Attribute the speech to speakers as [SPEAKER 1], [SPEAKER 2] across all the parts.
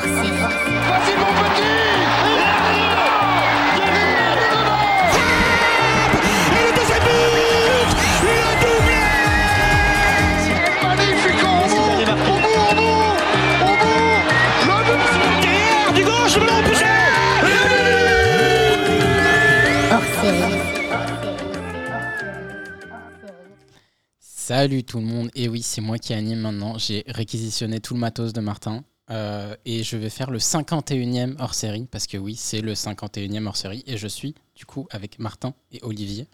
[SPEAKER 1] Vas-y, mon petit
[SPEAKER 2] Et le deuxième but Le doublé
[SPEAKER 1] Magnifique Au bout, au bout, au bout Au bout Le but
[SPEAKER 2] Derrière, du gauche, le ballon poussé
[SPEAKER 3] Salut tout le monde, et oui, c'est moi qui anime maintenant. J'ai réquisitionné tout le matos de Martin euh, et je vais faire le 51e hors série parce que oui, c'est le 51e hors série et je suis du coup avec Martin et Olivier.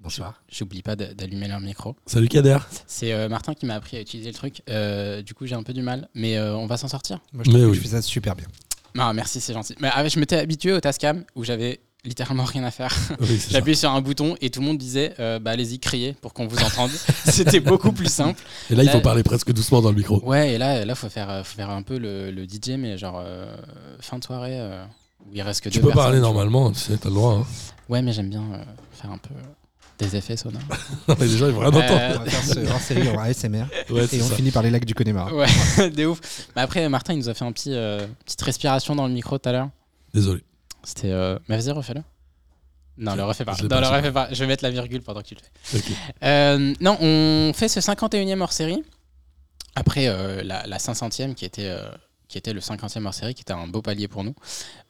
[SPEAKER 4] Bonsoir.
[SPEAKER 3] J'oublie pas de- d'allumer leur micro.
[SPEAKER 4] Salut Kader.
[SPEAKER 3] C'est euh, Martin qui m'a appris à utiliser le truc, euh, du coup j'ai un peu du mal, mais euh, on va s'en sortir.
[SPEAKER 4] Moi,
[SPEAKER 5] je trouve que
[SPEAKER 4] oui.
[SPEAKER 5] je fais ça super bien.
[SPEAKER 3] Ah, merci, c'est gentil. Mais, ah, je m'étais habitué au Tascam où j'avais littéralement rien à faire.
[SPEAKER 4] Oui, c'est ça.
[SPEAKER 3] J'appuyais sur un bouton et tout le monde disait euh, bah, allez-y, criez pour qu'on vous entende. C'était beaucoup plus simple.
[SPEAKER 4] Et là, il faut
[SPEAKER 3] Là-
[SPEAKER 4] parler presque doucement dans le micro.
[SPEAKER 3] Euh, Ouais, et là, là faut, faire, euh, faut faire un peu le, le DJ, mais genre euh, fin de soirée euh, où il reste que
[SPEAKER 4] Tu
[SPEAKER 3] deux
[SPEAKER 4] peux
[SPEAKER 3] personnes,
[SPEAKER 4] parler
[SPEAKER 3] tu vois.
[SPEAKER 4] normalement, tu sais, t'as le droit. hein.
[SPEAKER 3] Ouais, mais j'aime bien euh, faire un peu euh, des effets sonores.
[SPEAKER 4] Non, mais les gens, ils vont rien
[SPEAKER 3] Euh,
[SPEAKER 4] entendre.
[SPEAKER 5] On va faire ce hors série en ASMR
[SPEAKER 4] Ouais, c'est
[SPEAKER 5] et on
[SPEAKER 4] ça.
[SPEAKER 5] finit par les lacs du Connemara.
[SPEAKER 3] ouais, des ouf. Mais après, Martin, il nous a fait un petit, euh, petite respiration dans le micro tout à l'heure.
[SPEAKER 4] Désolé.
[SPEAKER 3] C'était. Euh... Mais vas-y, refais-le. Non, le refais pas.
[SPEAKER 4] Je l'ai
[SPEAKER 3] Non,
[SPEAKER 4] pas,
[SPEAKER 3] le
[SPEAKER 4] je l'ai
[SPEAKER 3] refais pas. Je vais mettre la virgule pendant que tu le fais.
[SPEAKER 4] Ok.
[SPEAKER 3] Euh, non, on fait ce 51e hors série. Après euh, la, la 500e qui était, euh, qui était le 50e hors série, qui était un beau palier pour nous,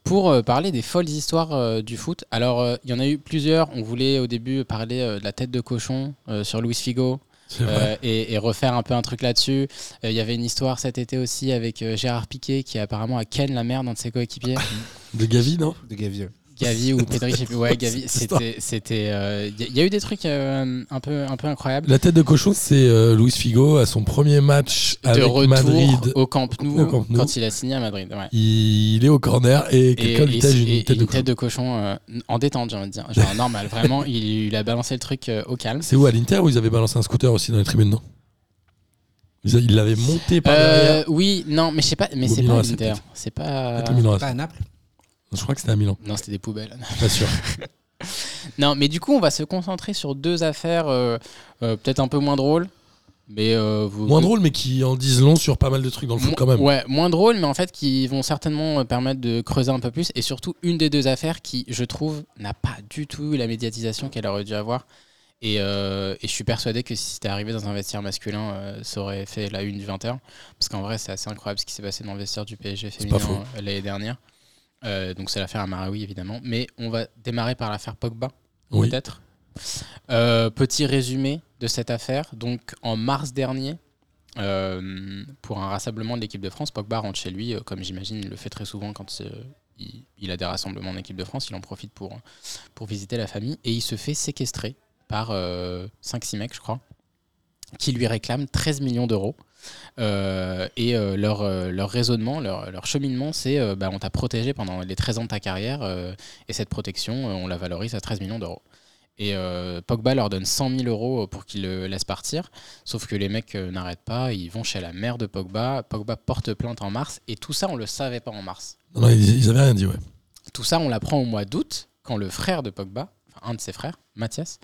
[SPEAKER 3] pour euh, parler des folles histoires euh, du foot. Alors, euh, il y en a eu plusieurs. On voulait au début parler euh, de la tête de cochon euh, sur Luis Figo
[SPEAKER 4] C'est
[SPEAKER 3] euh,
[SPEAKER 4] vrai.
[SPEAKER 3] et, et refaire un peu un truc là-dessus. Euh, Il y avait une histoire cet été aussi avec euh, Gérard Piquet qui apparemment a ken la mère d'un de ses coéquipiers.
[SPEAKER 4] Ah,
[SPEAKER 3] Euh.
[SPEAKER 4] De Gavi, non
[SPEAKER 5] De Gavieux.
[SPEAKER 3] Gavi ou Pedri, je sais plus. Ouais, Gavi,
[SPEAKER 4] Cette histoire.
[SPEAKER 3] c'était. c'était, euh, Il y a- il y a eu des trucs euh, un, peu, un peu incroyables.
[SPEAKER 4] La tête de cochon, c'est euh, Luis Figo à son premier match
[SPEAKER 3] de
[SPEAKER 4] avec
[SPEAKER 3] retour
[SPEAKER 4] Madrid.
[SPEAKER 3] au Camp Nou,
[SPEAKER 4] au Camp Nou.
[SPEAKER 3] quand il a signé à Madrid. ouais.
[SPEAKER 4] Il est au corner et quelqu'un lui
[SPEAKER 3] et-
[SPEAKER 4] tège
[SPEAKER 3] et-
[SPEAKER 4] une tête
[SPEAKER 3] et
[SPEAKER 4] de cochon.
[SPEAKER 3] cochon euh, en détente, j'ai envie de dire. Genre normal, vraiment, il, il a balancé le truc euh, au calme.
[SPEAKER 4] C'est où à l'Inter où ils avaient balancé un scooter aussi dans les tribunes, non Ils a- Ils l'avaient monté par
[SPEAKER 3] Euh,
[SPEAKER 4] derrière.
[SPEAKER 3] oui, non, mais je sais pas, mais
[SPEAKER 4] Au
[SPEAKER 3] c'est
[SPEAKER 4] Milan,
[SPEAKER 3] pas
[SPEAKER 4] c'est
[SPEAKER 3] l'Inter.
[SPEAKER 4] peut-être.
[SPEAKER 3] C'est pas.
[SPEAKER 4] Peut-être le Milan,
[SPEAKER 5] Pas à Naples
[SPEAKER 4] Je crois que c'était à Milan.
[SPEAKER 3] Non, c'était des poubelles.
[SPEAKER 4] Pas sûr.
[SPEAKER 3] Non, mais du coup, on va se concentrer sur deux affaires euh, euh, peut-être un peu moins drôles. Mais euh, vous,
[SPEAKER 4] Moins drôle, mais qui en disent long sur pas mal de trucs dans le foot
[SPEAKER 3] Mo-
[SPEAKER 4] quand même.
[SPEAKER 3] Ouais, moins drôle, mais en fait qui vont certainement euh, permettre de creuser un peu plus. Et surtout, une des deux affaires qui, je trouve, n'a pas du tout eu la médiatisation qu'elle aurait dû avoir. Et, euh, et je suis persuadé que si c'était arrivé dans un vestiaire masculin, euh, ça aurait fait la une du 20h. Parce qu'en vrai, c'est assez incroyable ce qui s'est passé dans le vestiaire du PSG féminin
[SPEAKER 4] pas faux.
[SPEAKER 3] euh, l'année dernière. Euh, donc c'est l'affaire Amaraoui, évidemment. Mais on va démarrer par l'affaire Pogba
[SPEAKER 4] Oui.
[SPEAKER 3] peut-être. Euh, petit résumé de cette affaire. Donc, en mars dernier, euh, pour un rassemblement de l'équipe de France, Pogba rentre chez lui, euh, comme j'imagine il le fait très souvent quand euh, il, il a des rassemblements en équipe de France, il en profite pour, pour visiter la famille, et il se fait séquestrer par 5-6 mecs, je crois, qui lui réclament 13 millions d'euros. Euh, et euh, leur, euh, leur raisonnement, leur, leur cheminement, c'est euh, bah, on t'a protégé pendant les 13 ans de ta carrière, euh, et cette protection, euh, on la valorise à 13 millions d'euros. Et euh, Pogba leur donne 100 000 euros euh, pour qu'ils le laissent partir. Sauf que les mecs euh, n'arrêtent pas, ils vont chez la mère de Pogba. Pogba porte plainte en mars. Et tout ça, on le savait pas en mars.
[SPEAKER 4] Non, non, ils, ils avaient rien dit, ouais.
[SPEAKER 3] Tout ça, on l'apprend au mois d'août, quand le frère de Pogba, enfin un de ses frères, Mathias,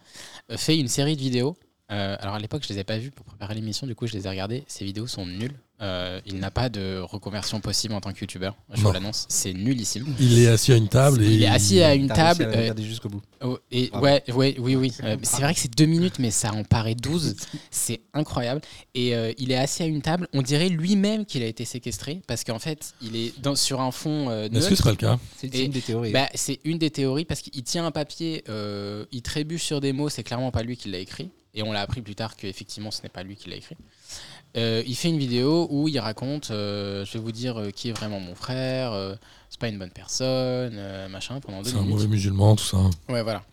[SPEAKER 3] euh, fait une série de vidéos. Euh, alors à l'époque, je les ai pas vues pour préparer l'émission, du coup, je les ai regardées. Ces vidéos sont nulles. Euh, il n'a pas de reconversion possible en tant que youtubeur. Je vous
[SPEAKER 4] Non.
[SPEAKER 3] l'annonce, c'est nullissime.
[SPEAKER 4] Il est assis à une table et
[SPEAKER 3] Il est assis à une
[SPEAKER 5] T'as réussi
[SPEAKER 3] table.
[SPEAKER 5] à la
[SPEAKER 3] euh,
[SPEAKER 5] regarder jusqu'au bout.
[SPEAKER 3] Oh, et
[SPEAKER 5] Bravo.
[SPEAKER 3] ouais, ouais, oui, oui. Euh, c'est vrai que c'est deux minutes, mais ça en paraît 12. C'est incroyable. Et euh, il est assis à une table. On dirait lui-même qu'il a été séquestré parce qu'en fait, il est dans, sur un fond euh,
[SPEAKER 4] Est-ce
[SPEAKER 3] neutre.
[SPEAKER 4] que c'est pas le cas
[SPEAKER 5] C'est
[SPEAKER 3] Et-
[SPEAKER 5] une des théories.
[SPEAKER 3] Bah, c'est une des théories parce qu'il tient un papier, euh, il trébuche sur des mots, c'est clairement pas lui qui l'a écrit. Et on l'a appris plus tard qu'effectivement ce n'est pas lui qui l'a écrit. Euh, il fait une vidéo où il raconte euh, Je vais vous dire euh, qui est vraiment mon frère, euh, c'est pas une bonne personne, euh, machin, pendant deux
[SPEAKER 4] C'est un
[SPEAKER 3] minutes.
[SPEAKER 4] mauvais musulman, tout ça.
[SPEAKER 3] Ouais, voilà.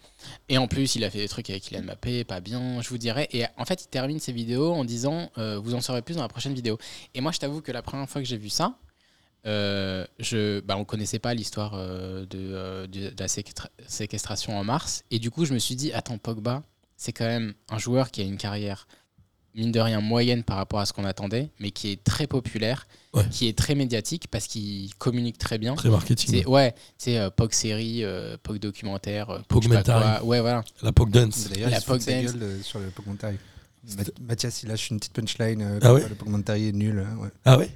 [SPEAKER 3] Et en plus, il a fait des trucs avec Kylian Mbappé, pas bien, je vous dirais. Et en fait, il termine ses vidéos en disant euh, Vous en saurez plus dans la prochaine vidéo. Et moi, je t'avoue que la première fois que j'ai vu ça, euh, je, bah, on connaissait pas l'histoire euh, de, euh, du- de la séquestra- séquestration en mars. Et du coup, je me suis dit Attends, Pogba, c'est quand même un joueur qui a une carrière, mine de rien, moyenne par rapport à ce qu'on attendait, mais qui est très populaire,
[SPEAKER 4] Ouais.
[SPEAKER 3] qui est très médiatique parce qu'il communique très bien.
[SPEAKER 4] Très marketing.
[SPEAKER 3] C'est ouais, c'est euh, POC série, euh, POC documentaire, euh, POC je sais pas
[SPEAKER 4] Pogmentary.
[SPEAKER 3] quoi. Ouais, voilà.
[SPEAKER 4] La poke dance.
[SPEAKER 5] D'ailleurs,
[SPEAKER 3] la
[SPEAKER 5] il se fout de sa
[SPEAKER 3] Pogdance.
[SPEAKER 5] gueule euh, sur le Pogmentary. Mathias, il lâche une petite punchline. euh,
[SPEAKER 4] Ah ouais
[SPEAKER 5] Le Pogmentary est nul. hein, ouais.
[SPEAKER 4] Ah ouais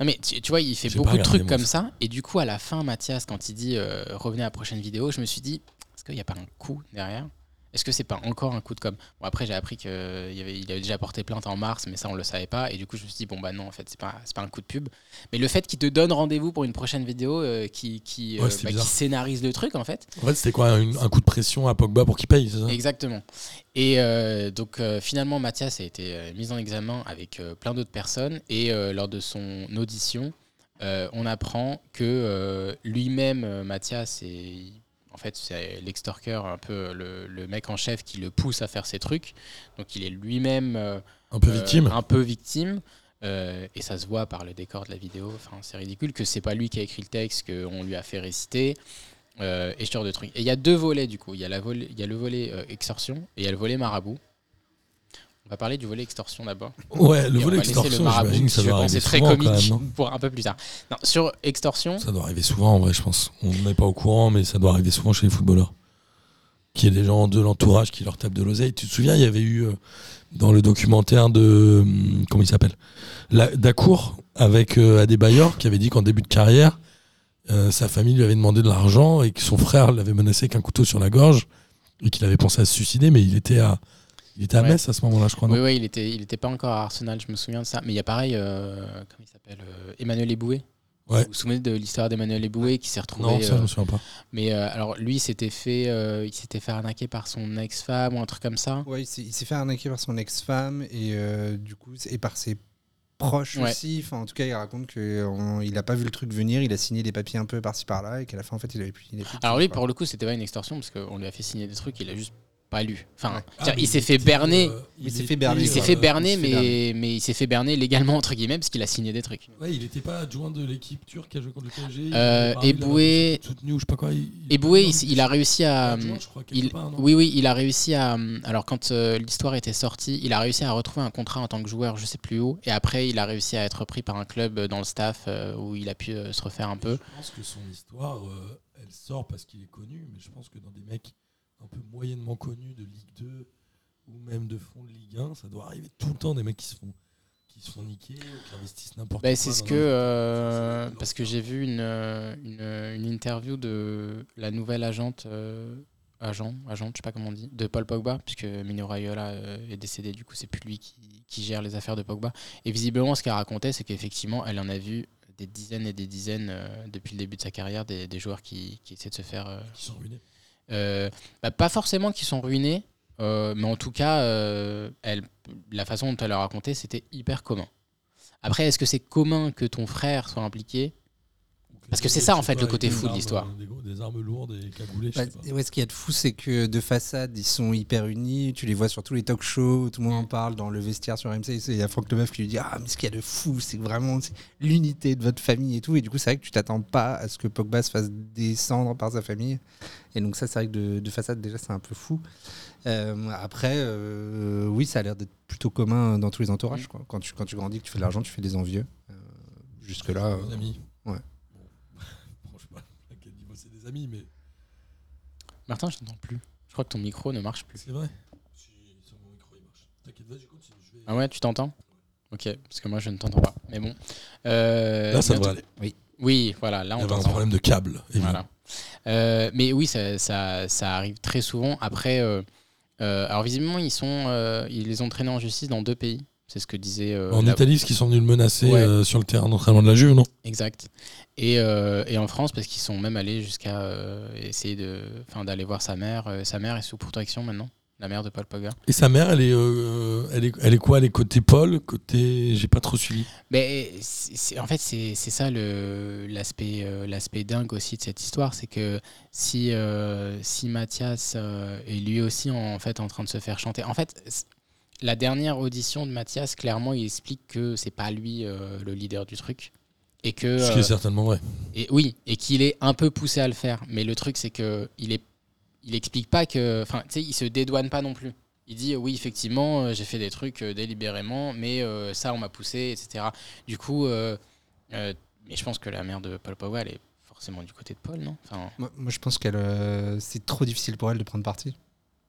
[SPEAKER 3] Non, mais tu, tu vois, il fait
[SPEAKER 4] J'ai
[SPEAKER 3] beaucoup
[SPEAKER 4] pas
[SPEAKER 3] de
[SPEAKER 4] regardé,
[SPEAKER 3] trucs
[SPEAKER 4] moi,
[SPEAKER 3] comme ça. Et du coup, à la fin, Mathias, quand il dit euh, revenez à la prochaine vidéo, je me suis dit est-ce qu'il n'y a pas un coup derrière Est-ce que c'est pas encore un coup de com Bon, après, j'ai appris qu'il avait, il avait déjà porté plainte en mars, mais ça, on le savait pas. Et du coup, je me suis dit bon, bah non, en fait, c'est pas, c'est pas un coup de pub. Mais le fait qu'il te donne rendez-vous pour une prochaine vidéo euh, qui, qui, euh,
[SPEAKER 4] Ouais, c'était
[SPEAKER 3] bah, qui
[SPEAKER 4] bizarre.
[SPEAKER 3] scénarise le truc, en fait.
[SPEAKER 4] En fait, c'était quoi une- un, coup de pression à Pogba pour qu'il paye, c'est ça
[SPEAKER 3] Exactement. Et euh, donc euh, finalement, Mathias a été euh, mis en examen avec euh, plein d'autres personnes et euh, lors de son audition, euh, on apprend que euh, lui-même, euh, Mathias, est, en fait, c'est l'extorqueur, un peu le, le mec en chef qui le pousse à faire ses trucs. Donc il est lui-même euh,
[SPEAKER 4] Un peu
[SPEAKER 3] euh,
[SPEAKER 4] victime.
[SPEAKER 3] un peu victime. Euh, et ça se voit par le décor de la vidéo. Enfin, c'est ridicule que c'est pas lui qui a écrit le texte, qu'on lui a fait réciter. Euh, et ce genre de truc. Et il y a deux volets du coup. Il y, a la vol- il y a le volet euh, extorsion et il y a le volet marabout. On va parler du volet extorsion d'abord.
[SPEAKER 4] Ouais, le
[SPEAKER 3] Et on va
[SPEAKER 4] volet
[SPEAKER 3] laisser
[SPEAKER 4] extorsion,
[SPEAKER 3] marabout,
[SPEAKER 4] j'imagine que
[SPEAKER 3] qui,
[SPEAKER 4] ça
[SPEAKER 3] je
[SPEAKER 4] doit
[SPEAKER 3] pense,
[SPEAKER 4] arriver
[SPEAKER 3] est très
[SPEAKER 4] souvent, quand
[SPEAKER 3] comique
[SPEAKER 4] même, non
[SPEAKER 3] pour un peu plus tard. Non, sur extorsion,
[SPEAKER 4] Ça doit arriver souvent, en vrai, je pense. On n'est pas au courant, mais ça doit arriver souvent chez les footballeurs. Qu'il y ait des gens de l'entourage qui leur tapent de l'oseille. Tu te souviens, il y avait eu euh, dans le documentaire de. hum, Comment il s'appelle La- Dacour, avec euh, Adebayor, qui avait dit qu'en début de carrière, euh, sa famille lui avait demandé de l'argent et que son frère l'avait menacé avec un couteau sur la gorge et qu'il avait pensé à se suicider, mais il était à, il était à
[SPEAKER 3] Ouais.
[SPEAKER 4] Metz à ce moment-là, je crois. non
[SPEAKER 3] oui, oui, il était, il était pas encore à Arsenal, je me souviens de ça. Mais il y a pareil, euh, comment il s'appelle euh, Emmanuel Eboué.
[SPEAKER 4] Ouais.
[SPEAKER 3] Vous vous souvenez de l'histoire d'Emmanuel Eboué qui s'est retrouvé.
[SPEAKER 4] non, ça,
[SPEAKER 3] euh,
[SPEAKER 4] je me souviens pas.
[SPEAKER 3] Mais euh, alors lui s'était fait, euh, il s'était fait arnaquer par son ex-femme ou un truc comme ça.
[SPEAKER 5] Ouais, il s'est il s'est fait arnaquer par son ex-femme et euh, du coup et par ses proches
[SPEAKER 3] Ouais.
[SPEAKER 5] aussi. Enfin, en tout cas, il raconte qu'il n'a pas vu le truc venir, il a signé des papiers un peu par-ci par-là et qu'à la fin, en fait, il avait plus. il avait plus de
[SPEAKER 3] Alors
[SPEAKER 5] sous,
[SPEAKER 3] lui
[SPEAKER 5] quoi.
[SPEAKER 3] pour le coup c'était pas une extorsion parce qu'on lui a fait signer des trucs, il a juste pas lu. Enfin,
[SPEAKER 4] Ah,
[SPEAKER 3] c'est-à-dire,
[SPEAKER 4] mais
[SPEAKER 3] il s'est fait
[SPEAKER 4] était,
[SPEAKER 3] berner.
[SPEAKER 4] euh,
[SPEAKER 5] Il s'est
[SPEAKER 4] était,
[SPEAKER 5] fait berner,
[SPEAKER 3] Il s'est
[SPEAKER 5] euh,
[SPEAKER 3] fait
[SPEAKER 5] il
[SPEAKER 3] berner,
[SPEAKER 5] s'est fait
[SPEAKER 3] mais,
[SPEAKER 5] berner.
[SPEAKER 3] mais il s'est fait berner légalement, entre guillemets, parce qu'il a signé des trucs.
[SPEAKER 4] Ouais, il n'était pas adjoint de l'équipe turque qui a joué contre le PSG. il
[SPEAKER 3] Euh,
[SPEAKER 4] avait pas eu la
[SPEAKER 3] Eboué,
[SPEAKER 4] soutenu ou je sais pas quoi. Il, il-
[SPEAKER 3] Eboué, il, s- il a réussi à. euh,
[SPEAKER 4] adjoint, je crois, quelque
[SPEAKER 3] il-
[SPEAKER 4] part, non
[SPEAKER 3] oui, oui, il a réussi à. Alors, quand euh, l'histoire était sortie, il a réussi à retrouver un contrat en tant que joueur, je sais plus où. Et après, il a réussi à être pris par un club euh, dans le staff euh, où il a pu euh, se refaire un peu.
[SPEAKER 4] Je pense que son histoire, euh, elle sort parce qu'il est connu, mais je pense que dans des mecs un peu moyennement connus de Ligue 2 ou même de fond de Ligue 1, ça doit arriver tout le temps des mecs qui se font, qui se font niquer ou qui investissent n'importe
[SPEAKER 3] Bah,
[SPEAKER 4] quoi.
[SPEAKER 3] c'est
[SPEAKER 4] dans
[SPEAKER 3] ce
[SPEAKER 4] un-
[SPEAKER 3] que. euh,
[SPEAKER 4] dans un-
[SPEAKER 3] parce que j'ai vu une, euh, une, une interview de la nouvelle agente. euh, agent, agent, je sais pas comment on dit, de Paul Pogba, puisque Mino Raiola euh, est décédé, du coup, c'est plus lui qui, qui gère les affaires de Pogba. Et visiblement, ce qu'elle racontait, c'est qu'effectivement, elle en a vu des dizaines et des dizaines euh, depuis le début de sa carrière, des, des joueurs qui, qui essaient de se faire. euh,
[SPEAKER 4] Qui sont ruinés.
[SPEAKER 3] euh, bah, pas forcément qu'ils sont ruinés, euh, mais en tout cas, euh, elle, la façon dont elle a raconté, c'était hyper commun. Après, est-ce que c'est commun que ton frère soit impliqué Parce que c'est ça, en fait, le côté fou de
[SPEAKER 4] foot
[SPEAKER 3] l'histoire.
[SPEAKER 4] Des, gros- des armes lourdes et cagoulées, je
[SPEAKER 5] Bah,
[SPEAKER 4] sais pas.
[SPEAKER 5] ouais, ce qu'il y a de fou, c'est que de façade, ils sont hyper unis. Tu les vois sur tous les talk shows, tout le monde en parle dans le vestiaire sur MC. Il y a Franck Leboeuf qui lui dit Ah, mais ce qu'il y a de fou, c'est vraiment c'est l'unité de votre famille et tout. Et du coup, c'est vrai que tu t'attends pas à ce que Pogba se fasse descendre par sa famille. Et donc, ça, c'est vrai que de, de façade, déjà, c'est un peu fou. Euh, après, euh, oui, ça a l'air d'être plutôt commun dans tous les
[SPEAKER 4] Mm.
[SPEAKER 5] entourages. quoi. Quand, tu, quand tu grandis, que tu fais de l'argent, tu fais des envieux. Euh, Jusque-là. euh,
[SPEAKER 4] Des amis.
[SPEAKER 5] ouais.
[SPEAKER 4] Bon, bon, je sais pas à quel niveau c'est des amis, mais
[SPEAKER 3] Martin, je t'entends plus. Je crois que ton micro ne marche plus.
[SPEAKER 4] c'est vrai. Si, sur mon micro, il marche. T'inquiète, vas-y, continue. Je vais...
[SPEAKER 3] Ah ouais, tu t'entends Ok, parce que moi je ne t'entends pas. Mais bon. Euh,
[SPEAKER 4] Là, ça
[SPEAKER 3] bientôt-
[SPEAKER 4] devrait aller.
[SPEAKER 3] Oui, voilà, là
[SPEAKER 4] Il y
[SPEAKER 3] on
[SPEAKER 4] avait un
[SPEAKER 3] t'entend.
[SPEAKER 4] problème de câble, évidemment.
[SPEAKER 3] Voilà. Euh, mais oui, ça, ça- ça arrive très souvent. Après, euh, euh, alors visiblement, ils, sont, euh, ils les ont traînés en justice dans deux pays. C'est ce que disait. euh,
[SPEAKER 4] En
[SPEAKER 3] la-
[SPEAKER 4] Italie, ce qui sont venus le menacer
[SPEAKER 3] Ouais.
[SPEAKER 4] euh, sur le terrain d'entraînement de la Juve, non
[SPEAKER 3] Exact. Et, euh, et en France, parce qu'ils sont même allés jusqu'à euh, essayer de, enfin, d'aller voir sa mère. Euh, sa mère est sous protection maintenant, la mère de Paul Pogba.
[SPEAKER 4] Et sa mère, elle est, euh, elle est, elle est quoi Elle est côté Paul, côté. J'ai pas trop suivi.
[SPEAKER 3] Mais c'est- c'est- en fait, c'est c'est ça le- l'aspect euh, l'aspect dingue aussi de cette histoire, c'est que si, euh, si Mathias euh, est lui aussi en, fait en train de se faire chanter. En fait, c- la dernière audition de Mathias, clairement, il explique que c'est pas lui euh, le leader du truc et que
[SPEAKER 4] Ce qui
[SPEAKER 3] euh,
[SPEAKER 4] est certainement vrai.
[SPEAKER 3] et oui, et qu'il est un peu poussé à le faire. Mais le truc, c'est que il est, il explique pas que, enfin, tu sais, il se dédouane pas non plus. Il dit euh, oui, effectivement, euh, j'ai fait des trucs euh, délibérément, mais euh, ça, on m'a poussé, etc. Du coup, euh, euh, mais je pense que la mère de Paul Powell est forcément du côté de Paul, non Enfin,
[SPEAKER 5] Moi, moi, je pense qu'elle, euh, c'est trop difficile pour elle de prendre parti.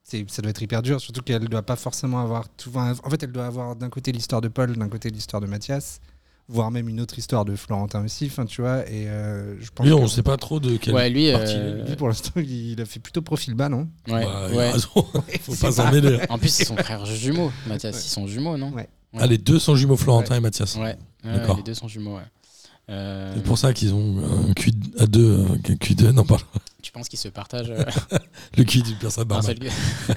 [SPEAKER 5] C'est, ça doit être hyper dur, surtout qu'elle doit pas forcément avoir tout. En fait, elle doit avoir d'un côté l'histoire de Paul, d'un côté l'histoire de Mathias. voire même une autre histoire de Florentin aussi. Enfin, tu vois, et euh, je pense
[SPEAKER 4] Lui, on
[SPEAKER 5] que-
[SPEAKER 4] sait pas trop de quel.
[SPEAKER 3] Ouais, lui,
[SPEAKER 4] parti,
[SPEAKER 3] euh,
[SPEAKER 5] lui, pour l'instant, il a fait plutôt profil bas, non
[SPEAKER 3] ouais,
[SPEAKER 4] Bah, il a
[SPEAKER 3] ouais.
[SPEAKER 4] raison. Faut
[SPEAKER 5] C'est
[SPEAKER 4] pas s'en mêler.
[SPEAKER 3] En plus, ils sont frères jumeaux, Mathias. Ils sont jumeaux, non
[SPEAKER 5] Ouais.
[SPEAKER 4] Ah, les deux sont jumeaux, Florentin et Mathias.
[SPEAKER 3] Ouais, ouais,
[SPEAKER 4] D'accord.
[SPEAKER 3] les deux sont jumeaux. ouais. Euh,
[SPEAKER 4] C'est pour ça qu'ils ont un QI à deux, euh, un QI de- non, pardon.
[SPEAKER 3] Tu penses qu'ils se partagent euh,
[SPEAKER 4] le QI d'une personne
[SPEAKER 3] un
[SPEAKER 4] normale.
[SPEAKER 3] seul gueux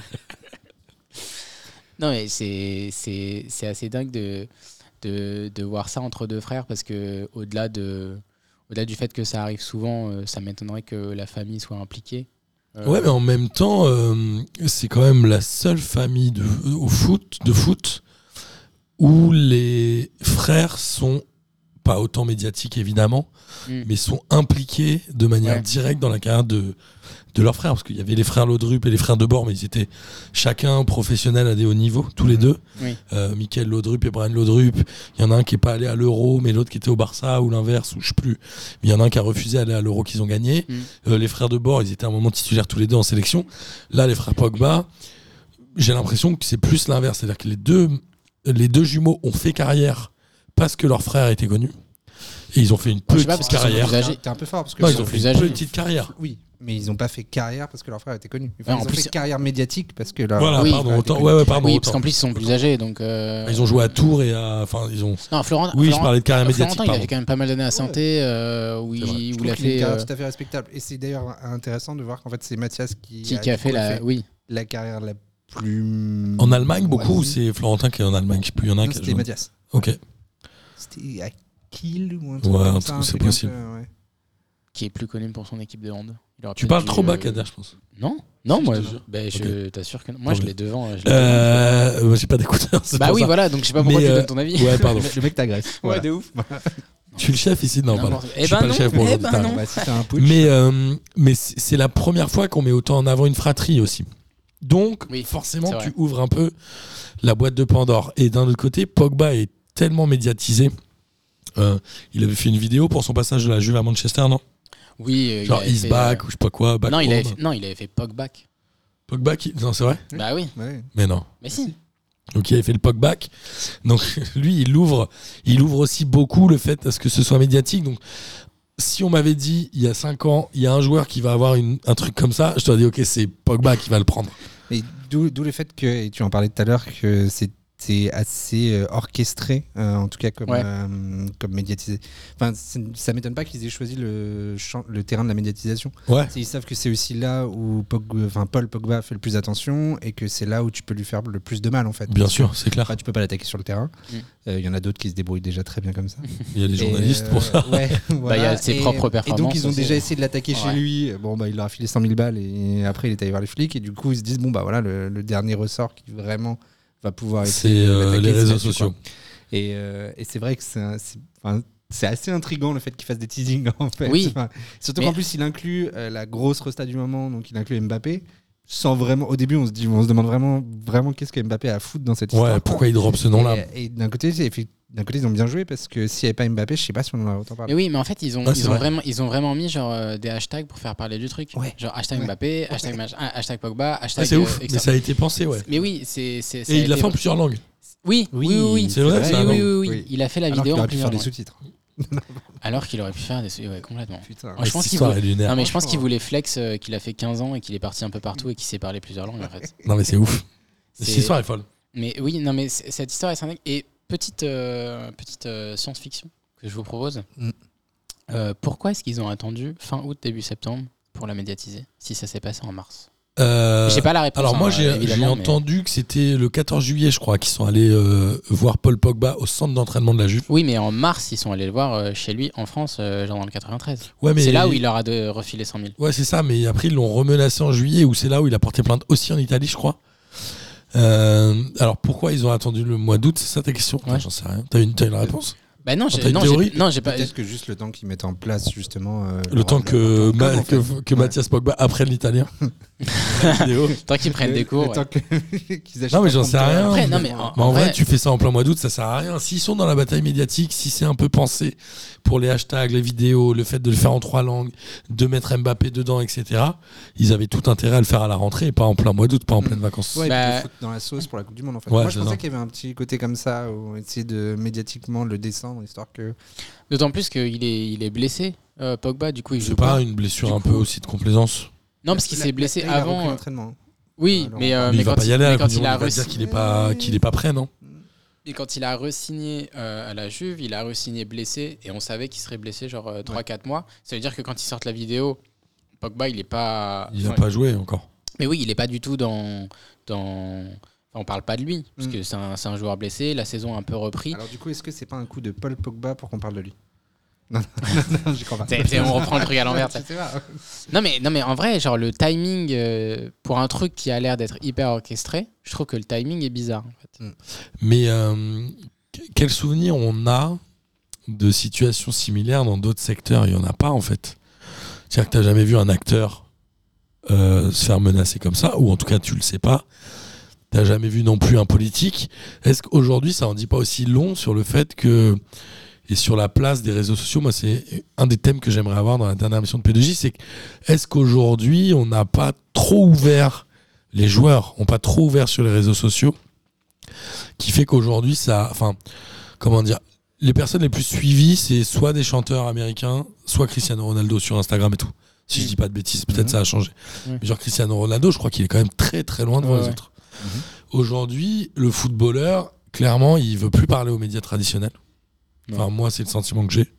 [SPEAKER 3] Non, mais c'est- c'est c'est assez dingue de, de, de voir ça entre deux frères parce que au-delà de. Au-delà du fait que ça arrive souvent, euh, ça m'étonnerait que la famille soit impliquée. Euh,
[SPEAKER 4] Ouais, mais en même temps, euh, c'est quand même la seule famille de, au foot, de foot où les frères sont pas autant médiatiques évidemment,
[SPEAKER 3] Mm.
[SPEAKER 4] mais sont impliqués de manière
[SPEAKER 3] Ouais.
[SPEAKER 4] directe dans la carrière de, de leurs frères. Parce qu'il y avait les frères Laudrup et les frères Debord, mais ils étaient chacun professionnel à des hauts niveaux, tous les deux.
[SPEAKER 3] Mm. Oui.
[SPEAKER 4] Euh, Michael Laudrup et Brian Laudrup. Il y en a un qui est pas allé à l'Euro, mais l'autre qui était au Barça, ou l'inverse, ou je sais plus. Il y en a un qui a refusé d'aller à l'Euro qu'ils ont gagné.
[SPEAKER 3] Mm.
[SPEAKER 4] Euh, les frères de bord, ils étaient à un moment titulaires tous les deux en sélection. Là, les frères Pogba, j'ai l'impression que c'est plus l'inverse. C'est-à-dire que les deux, les deux jumeaux ont fait carrière parce que leur frère était connu. Et ils ont fait une
[SPEAKER 3] je sais
[SPEAKER 4] petite
[SPEAKER 3] pas, parce qu'ils sont
[SPEAKER 4] carrière.
[SPEAKER 3] plus âgés.
[SPEAKER 5] T'es un peu fort parce que
[SPEAKER 4] Non,
[SPEAKER 3] ils
[SPEAKER 4] ils
[SPEAKER 3] sont
[SPEAKER 4] ont fait
[SPEAKER 3] plus
[SPEAKER 4] une
[SPEAKER 3] âgés.
[SPEAKER 4] petite carrière.
[SPEAKER 5] Oui, mais ils n'ont pas fait carrière parce que leur frère était connu. Enfin,
[SPEAKER 3] Ouais, en
[SPEAKER 5] ils ont
[SPEAKER 3] plus-
[SPEAKER 5] fait carrière médiatique parce que leur
[SPEAKER 4] Voilà,
[SPEAKER 3] Oui.
[SPEAKER 4] pardon,
[SPEAKER 5] Ouais,
[SPEAKER 4] autant.
[SPEAKER 5] t'es
[SPEAKER 4] Ouais, ouais, pardon.
[SPEAKER 3] oui,
[SPEAKER 4] autant.
[SPEAKER 3] parce qu'en plus, ils sont plus âgés. Donc, euh,
[SPEAKER 4] Ils ont joué à Tours et à. Enfin, ils ont.
[SPEAKER 3] Non, Florent,
[SPEAKER 4] Oui, je
[SPEAKER 3] Florent-
[SPEAKER 4] parlais de carrière médiatique.
[SPEAKER 3] Florentin, il avait
[SPEAKER 4] pardon.
[SPEAKER 3] quand même pas mal d'années à Santé, euh, où,
[SPEAKER 4] C'est vrai.
[SPEAKER 3] il,
[SPEAKER 5] Je
[SPEAKER 3] où
[SPEAKER 5] trouve
[SPEAKER 3] il a
[SPEAKER 5] qu'il a une
[SPEAKER 3] fait.
[SPEAKER 5] carrière
[SPEAKER 3] euh,
[SPEAKER 5] tout à fait respectable. Et c'est d'ailleurs intéressant de voir qu'en fait, c'est Mathias qui,
[SPEAKER 3] qui, qui a
[SPEAKER 5] du
[SPEAKER 3] fait
[SPEAKER 5] coup,
[SPEAKER 3] la. Oui,
[SPEAKER 5] la carrière la plus.
[SPEAKER 4] En Allemagne, beaucoup, ou
[SPEAKER 5] Ouais.
[SPEAKER 4] c'est Florentin qui est en Allemagne Je sais plus, il y en a
[SPEAKER 5] Non,
[SPEAKER 4] un qui a
[SPEAKER 5] C'était
[SPEAKER 4] joué.
[SPEAKER 5] Mathias.
[SPEAKER 4] Ok.
[SPEAKER 5] C'était à Kiel ou un truc
[SPEAKER 4] Ouais, un
[SPEAKER 5] comme
[SPEAKER 4] truc,
[SPEAKER 5] ça, un
[SPEAKER 4] c'est
[SPEAKER 5] truc un
[SPEAKER 4] possible.
[SPEAKER 5] peu, ouais.
[SPEAKER 3] qui est plus connu pour son équipe de hand. Il aurait
[SPEAKER 4] Tu
[SPEAKER 3] peut-être
[SPEAKER 4] parles
[SPEAKER 3] dû,
[SPEAKER 4] trop bas,
[SPEAKER 3] euh,
[SPEAKER 4] Kader, je pense.
[SPEAKER 3] Non, non,
[SPEAKER 4] Si,
[SPEAKER 3] moi,
[SPEAKER 4] je te
[SPEAKER 3] je,
[SPEAKER 4] jure.
[SPEAKER 3] ben, je t'assure que non. Moi,
[SPEAKER 4] Tant
[SPEAKER 3] je
[SPEAKER 4] mieux.
[SPEAKER 3] l'ai devant. je l'ai
[SPEAKER 4] Euh, euh, j'ai pas d'écouteur.
[SPEAKER 3] devant.
[SPEAKER 4] c'est
[SPEAKER 3] Bah
[SPEAKER 4] pour
[SPEAKER 3] oui,
[SPEAKER 4] ça.
[SPEAKER 3] voilà, donc je sais pas pourquoi
[SPEAKER 4] Mais,
[SPEAKER 3] tu
[SPEAKER 4] euh,
[SPEAKER 3] donnes ton avis.
[SPEAKER 4] Ouais, pardon.
[SPEAKER 5] Le mec t'agresse. voilà.
[SPEAKER 3] ouf.
[SPEAKER 4] Je suis le chef ici Non, pardon.
[SPEAKER 3] n'importe-
[SPEAKER 4] Je
[SPEAKER 3] Eh
[SPEAKER 4] suis
[SPEAKER 3] ben
[SPEAKER 4] pas le
[SPEAKER 3] non,
[SPEAKER 4] chef pour
[SPEAKER 3] eh
[SPEAKER 4] aujourd'hui,
[SPEAKER 3] ben
[SPEAKER 4] t'as
[SPEAKER 3] non.
[SPEAKER 4] raison.
[SPEAKER 5] Bah, si t'as un putsch,
[SPEAKER 4] Mais, euh, mais c- c'est la première fois qu'on met autant en avant une fratrie aussi. Donc,
[SPEAKER 3] Oui, c'est
[SPEAKER 4] forcément,
[SPEAKER 3] vrai.
[SPEAKER 4] tu ouvres un peu la boîte de Pandore. Et d'un autre côté, Pogba est tellement médiatisé. Euh, il avait fait une vidéo pour son passage de la Juve à Manchester, non
[SPEAKER 3] Oui, euh,
[SPEAKER 4] Genre
[SPEAKER 3] avait
[SPEAKER 4] He's
[SPEAKER 3] fait,
[SPEAKER 4] back
[SPEAKER 3] euh,
[SPEAKER 4] ou je sais pas quoi. back
[SPEAKER 3] Non, il avait
[SPEAKER 4] home.
[SPEAKER 3] fait, non, il avait fait Pogback.
[SPEAKER 4] Pogba qui. Non, c'est vrai
[SPEAKER 3] Bah oui,
[SPEAKER 5] ouais.
[SPEAKER 4] Mais non.
[SPEAKER 3] mais si.
[SPEAKER 4] Donc il avait fait le Pogback. Donc lui, il ouvre, il ouvre aussi beaucoup le fait à ce que ce soit médiatique. Donc si on m'avait dit il y a 5 ans, il y a un joueur qui va avoir une- un truc comme ça, je t'aurais dit ok, c'est Pogba qui va le prendre.
[SPEAKER 5] Et d'où, d'où le fait que, et tu en parlais tout à l'heure, que c'était assez euh, orchestré, euh, en tout cas comme,
[SPEAKER 3] Ouais.
[SPEAKER 5] euh, comme médiatisé. Enfin, c'est- ça m'étonne pas qu'ils aient choisi le, champ- le terrain de la médiatisation.
[SPEAKER 4] Ouais.
[SPEAKER 5] Ils savent que c'est aussi là où Pog- enfin, Paul Pogba fait le plus attention et que c'est là où tu peux lui faire le plus de mal, en fait.
[SPEAKER 4] Bien sûr, c'est clair.
[SPEAKER 5] Enfin, tu peux pas l'attaquer sur le terrain.
[SPEAKER 3] Mm.
[SPEAKER 5] Euh, Il y en a d'autres qui se débrouillent déjà très bien comme ça.
[SPEAKER 4] Il y a des journalistes
[SPEAKER 5] Et, euh,
[SPEAKER 4] pour ça.
[SPEAKER 5] ouais, voilà.
[SPEAKER 3] il y a ses
[SPEAKER 5] Et-
[SPEAKER 3] propres
[SPEAKER 5] Et donc,
[SPEAKER 3] performances
[SPEAKER 5] ils ont
[SPEAKER 3] aussi.
[SPEAKER 5] déjà essayé de l'attaquer
[SPEAKER 3] Ouais.
[SPEAKER 5] chez lui. Bon, bah, il leur a filé 100 000 balles et après, il est allé voir les flics. Et du coup, ils se disent, bon, bah voilà, le, le dernier ressort qui vraiment va pouvoir être.
[SPEAKER 4] C'est euh, les réseaux sociaux.
[SPEAKER 5] Et, euh, et c'est vrai que c'est un- c'est enfin, c'est assez intriguant le fait qu'il fasse des teasings en fait.
[SPEAKER 3] Oui.
[SPEAKER 5] Enfin, surtout
[SPEAKER 3] Mais-
[SPEAKER 5] qu'en plus, il inclut euh, la grosse resta du moment, donc il inclut Mbappé. Sans vraiment, au début, on se dit, on se demande vraiment, vraiment qu'est-ce que Mbappé a à foutre dans cette histoire.
[SPEAKER 4] Ouais,
[SPEAKER 5] quoi.
[SPEAKER 4] pourquoi il drop ce nom-là
[SPEAKER 5] Et, et d'un côté, c'est effi- d'un côté, ils ont bien joué parce que s'il n'y avait pas Mbappé, je sais pas si on en aurait autant
[SPEAKER 3] Mais
[SPEAKER 5] parlé.
[SPEAKER 3] oui, mais en fait, ils ont,
[SPEAKER 4] Ouais,
[SPEAKER 3] ils
[SPEAKER 4] c'est
[SPEAKER 3] ont
[SPEAKER 4] vrai.
[SPEAKER 3] vraiment, ils ont vraiment mis genre euh, des hashtags pour faire parler du truc.
[SPEAKER 5] Ouais.
[SPEAKER 3] Genre hashtag
[SPEAKER 5] Ouais.
[SPEAKER 3] Mbappé, hashtag, mach- ah, hashtag Pogba,
[SPEAKER 4] Ah,
[SPEAKER 3] hashtag.
[SPEAKER 4] C'est
[SPEAKER 3] euh,
[SPEAKER 4] ouf, mais
[SPEAKER 3] etc.
[SPEAKER 4] ça a été pensé, ouais.
[SPEAKER 3] Mais oui, c'est. c'est- ça a
[SPEAKER 4] Et il l'a
[SPEAKER 3] été-
[SPEAKER 4] fait en plusieurs langues.
[SPEAKER 3] Oui, oui, oui. oui.
[SPEAKER 4] c'est vrai,
[SPEAKER 3] Oui,
[SPEAKER 4] ça,
[SPEAKER 3] oui, oui,
[SPEAKER 4] non
[SPEAKER 3] oui,
[SPEAKER 5] Oui.
[SPEAKER 3] Il a fait la
[SPEAKER 5] Alors qu'il
[SPEAKER 3] vidéo en
[SPEAKER 5] aurait pu faire
[SPEAKER 3] plusieurs
[SPEAKER 5] des
[SPEAKER 3] langues.
[SPEAKER 5] sous-titres.
[SPEAKER 3] Alors qu'il aurait pu faire des. sous- Ouais, complètement.
[SPEAKER 5] Putain.
[SPEAKER 3] Ouais, je pense
[SPEAKER 4] Cette
[SPEAKER 3] qu'il
[SPEAKER 4] histoire
[SPEAKER 3] voulait-
[SPEAKER 4] est lunaire.
[SPEAKER 3] Non, mais je pense
[SPEAKER 5] Franchement,
[SPEAKER 3] qu'il
[SPEAKER 5] ouais.
[SPEAKER 3] voulait flex, euh, qu'il a fait 15 ans et qu'il est parti un peu partout et qu'il sait parler plusieurs langues en fait.
[SPEAKER 4] Non, mais c'est ouf. Cette
[SPEAKER 3] C'est-
[SPEAKER 4] histoire est folle.
[SPEAKER 3] Mais oui, non, mais c- cette histoire est sympathique. Et petite, euh, petite euh, science-fiction que je vous propose.
[SPEAKER 5] Mm.
[SPEAKER 3] Euh, pourquoi est-ce qu'ils ont attendu fin août, début septembre pour la médiatiser si ça s'est passé en mars
[SPEAKER 4] Euh,
[SPEAKER 3] J'ai pas la réponse.
[SPEAKER 4] Alors
[SPEAKER 3] hein,
[SPEAKER 4] moi
[SPEAKER 3] euh,
[SPEAKER 4] j'ai j'ai
[SPEAKER 3] évidemment, mais-
[SPEAKER 4] entendu que c'était le 14 juillet je crois qu'ils sont allés euh, voir Paul Pogba au centre d'entraînement de la Juve.
[SPEAKER 3] Oui, mais en mars, ils sont allés le voir euh, chez lui en France, euh, genre dans le 93.
[SPEAKER 4] Ouais, Ah, mais-
[SPEAKER 3] C'est là où il leur a de refiler 100 000.
[SPEAKER 4] Ouais c'est ça mais après ils l'ont remenacé en juillet où c'est là où il a porté plainte aussi en Italie je crois. Euh, alors pourquoi ils ont attendu le mois d'août c'est ça ta question Putain,
[SPEAKER 3] Ouais.
[SPEAKER 4] J'en sais rien. T'as une, t'as une réponse
[SPEAKER 3] Bah non,
[SPEAKER 4] t'as
[SPEAKER 3] j'ai
[SPEAKER 4] une
[SPEAKER 3] non,
[SPEAKER 4] théorie
[SPEAKER 3] j'ai- non, j'ai pas.
[SPEAKER 5] Peut-être que juste le temps qu'ils mettent en place justement. euh,
[SPEAKER 4] Le
[SPEAKER 5] leur-
[SPEAKER 4] temps
[SPEAKER 5] leur-
[SPEAKER 4] que,
[SPEAKER 5] leur com,
[SPEAKER 4] Ma-
[SPEAKER 5] en fait.
[SPEAKER 4] que, que
[SPEAKER 5] Ouais.
[SPEAKER 4] Mathias Pogba apprenne l'italien.
[SPEAKER 3] Tant qu'ils prennent
[SPEAKER 5] Le-
[SPEAKER 3] des cours.
[SPEAKER 5] le temps que- qu'ils achètent
[SPEAKER 4] Non, mais
[SPEAKER 5] un
[SPEAKER 4] j'en sais
[SPEAKER 5] compteur.
[SPEAKER 4] rien.
[SPEAKER 3] Après, non, mais en-
[SPEAKER 4] Mais Bah, en
[SPEAKER 3] En
[SPEAKER 4] vrai,
[SPEAKER 3] vrai-
[SPEAKER 4] tu fais ça en plein mois d'août, ça sert à rien. S'ils sont dans la bataille médiatique, si c'est un peu pensé pour les hashtags, les vidéos, le fait de le faire en trois langues, de mettre Mbappé dedans, etc., ils avaient tout intérêt à le faire à la rentrée et pas en plein mois d'août, pas en pleine vacances.
[SPEAKER 5] Ouais, et puis
[SPEAKER 3] Bah-
[SPEAKER 5] le foutre dans la sauce pour la Coupe du Monde en fait.
[SPEAKER 4] Ouais,
[SPEAKER 5] Moi je
[SPEAKER 4] c'est ça.
[SPEAKER 5] pensais qu'il y avait un petit côté comme ça où on essayait de médiatiquement le descendre dans l'histoire que.
[SPEAKER 3] D'autant plus qu'il est, il est blessé, euh, Pogba, du coup il joue
[SPEAKER 4] C'est
[SPEAKER 3] pas.
[SPEAKER 4] pas une blessure
[SPEAKER 5] Du
[SPEAKER 4] un
[SPEAKER 5] coup-
[SPEAKER 4] peu aussi de complaisance.
[SPEAKER 3] Non, parce qu'il
[SPEAKER 5] Là-
[SPEAKER 3] s'est
[SPEAKER 5] là-
[SPEAKER 3] blessé
[SPEAKER 5] là, il a Ah, repris
[SPEAKER 3] avant. euh,
[SPEAKER 5] l'entraînement.
[SPEAKER 3] Oui,
[SPEAKER 5] Alors,
[SPEAKER 3] mais, euh,
[SPEAKER 4] mais
[SPEAKER 3] mais
[SPEAKER 4] il va
[SPEAKER 3] quand
[SPEAKER 4] pas y
[SPEAKER 3] il-
[SPEAKER 4] aller. à
[SPEAKER 3] mais
[SPEAKER 4] la
[SPEAKER 3] quand
[SPEAKER 4] Coupe du
[SPEAKER 3] il
[SPEAKER 4] Monde,
[SPEAKER 3] a
[SPEAKER 4] on va
[SPEAKER 3] re-
[SPEAKER 4] dire qu'il est pas, qu'il est pas prêt, non
[SPEAKER 3] et quand il a re-signé euh, à la Juve, il a re-signé blessé et on savait qu'il serait blessé genre 3-4 mois. Ça veut dire que quand ils sortent la vidéo, Pogba il est pas.
[SPEAKER 4] Il a
[SPEAKER 3] enfin,
[SPEAKER 4] pas joué encore.
[SPEAKER 3] Mais oui, il est pas du tout dans. dans... enfin, on parle pas de lui, parce
[SPEAKER 5] Mm.
[SPEAKER 3] que c'est un, c'est un joueur blessé, la saison a un peu repris.
[SPEAKER 5] Alors du coup, est-ce que c'est pas un coup de Paul Pogba pour qu'on parle de lui Non, non, je crois pas.
[SPEAKER 3] T'sais, t'sais, on reprend le truc à l'envers. t'sais.
[SPEAKER 5] Je sais pas.
[SPEAKER 3] Non mais, non mais en vrai, genre le timing, euh, pour un truc qui a l'air d'être hyper orchestré, je trouve que le timing est bizarre. en fait.
[SPEAKER 4] Mais euh, quel souvenir on a de situations similaires dans d'autres secteurs Il n'y en a pas, en fait. C'est-à-dire que tu jamais vu un acteur euh, se faire menacer comme ça, ou en tout cas, tu le sais pas. T'as jamais vu non plus un politique. Est-ce qu'aujourd'hui, ça en dit pas aussi long sur le fait que. Et sur la place des réseaux sociaux, moi, c'est un des thèmes que j'aimerais avoir dans la dernière mission de P2J, c'est que est-ce qu'aujourd'hui, on n'a pas trop ouvert, les joueurs n'ont pas trop ouvert sur les réseaux sociaux qui fait qu'aujourd'hui, ça. Enfin, comment dire Les personnes les plus suivies, c'est soit des chanteurs américains, soit Cristiano Ronaldo sur Instagram et tout. Si je dis pas de bêtises, peut-être
[SPEAKER 5] Mhm.
[SPEAKER 4] ça a changé.
[SPEAKER 3] Ouais.
[SPEAKER 4] Mais genre Cristiano Ronaldo, je crois qu'il est quand même très très loin devant
[SPEAKER 3] Ouais, Mhm.
[SPEAKER 4] les
[SPEAKER 3] ouais.
[SPEAKER 4] autres. Aujourd'hui, le footballeur, clairement, il veut plus parler aux médias traditionnels. Enfin, moi, c'est le sentiment que j'ai.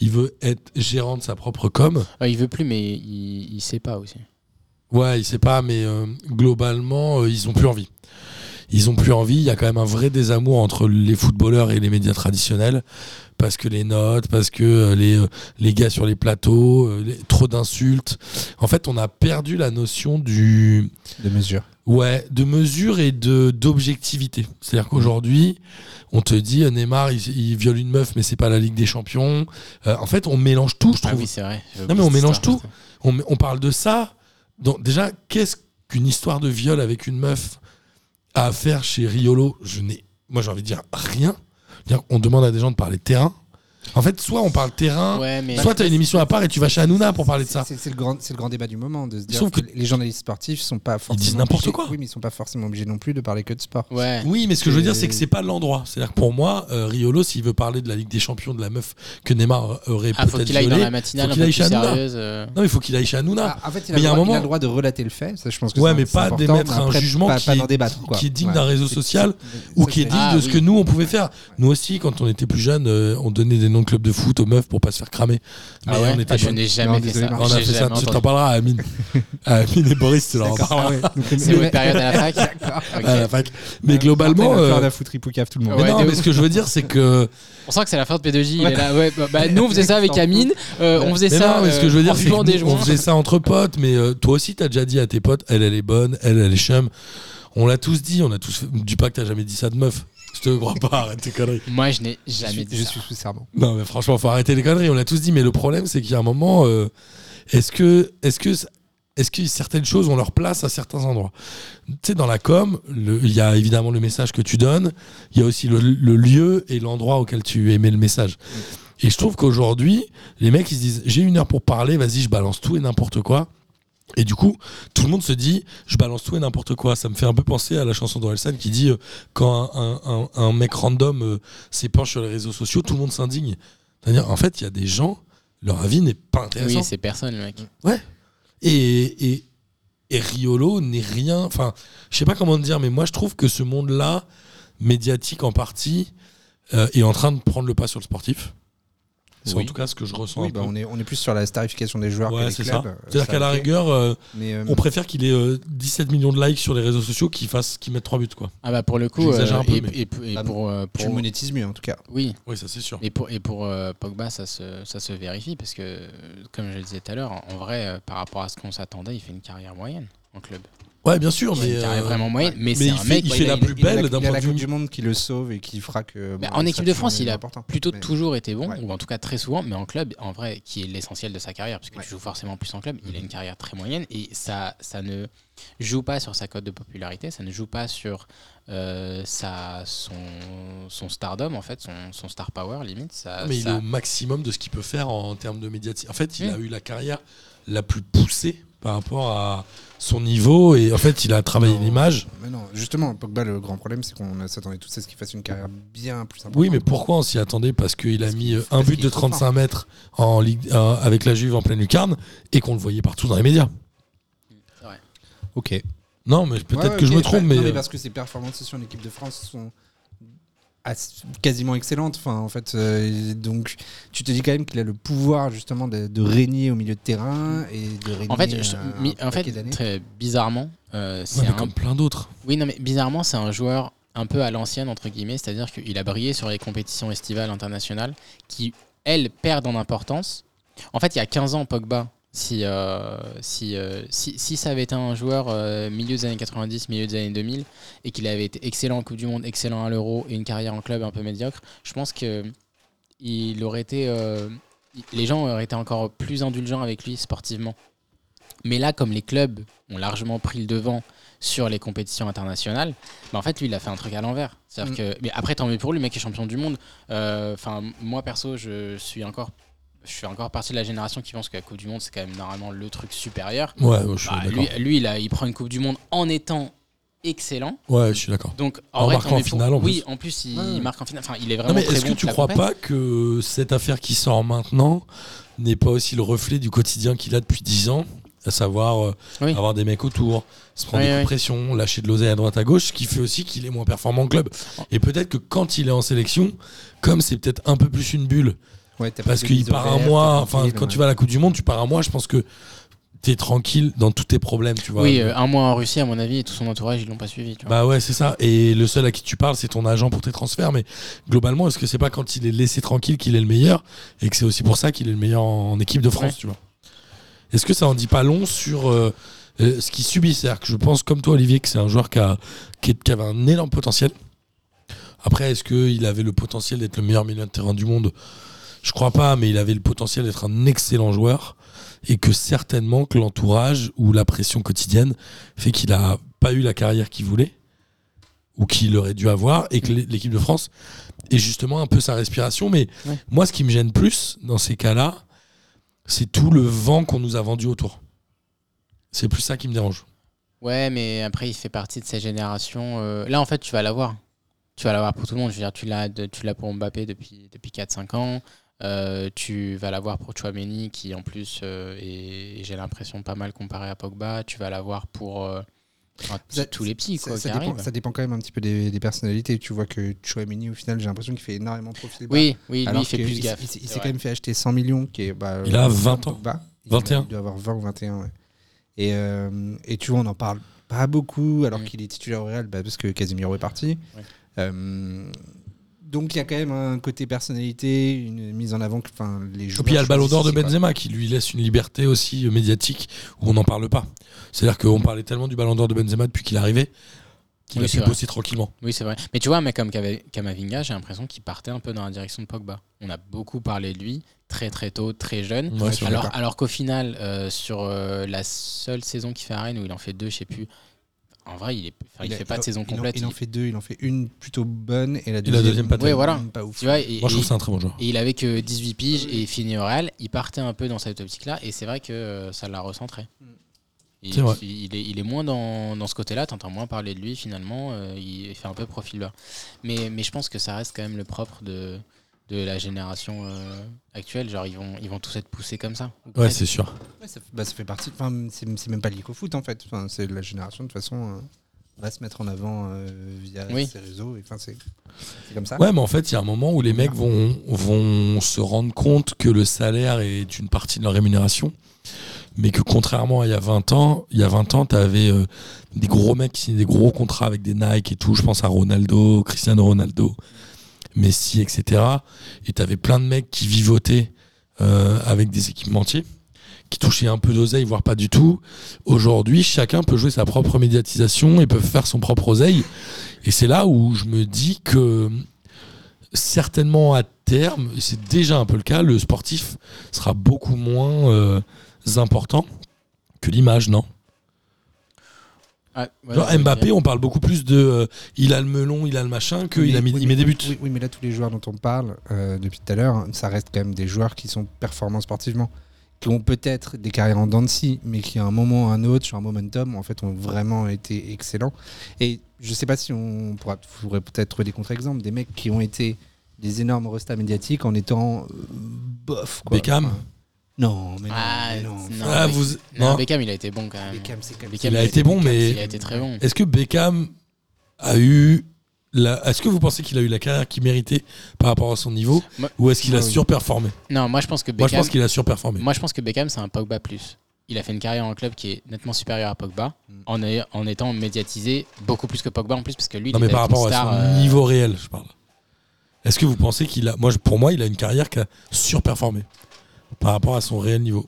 [SPEAKER 4] Il veut être gérant de sa propre com.
[SPEAKER 3] Euh, il veut plus, mais il, il sait pas aussi.
[SPEAKER 4] Ouais, il sait pas, mais euh, globalement, euh, ils ont plus envie. Ils ont plus envie. Il y a quand même un vrai désamour entre les footballeurs et les médias traditionnels, parce que les notes, parce que euh, les euh, les gars sur les plateaux, euh, les- trop d'insultes. En fait, on a perdu la notion du
[SPEAKER 5] De mesure.
[SPEAKER 4] Ouais, de mesure et de d'objectivité. C'est-à-dire qu'aujourd'hui, on te dit euh, Neymar, il, il viole une meuf, mais c'est pas la Ligue des Champions. Euh, en fait, on mélange tout, je trouve.
[SPEAKER 3] Ah oui, c'est vrai.
[SPEAKER 4] Non, mais on mélange tout. on, on parle de ça. dans- déjà, qu'est-ce qu'une histoire de viol avec une meuf a à faire chez Riolo Je n'ai, moi, j'ai envie de dire rien. C'est-à-dire, on demande à des gens de parler terrain. En fait, soit on parle terrain,
[SPEAKER 3] Ouais, mais
[SPEAKER 4] soit t'as une émission à part et tu vas chez Hanouna pour parler de ça.
[SPEAKER 5] C'est c'est le grand, c'est le grand débat du moment de se dire
[SPEAKER 4] Sauf
[SPEAKER 5] que,
[SPEAKER 4] que-
[SPEAKER 5] les journalistes sportifs sont pas forcément.
[SPEAKER 4] disent n'importe
[SPEAKER 5] obligés-
[SPEAKER 4] quoi.
[SPEAKER 5] Oui, mais ils sont pas forcément obligés non plus de parler que de sport.
[SPEAKER 3] ouais.
[SPEAKER 4] Oui, mais ce que je veux dire, c'est que
[SPEAKER 5] Et-
[SPEAKER 4] c'est pas l'endroit. C'est-à-dire que pour moi, euh, Riolo, s'il veut parler de la Ligue des Champions, de la meuf que Neymar euh, aurait
[SPEAKER 3] Ah, faut
[SPEAKER 4] peut-être
[SPEAKER 3] qu'il aille dans
[SPEAKER 4] violée,
[SPEAKER 3] la matinale
[SPEAKER 4] faut
[SPEAKER 3] un
[SPEAKER 4] qu'il
[SPEAKER 3] peu
[SPEAKER 4] aille
[SPEAKER 3] plus
[SPEAKER 4] chez Hanouna.
[SPEAKER 3] sérieuse. euh.
[SPEAKER 4] Non, il faut qu'il aille chez Hanouna.
[SPEAKER 5] Ah, en fait, il a,
[SPEAKER 4] Mais il y
[SPEAKER 5] le
[SPEAKER 4] a un
[SPEAKER 5] droit, il
[SPEAKER 4] moment-
[SPEAKER 5] a le droit de relater le fait. Ça, je pense que
[SPEAKER 4] Ouais,
[SPEAKER 5] c'est-
[SPEAKER 4] mais
[SPEAKER 5] c'est
[SPEAKER 4] pas
[SPEAKER 5] important,
[SPEAKER 4] d'émettre
[SPEAKER 5] mais
[SPEAKER 4] un
[SPEAKER 5] après,
[SPEAKER 4] jugement
[SPEAKER 5] pas,
[SPEAKER 4] qui
[SPEAKER 5] pas
[SPEAKER 4] est-
[SPEAKER 5] d'en débattre, quoi.
[SPEAKER 4] qui est digne
[SPEAKER 5] Ouais.
[SPEAKER 4] d'un réseau
[SPEAKER 5] C'est-
[SPEAKER 4] social
[SPEAKER 5] c'est-
[SPEAKER 4] ou
[SPEAKER 5] ça,
[SPEAKER 4] qui est
[SPEAKER 5] c'est-
[SPEAKER 4] digne
[SPEAKER 3] Ah,
[SPEAKER 4] de ce
[SPEAKER 3] oui.
[SPEAKER 4] que nous on pouvait faire. Nous aussi, quand on était plus jeunes, euh, on donnait des noms de clubs de foot aux meufs pour pas se faire cramer. Mais
[SPEAKER 3] Ah ouais,
[SPEAKER 4] on était
[SPEAKER 3] Ah, je
[SPEAKER 4] pas-
[SPEAKER 3] n'ai
[SPEAKER 5] Non,
[SPEAKER 3] jamais fait
[SPEAKER 5] désolé,
[SPEAKER 3] ça.
[SPEAKER 5] Marc.
[SPEAKER 4] on a
[SPEAKER 3] J'ai
[SPEAKER 4] fait ça.
[SPEAKER 3] jamais
[SPEAKER 4] Tu t'en
[SPEAKER 3] entendu.
[SPEAKER 4] parleras à Amine, à Amine et Boris. Tu leur en
[SPEAKER 5] D'accord,
[SPEAKER 4] parleras.
[SPEAKER 5] ah ouais. Donc, le-
[SPEAKER 3] C'est
[SPEAKER 5] le-
[SPEAKER 3] votre période à la fac
[SPEAKER 5] D'accord.
[SPEAKER 3] Ok.
[SPEAKER 4] À la fac. Mais globalement,
[SPEAKER 5] Martin, il va faire
[SPEAKER 4] euh,
[SPEAKER 5] la foutre, il poucave tout le monde.
[SPEAKER 4] mais
[SPEAKER 3] Ouais,
[SPEAKER 4] non,
[SPEAKER 3] de
[SPEAKER 4] mais
[SPEAKER 3] ouf.
[SPEAKER 4] ce que je veux dire, c'est que
[SPEAKER 3] On sent que c'est la fin de P2J. il est là. Ouais, bah, bah, nous, on faisait ça avec Amine. euh, on faisait
[SPEAKER 4] Mais
[SPEAKER 3] ça
[SPEAKER 4] non, mais ce que
[SPEAKER 3] euh,
[SPEAKER 4] je veux
[SPEAKER 3] en
[SPEAKER 4] dire, c'est
[SPEAKER 3] buvant des
[SPEAKER 4] que nous, on
[SPEAKER 3] joints.
[SPEAKER 4] faisait ça entre potes, mais euh, toi aussi, t'as déjà dit à tes potes, elle, elle est bonne, elle, elle est chum. On l'a tous dit, on a tous. Du pas que t'as jamais dit ça de meuf. Je te crois pas, arrête tes conneries.
[SPEAKER 3] Moi, je n'ai
[SPEAKER 5] Je
[SPEAKER 3] jamais
[SPEAKER 5] suis-
[SPEAKER 3] dit
[SPEAKER 5] je
[SPEAKER 3] ça.
[SPEAKER 5] suis sous serment.
[SPEAKER 4] Non, mais franchement, faut arrêter les conneries. On l'a tous dit, mais le problème, c'est qu'il y a un moment, euh, est-ce que, est-ce que, est-ce que certaines choses ont leur place à certains endroits Tu sais, dans la com, le- il y a évidemment le message que tu donnes. Il y a aussi le, le lieu et l'endroit auquel tu émets le message. Et je trouve qu'aujourd'hui, les mecs, ils se disent, j'ai une heure pour parler, vas-y, je balance tout et n'importe quoi. Et du coup, tout le monde se dit, je balance tout et n'importe quoi. Ça me fait un peu penser à la chanson d'Orelsan qui dit, euh, quand un, un- un- un mec random euh, s'épanche sur les réseaux sociaux, tout le monde s'indigne. C'est-à-dire, en fait, il y a des gens, leur avis n'est pas intéressant.
[SPEAKER 3] Oui, c'est personne, mec.
[SPEAKER 4] et, et, et Riolo n'est rien. Enfin, je sais pas comment te dire, mais moi, je trouve que ce monde-là, médiatique en partie, euh, est en train de prendre le pas sur le sportif. C'est
[SPEAKER 3] Oui.
[SPEAKER 4] en tout cas ce que je ressens.
[SPEAKER 5] Oui,
[SPEAKER 4] un
[SPEAKER 5] bah,
[SPEAKER 4] peu.
[SPEAKER 5] on, est, on est plus sur la starification des joueurs
[SPEAKER 4] Ouais,
[SPEAKER 5] que
[SPEAKER 4] c'est
[SPEAKER 5] des
[SPEAKER 4] ça.
[SPEAKER 5] clubs. euh,
[SPEAKER 4] C'est-à-dire
[SPEAKER 5] ça,
[SPEAKER 4] qu'à la
[SPEAKER 5] ok.
[SPEAKER 4] rigueur, euh,
[SPEAKER 5] Mais, euh,
[SPEAKER 4] on préfère qu'il ait euh, 17 millions de likes sur les réseaux sociaux qu'il fasse, qu'il mette 3 buts, quoi.
[SPEAKER 3] Ah bah pour le coup,
[SPEAKER 4] J'exagère un peu,
[SPEAKER 3] et,
[SPEAKER 4] mais-
[SPEAKER 3] et- et
[SPEAKER 5] Bah,
[SPEAKER 3] pour, euh,
[SPEAKER 5] tu
[SPEAKER 3] pour-
[SPEAKER 5] le monétises mieux en tout cas.
[SPEAKER 3] oui,
[SPEAKER 4] Oui, ça c'est sûr.
[SPEAKER 3] et pour et pour euh, Pogba, ça se ça se vérifie parce que euh, comme je le disais tout à l'heure, en en vrai, euh, par rapport à ce qu'on s'attendait, il fait une carrière moyenne en club.
[SPEAKER 4] Ouais, bien sûr,
[SPEAKER 3] Il fait
[SPEAKER 4] mais.
[SPEAKER 3] une carrière
[SPEAKER 4] euh,
[SPEAKER 3] vraiment moyenne, mais,
[SPEAKER 4] mais
[SPEAKER 3] c'est
[SPEAKER 4] il
[SPEAKER 3] un
[SPEAKER 4] fait-
[SPEAKER 3] mec
[SPEAKER 4] il
[SPEAKER 3] bah,
[SPEAKER 4] fait
[SPEAKER 3] il a-
[SPEAKER 4] la
[SPEAKER 3] il a-
[SPEAKER 4] plus
[SPEAKER 5] Il a la-
[SPEAKER 4] belle d'un
[SPEAKER 5] il a
[SPEAKER 4] point
[SPEAKER 5] la
[SPEAKER 4] de vue.
[SPEAKER 5] Coupe du Monde qui le sauve et qui fera que.
[SPEAKER 3] Bah,
[SPEAKER 5] bon,
[SPEAKER 3] en
[SPEAKER 5] ça,
[SPEAKER 3] équipe de
[SPEAKER 5] c'est
[SPEAKER 3] France, il a
[SPEAKER 5] important.
[SPEAKER 3] plutôt
[SPEAKER 5] Mais-
[SPEAKER 3] toujours été bon,
[SPEAKER 5] Ouais.
[SPEAKER 3] ou en tout cas très souvent, mais en club, en vrai, qui est l'essentiel de sa carrière, parce que
[SPEAKER 5] Ouais.
[SPEAKER 4] Mhm.
[SPEAKER 3] tu joues forcément plus en club, il a une carrière très moyenne et ça, ça ne joue pas sur sa cote de popularité, ça ne joue pas sur euh, sa, son, son stardom, en fait, son, son star power, limite. Ça,
[SPEAKER 4] mais il est
[SPEAKER 3] ça-
[SPEAKER 4] au maximum de ce qu'il peut faire en, termes de médiatique. En fait, il
[SPEAKER 3] Mm.
[SPEAKER 4] a eu la carrière la plus poussée par rapport à son niveau et en fait, il a travaillé
[SPEAKER 5] Non.
[SPEAKER 4] l'image.
[SPEAKER 5] Mais non, justement, Pogba, le grand problème, c'est qu'on s'attendait tous à ce qu'il fasse une carrière bien plus importante.
[SPEAKER 4] Oui, mais pourquoi on s'y attendait Parce qu'il a
[SPEAKER 5] Parce
[SPEAKER 4] mis
[SPEAKER 5] qu'il-
[SPEAKER 4] euh, un
[SPEAKER 5] parce
[SPEAKER 4] but
[SPEAKER 5] qu'il
[SPEAKER 4] de
[SPEAKER 5] est trop
[SPEAKER 4] 35 mètres en Ligue, euh, avec la Juve en pleine lucarne et qu'on le voyait partout dans les médias.
[SPEAKER 3] C'est vrai.
[SPEAKER 4] Ok. Non, mais peut-être
[SPEAKER 5] Ouais, ouais,
[SPEAKER 4] que je
[SPEAKER 5] ok,
[SPEAKER 4] me trompe,
[SPEAKER 5] ouais.
[SPEAKER 4] mais,
[SPEAKER 5] Non,
[SPEAKER 4] euh,
[SPEAKER 5] parce que ses performances sur l'équipe de France sont as- quasiment excellentes. Enfin, en fait, euh, donc tu te dis quand même qu'il a le pouvoir justement de, de régner au milieu de terrain et de régner.
[SPEAKER 3] En fait, je-
[SPEAKER 5] euh, un
[SPEAKER 3] mi- en fait
[SPEAKER 5] paquet d'années.
[SPEAKER 3] très bizarrement, euh,
[SPEAKER 4] ouais,
[SPEAKER 3] c'est
[SPEAKER 4] mais
[SPEAKER 3] un
[SPEAKER 4] comme plein d'autres.
[SPEAKER 3] Oui, non, mais bizarrement, c'est un joueur un peu à l'ancienne, entre guillemets, c'est-à-dire qu'il a brillé sur les compétitions estivales internationales qui, elles, perdent en importance. En fait, il y a 15 ans, Pogba, si, euh, si, euh, si, si ça avait été un joueur euh, milieu des années 90, milieu des années 2000, et qu'il avait été excellent en Coupe du Monde, excellent à l'Euro et une carrière en club un peu médiocre, je pense que il aurait été, euh, il- les gens auraient été encore plus indulgents avec lui sportivement. Mais là, comme les clubs ont largement pris le devant sur les compétitions internationales, bah en fait, lui, il a fait un truc à l'envers. C'est-à-dire
[SPEAKER 5] Mm.
[SPEAKER 3] que, mais après, tant mieux pour lui, le mec est champion du monde. Euh, Enfin, moi perso, je suis encore, je suis encore partie de la génération qui pense que la Coupe du Monde, c'est quand même normalement le truc supérieur.
[SPEAKER 4] Ouais, ouais, je suis
[SPEAKER 3] Bah,
[SPEAKER 4] d'accord.
[SPEAKER 3] lui, lui, il, a- il prend une Coupe du Monde en étant excellent.
[SPEAKER 4] Ouais, je suis d'accord.
[SPEAKER 3] Donc,
[SPEAKER 4] En
[SPEAKER 3] vrai,
[SPEAKER 4] marquant
[SPEAKER 3] tant mieux
[SPEAKER 4] en finale, en
[SPEAKER 3] pour... Oui, en plus, il
[SPEAKER 5] Ouais.
[SPEAKER 3] marque en finale. Enfin, il est vraiment
[SPEAKER 4] Non, mais
[SPEAKER 3] très
[SPEAKER 4] est-ce
[SPEAKER 3] bon
[SPEAKER 4] que tu
[SPEAKER 3] de la
[SPEAKER 4] crois
[SPEAKER 3] compète.
[SPEAKER 4] pas que cette affaire qui sort maintenant n'est pas aussi le reflet du quotidien qu'il a depuis 10 ans à savoir euh,
[SPEAKER 3] Oui.
[SPEAKER 4] avoir des mecs autour, se prendre
[SPEAKER 3] Oui,
[SPEAKER 4] des coups
[SPEAKER 3] oui.
[SPEAKER 4] de pression, lâcher de l'oseille à droite à gauche, ce qui fait aussi qu'il est moins performant en club. Et peut-être que quand il est en sélection, comme c'est peut-être un peu plus une bulle,
[SPEAKER 5] Ouais, t'as
[SPEAKER 4] parce
[SPEAKER 5] pas de
[SPEAKER 4] qu'il
[SPEAKER 5] mise au
[SPEAKER 4] part un
[SPEAKER 5] vert,
[SPEAKER 4] mois,
[SPEAKER 5] t'as pas
[SPEAKER 4] enfin
[SPEAKER 5] de-
[SPEAKER 4] quand tu vas à la Coupe du Monde, tu pars un mois, je pense que t'es tranquille dans tous tes problèmes, tu vois.
[SPEAKER 3] Oui, euh, un mois en Russie, à mon avis, et tout son entourage, ils l'ont pas suivi. tu vois.
[SPEAKER 4] Bah ouais, c'est ça. Et le seul à qui tu parles, c'est ton agent pour tes transferts. Mais globalement, est-ce que c'est pas quand il est laissé tranquille qu'il est le meilleur et que c'est aussi pour ça qu'il est le meilleur en, en équipe de France, tu vois Est-ce que ça en dit pas long sur euh, euh, ce qu'il subit C'est-à-dire que je pense, comme toi, Olivier, que c'est un joueur qui, a- qui est- qui avait un énorme potentiel. Après, est-ce qu'il avait le potentiel d'être le meilleur milieu de terrain du monde Je crois pas, mais il avait le potentiel d'être un excellent joueur et que certainement que l'entourage ou la pression quotidienne fait qu'il a pas eu la carrière qu'il voulait ou qu'il aurait dû avoir et que
[SPEAKER 3] Mm.
[SPEAKER 4] l'é- l'équipe de France est justement un peu sa respiration mais
[SPEAKER 3] Ouais.
[SPEAKER 4] moi ce qui me gêne plus dans ces cas-là c'est tout le vent qu'on nous a vendu autour c'est plus ça qui me dérange
[SPEAKER 3] Ouais, mais après, il fait partie de cette génération. euh, Là, en fait, tu vas l'avoir. Tu vas l'avoir pour tout le monde. Je veux dire, tu l'as, de- tu l'as pour Mbappé depuis, depuis 4-5 ans. Euh, tu vas l'avoir pour Chouameni, qui en plus euh, est, j'ai l'impression, pas mal comparé à Pogba. Tu vas l'avoir pour euh, enfin,
[SPEAKER 5] Ça-
[SPEAKER 3] tous les petits, quoi,
[SPEAKER 5] ça, ça
[SPEAKER 3] qui
[SPEAKER 5] dépend,
[SPEAKER 3] arrivent.
[SPEAKER 5] ça dépend quand même un petit peu des, des personnalités. Tu vois que Chouameni, au final, j'ai l'impression qu'il fait énormément profil. bas.
[SPEAKER 3] Oui, oui, lui,
[SPEAKER 5] Alors
[SPEAKER 3] il fait
[SPEAKER 5] que
[SPEAKER 3] plus
[SPEAKER 5] il-
[SPEAKER 3] gaffe.
[SPEAKER 5] il s'est-
[SPEAKER 3] c'est
[SPEAKER 5] Il s'est quand
[SPEAKER 3] vrai.
[SPEAKER 5] même fait acheter 100 millions. Qui est, bah,
[SPEAKER 4] Il a 20 ans.
[SPEAKER 5] Pogba. Il-
[SPEAKER 4] 21.
[SPEAKER 5] Il doit avoir 20 ou 21. ouais. Et, euh, et tu vois, on en parle pas beaucoup alors
[SPEAKER 3] Mm.
[SPEAKER 5] qu'il est titulaire au Real bah, parce que Casemiro est parti.
[SPEAKER 3] Ouais.
[SPEAKER 5] Euh, donc il y a quand même un côté personnalité, une mise en avant que enfin, les
[SPEAKER 4] et
[SPEAKER 5] joueurs.
[SPEAKER 4] puis il y a le ballon d'or de
[SPEAKER 5] choisissent,
[SPEAKER 4] Benzema qui lui laisse une liberté aussi euh, médiatique où on n'en parle pas c'est-à-dire qu'on parlait tellement du ballon d'or de Benzema depuis qu'il est arrivé qu'il
[SPEAKER 3] Oui,
[SPEAKER 4] a
[SPEAKER 3] c'est
[SPEAKER 4] pu
[SPEAKER 3] vrai.
[SPEAKER 4] bosser tranquillement
[SPEAKER 3] Oui, c'est vrai. Mais tu vois, mais comme Kava- Kamavinga, j'ai l'impression qu'il partait un peu dans la direction de Pogba. On a beaucoup parlé de lui, très très tôt, très jeune.
[SPEAKER 4] Ouais, c'est vrai.
[SPEAKER 3] Mm. Alors, alors qu'au final, euh, sur euh, la seule saison qu'il fait à Rennes, où il en fait deux, je sais plus, en vrai, il, est, enfin, il
[SPEAKER 5] a-
[SPEAKER 3] fait pas
[SPEAKER 5] en-
[SPEAKER 3] de saison
[SPEAKER 5] il en-
[SPEAKER 3] complète.
[SPEAKER 5] Il en
[SPEAKER 3] Il-
[SPEAKER 5] fait deux, il en fait une plutôt bonne et la deuxième,
[SPEAKER 4] la deuxième pas
[SPEAKER 3] terrible. Ouais, voilà.
[SPEAKER 5] pas ouf.
[SPEAKER 3] Tu vois, et,
[SPEAKER 4] moi je
[SPEAKER 3] et-
[SPEAKER 4] trouve que c'est un très bon joueur
[SPEAKER 3] et il avait que 18 piges et il finit au Real. Il partait un peu dans cette optique-là et c'est vrai que euh, ça l'a recentré. Il,
[SPEAKER 4] Mm. C'est vrai.
[SPEAKER 3] il- il est, il est moins dans, dans ce côté-là, t'entends moins parler de lui finalement, euh, il fait un peu profil bas. Mais, mais je pense que ça reste quand même le propre de, de la génération euh, actuelle, genre ils vont, ils vont tous être poussés comme ça. Ou
[SPEAKER 4] ouais
[SPEAKER 3] presque.
[SPEAKER 4] c'est sûr
[SPEAKER 5] Ouais, ça, f- bah, ça fait partie. Enfin, c'est c'est même pas lié qu'au foot en fait. Enfin, c'est la génération de toute façon euh, va se mettre en avant euh, via
[SPEAKER 3] Oui.
[SPEAKER 5] ses réseaux. Et, enfin, c'est c'est comme ça. Ah,
[SPEAKER 4] Ouais, mais en fait, il y a un moment où les mecs vont, vont se rendre compte que le salaire est une partie de leur rémunération, mais que contrairement à il y a 20 ans, il y a 20 ans, tu avais des gros mecs qui signaient des gros contrats avec des Nike et tout, je pense à Ronaldo, Cristiano Ronaldo, Messi, etc. Et tu avais plein de mecs qui vivotaient euh, avec des équipementiers, qui touchaient un peu d'oseille, voire pas du tout. Aujourd'hui, chacun peut jouer sa propre médiatisation et peut faire son propre oseille. Et c'est là où je me dis que certainement à terme, et c'est déjà un peu le cas, le sportif sera beaucoup moins euh, important que l'image, non
[SPEAKER 3] Ah, ouais,
[SPEAKER 4] Genre,
[SPEAKER 3] ok.
[SPEAKER 4] Mbappé, on parle beaucoup plus de euh, il a le melon, il a le machin, que il, a mis,
[SPEAKER 5] Oui,
[SPEAKER 4] il met des buts.
[SPEAKER 5] Oui, oui, mais là, tous les joueurs dont on parle euh, depuis tout à l'heure, ça reste quand même des joueurs qui sont performants sportivement, qui ont peut-être des carrières en dents de scie, mais qui à un moment ou à un autre, sur un momentum, en fait, ont vraiment été excellents. Et je sais pas si on pourra, pourrait peut-être trouver des contre-exemples, des mecs qui ont été des énormes restats médiatiques en étant euh, bof. Quoi.
[SPEAKER 4] Beckham.
[SPEAKER 5] Enfin, non, mais non.
[SPEAKER 3] Ah,
[SPEAKER 5] mais non.
[SPEAKER 3] non.
[SPEAKER 4] Ah,
[SPEAKER 3] mais-
[SPEAKER 4] vous...
[SPEAKER 3] non,
[SPEAKER 4] non.
[SPEAKER 3] Beckham, il a été bon quand même.
[SPEAKER 5] Beckham, c'est quand même-
[SPEAKER 3] Beckham,
[SPEAKER 4] Il a été bon, mais-
[SPEAKER 3] Il a été très bon.
[SPEAKER 4] Est-ce que Beckham a eu la... Est-ce que vous pensez qu'il a eu la carrière qu'il méritait par rapport à son niveau
[SPEAKER 3] Moi-
[SPEAKER 4] ou est-ce qu'il a
[SPEAKER 5] Ah oui.
[SPEAKER 4] surperformé
[SPEAKER 3] Non, moi je pense que
[SPEAKER 4] Moi, je
[SPEAKER 3] Beckham,
[SPEAKER 4] pense qu'il a surperformé.
[SPEAKER 3] Moi, je pense que Beckham, c'est un Pogba plus. Il a fait une carrière en club qui est nettement supérieure à Pogba,
[SPEAKER 5] Mm.
[SPEAKER 3] en, ay- en étant médiatisé beaucoup plus que Pogba en plus, parce que lui,
[SPEAKER 4] Non,
[SPEAKER 3] il
[SPEAKER 4] mais
[SPEAKER 3] était
[SPEAKER 4] par
[SPEAKER 3] une
[SPEAKER 4] rapport à
[SPEAKER 3] star,
[SPEAKER 4] son
[SPEAKER 3] euh,
[SPEAKER 4] niveau réel, je parle. Est-ce que vous pensez qu'il a. Moi, je- pour moi, il a une carrière qui a surperformé par rapport à son réel niveau.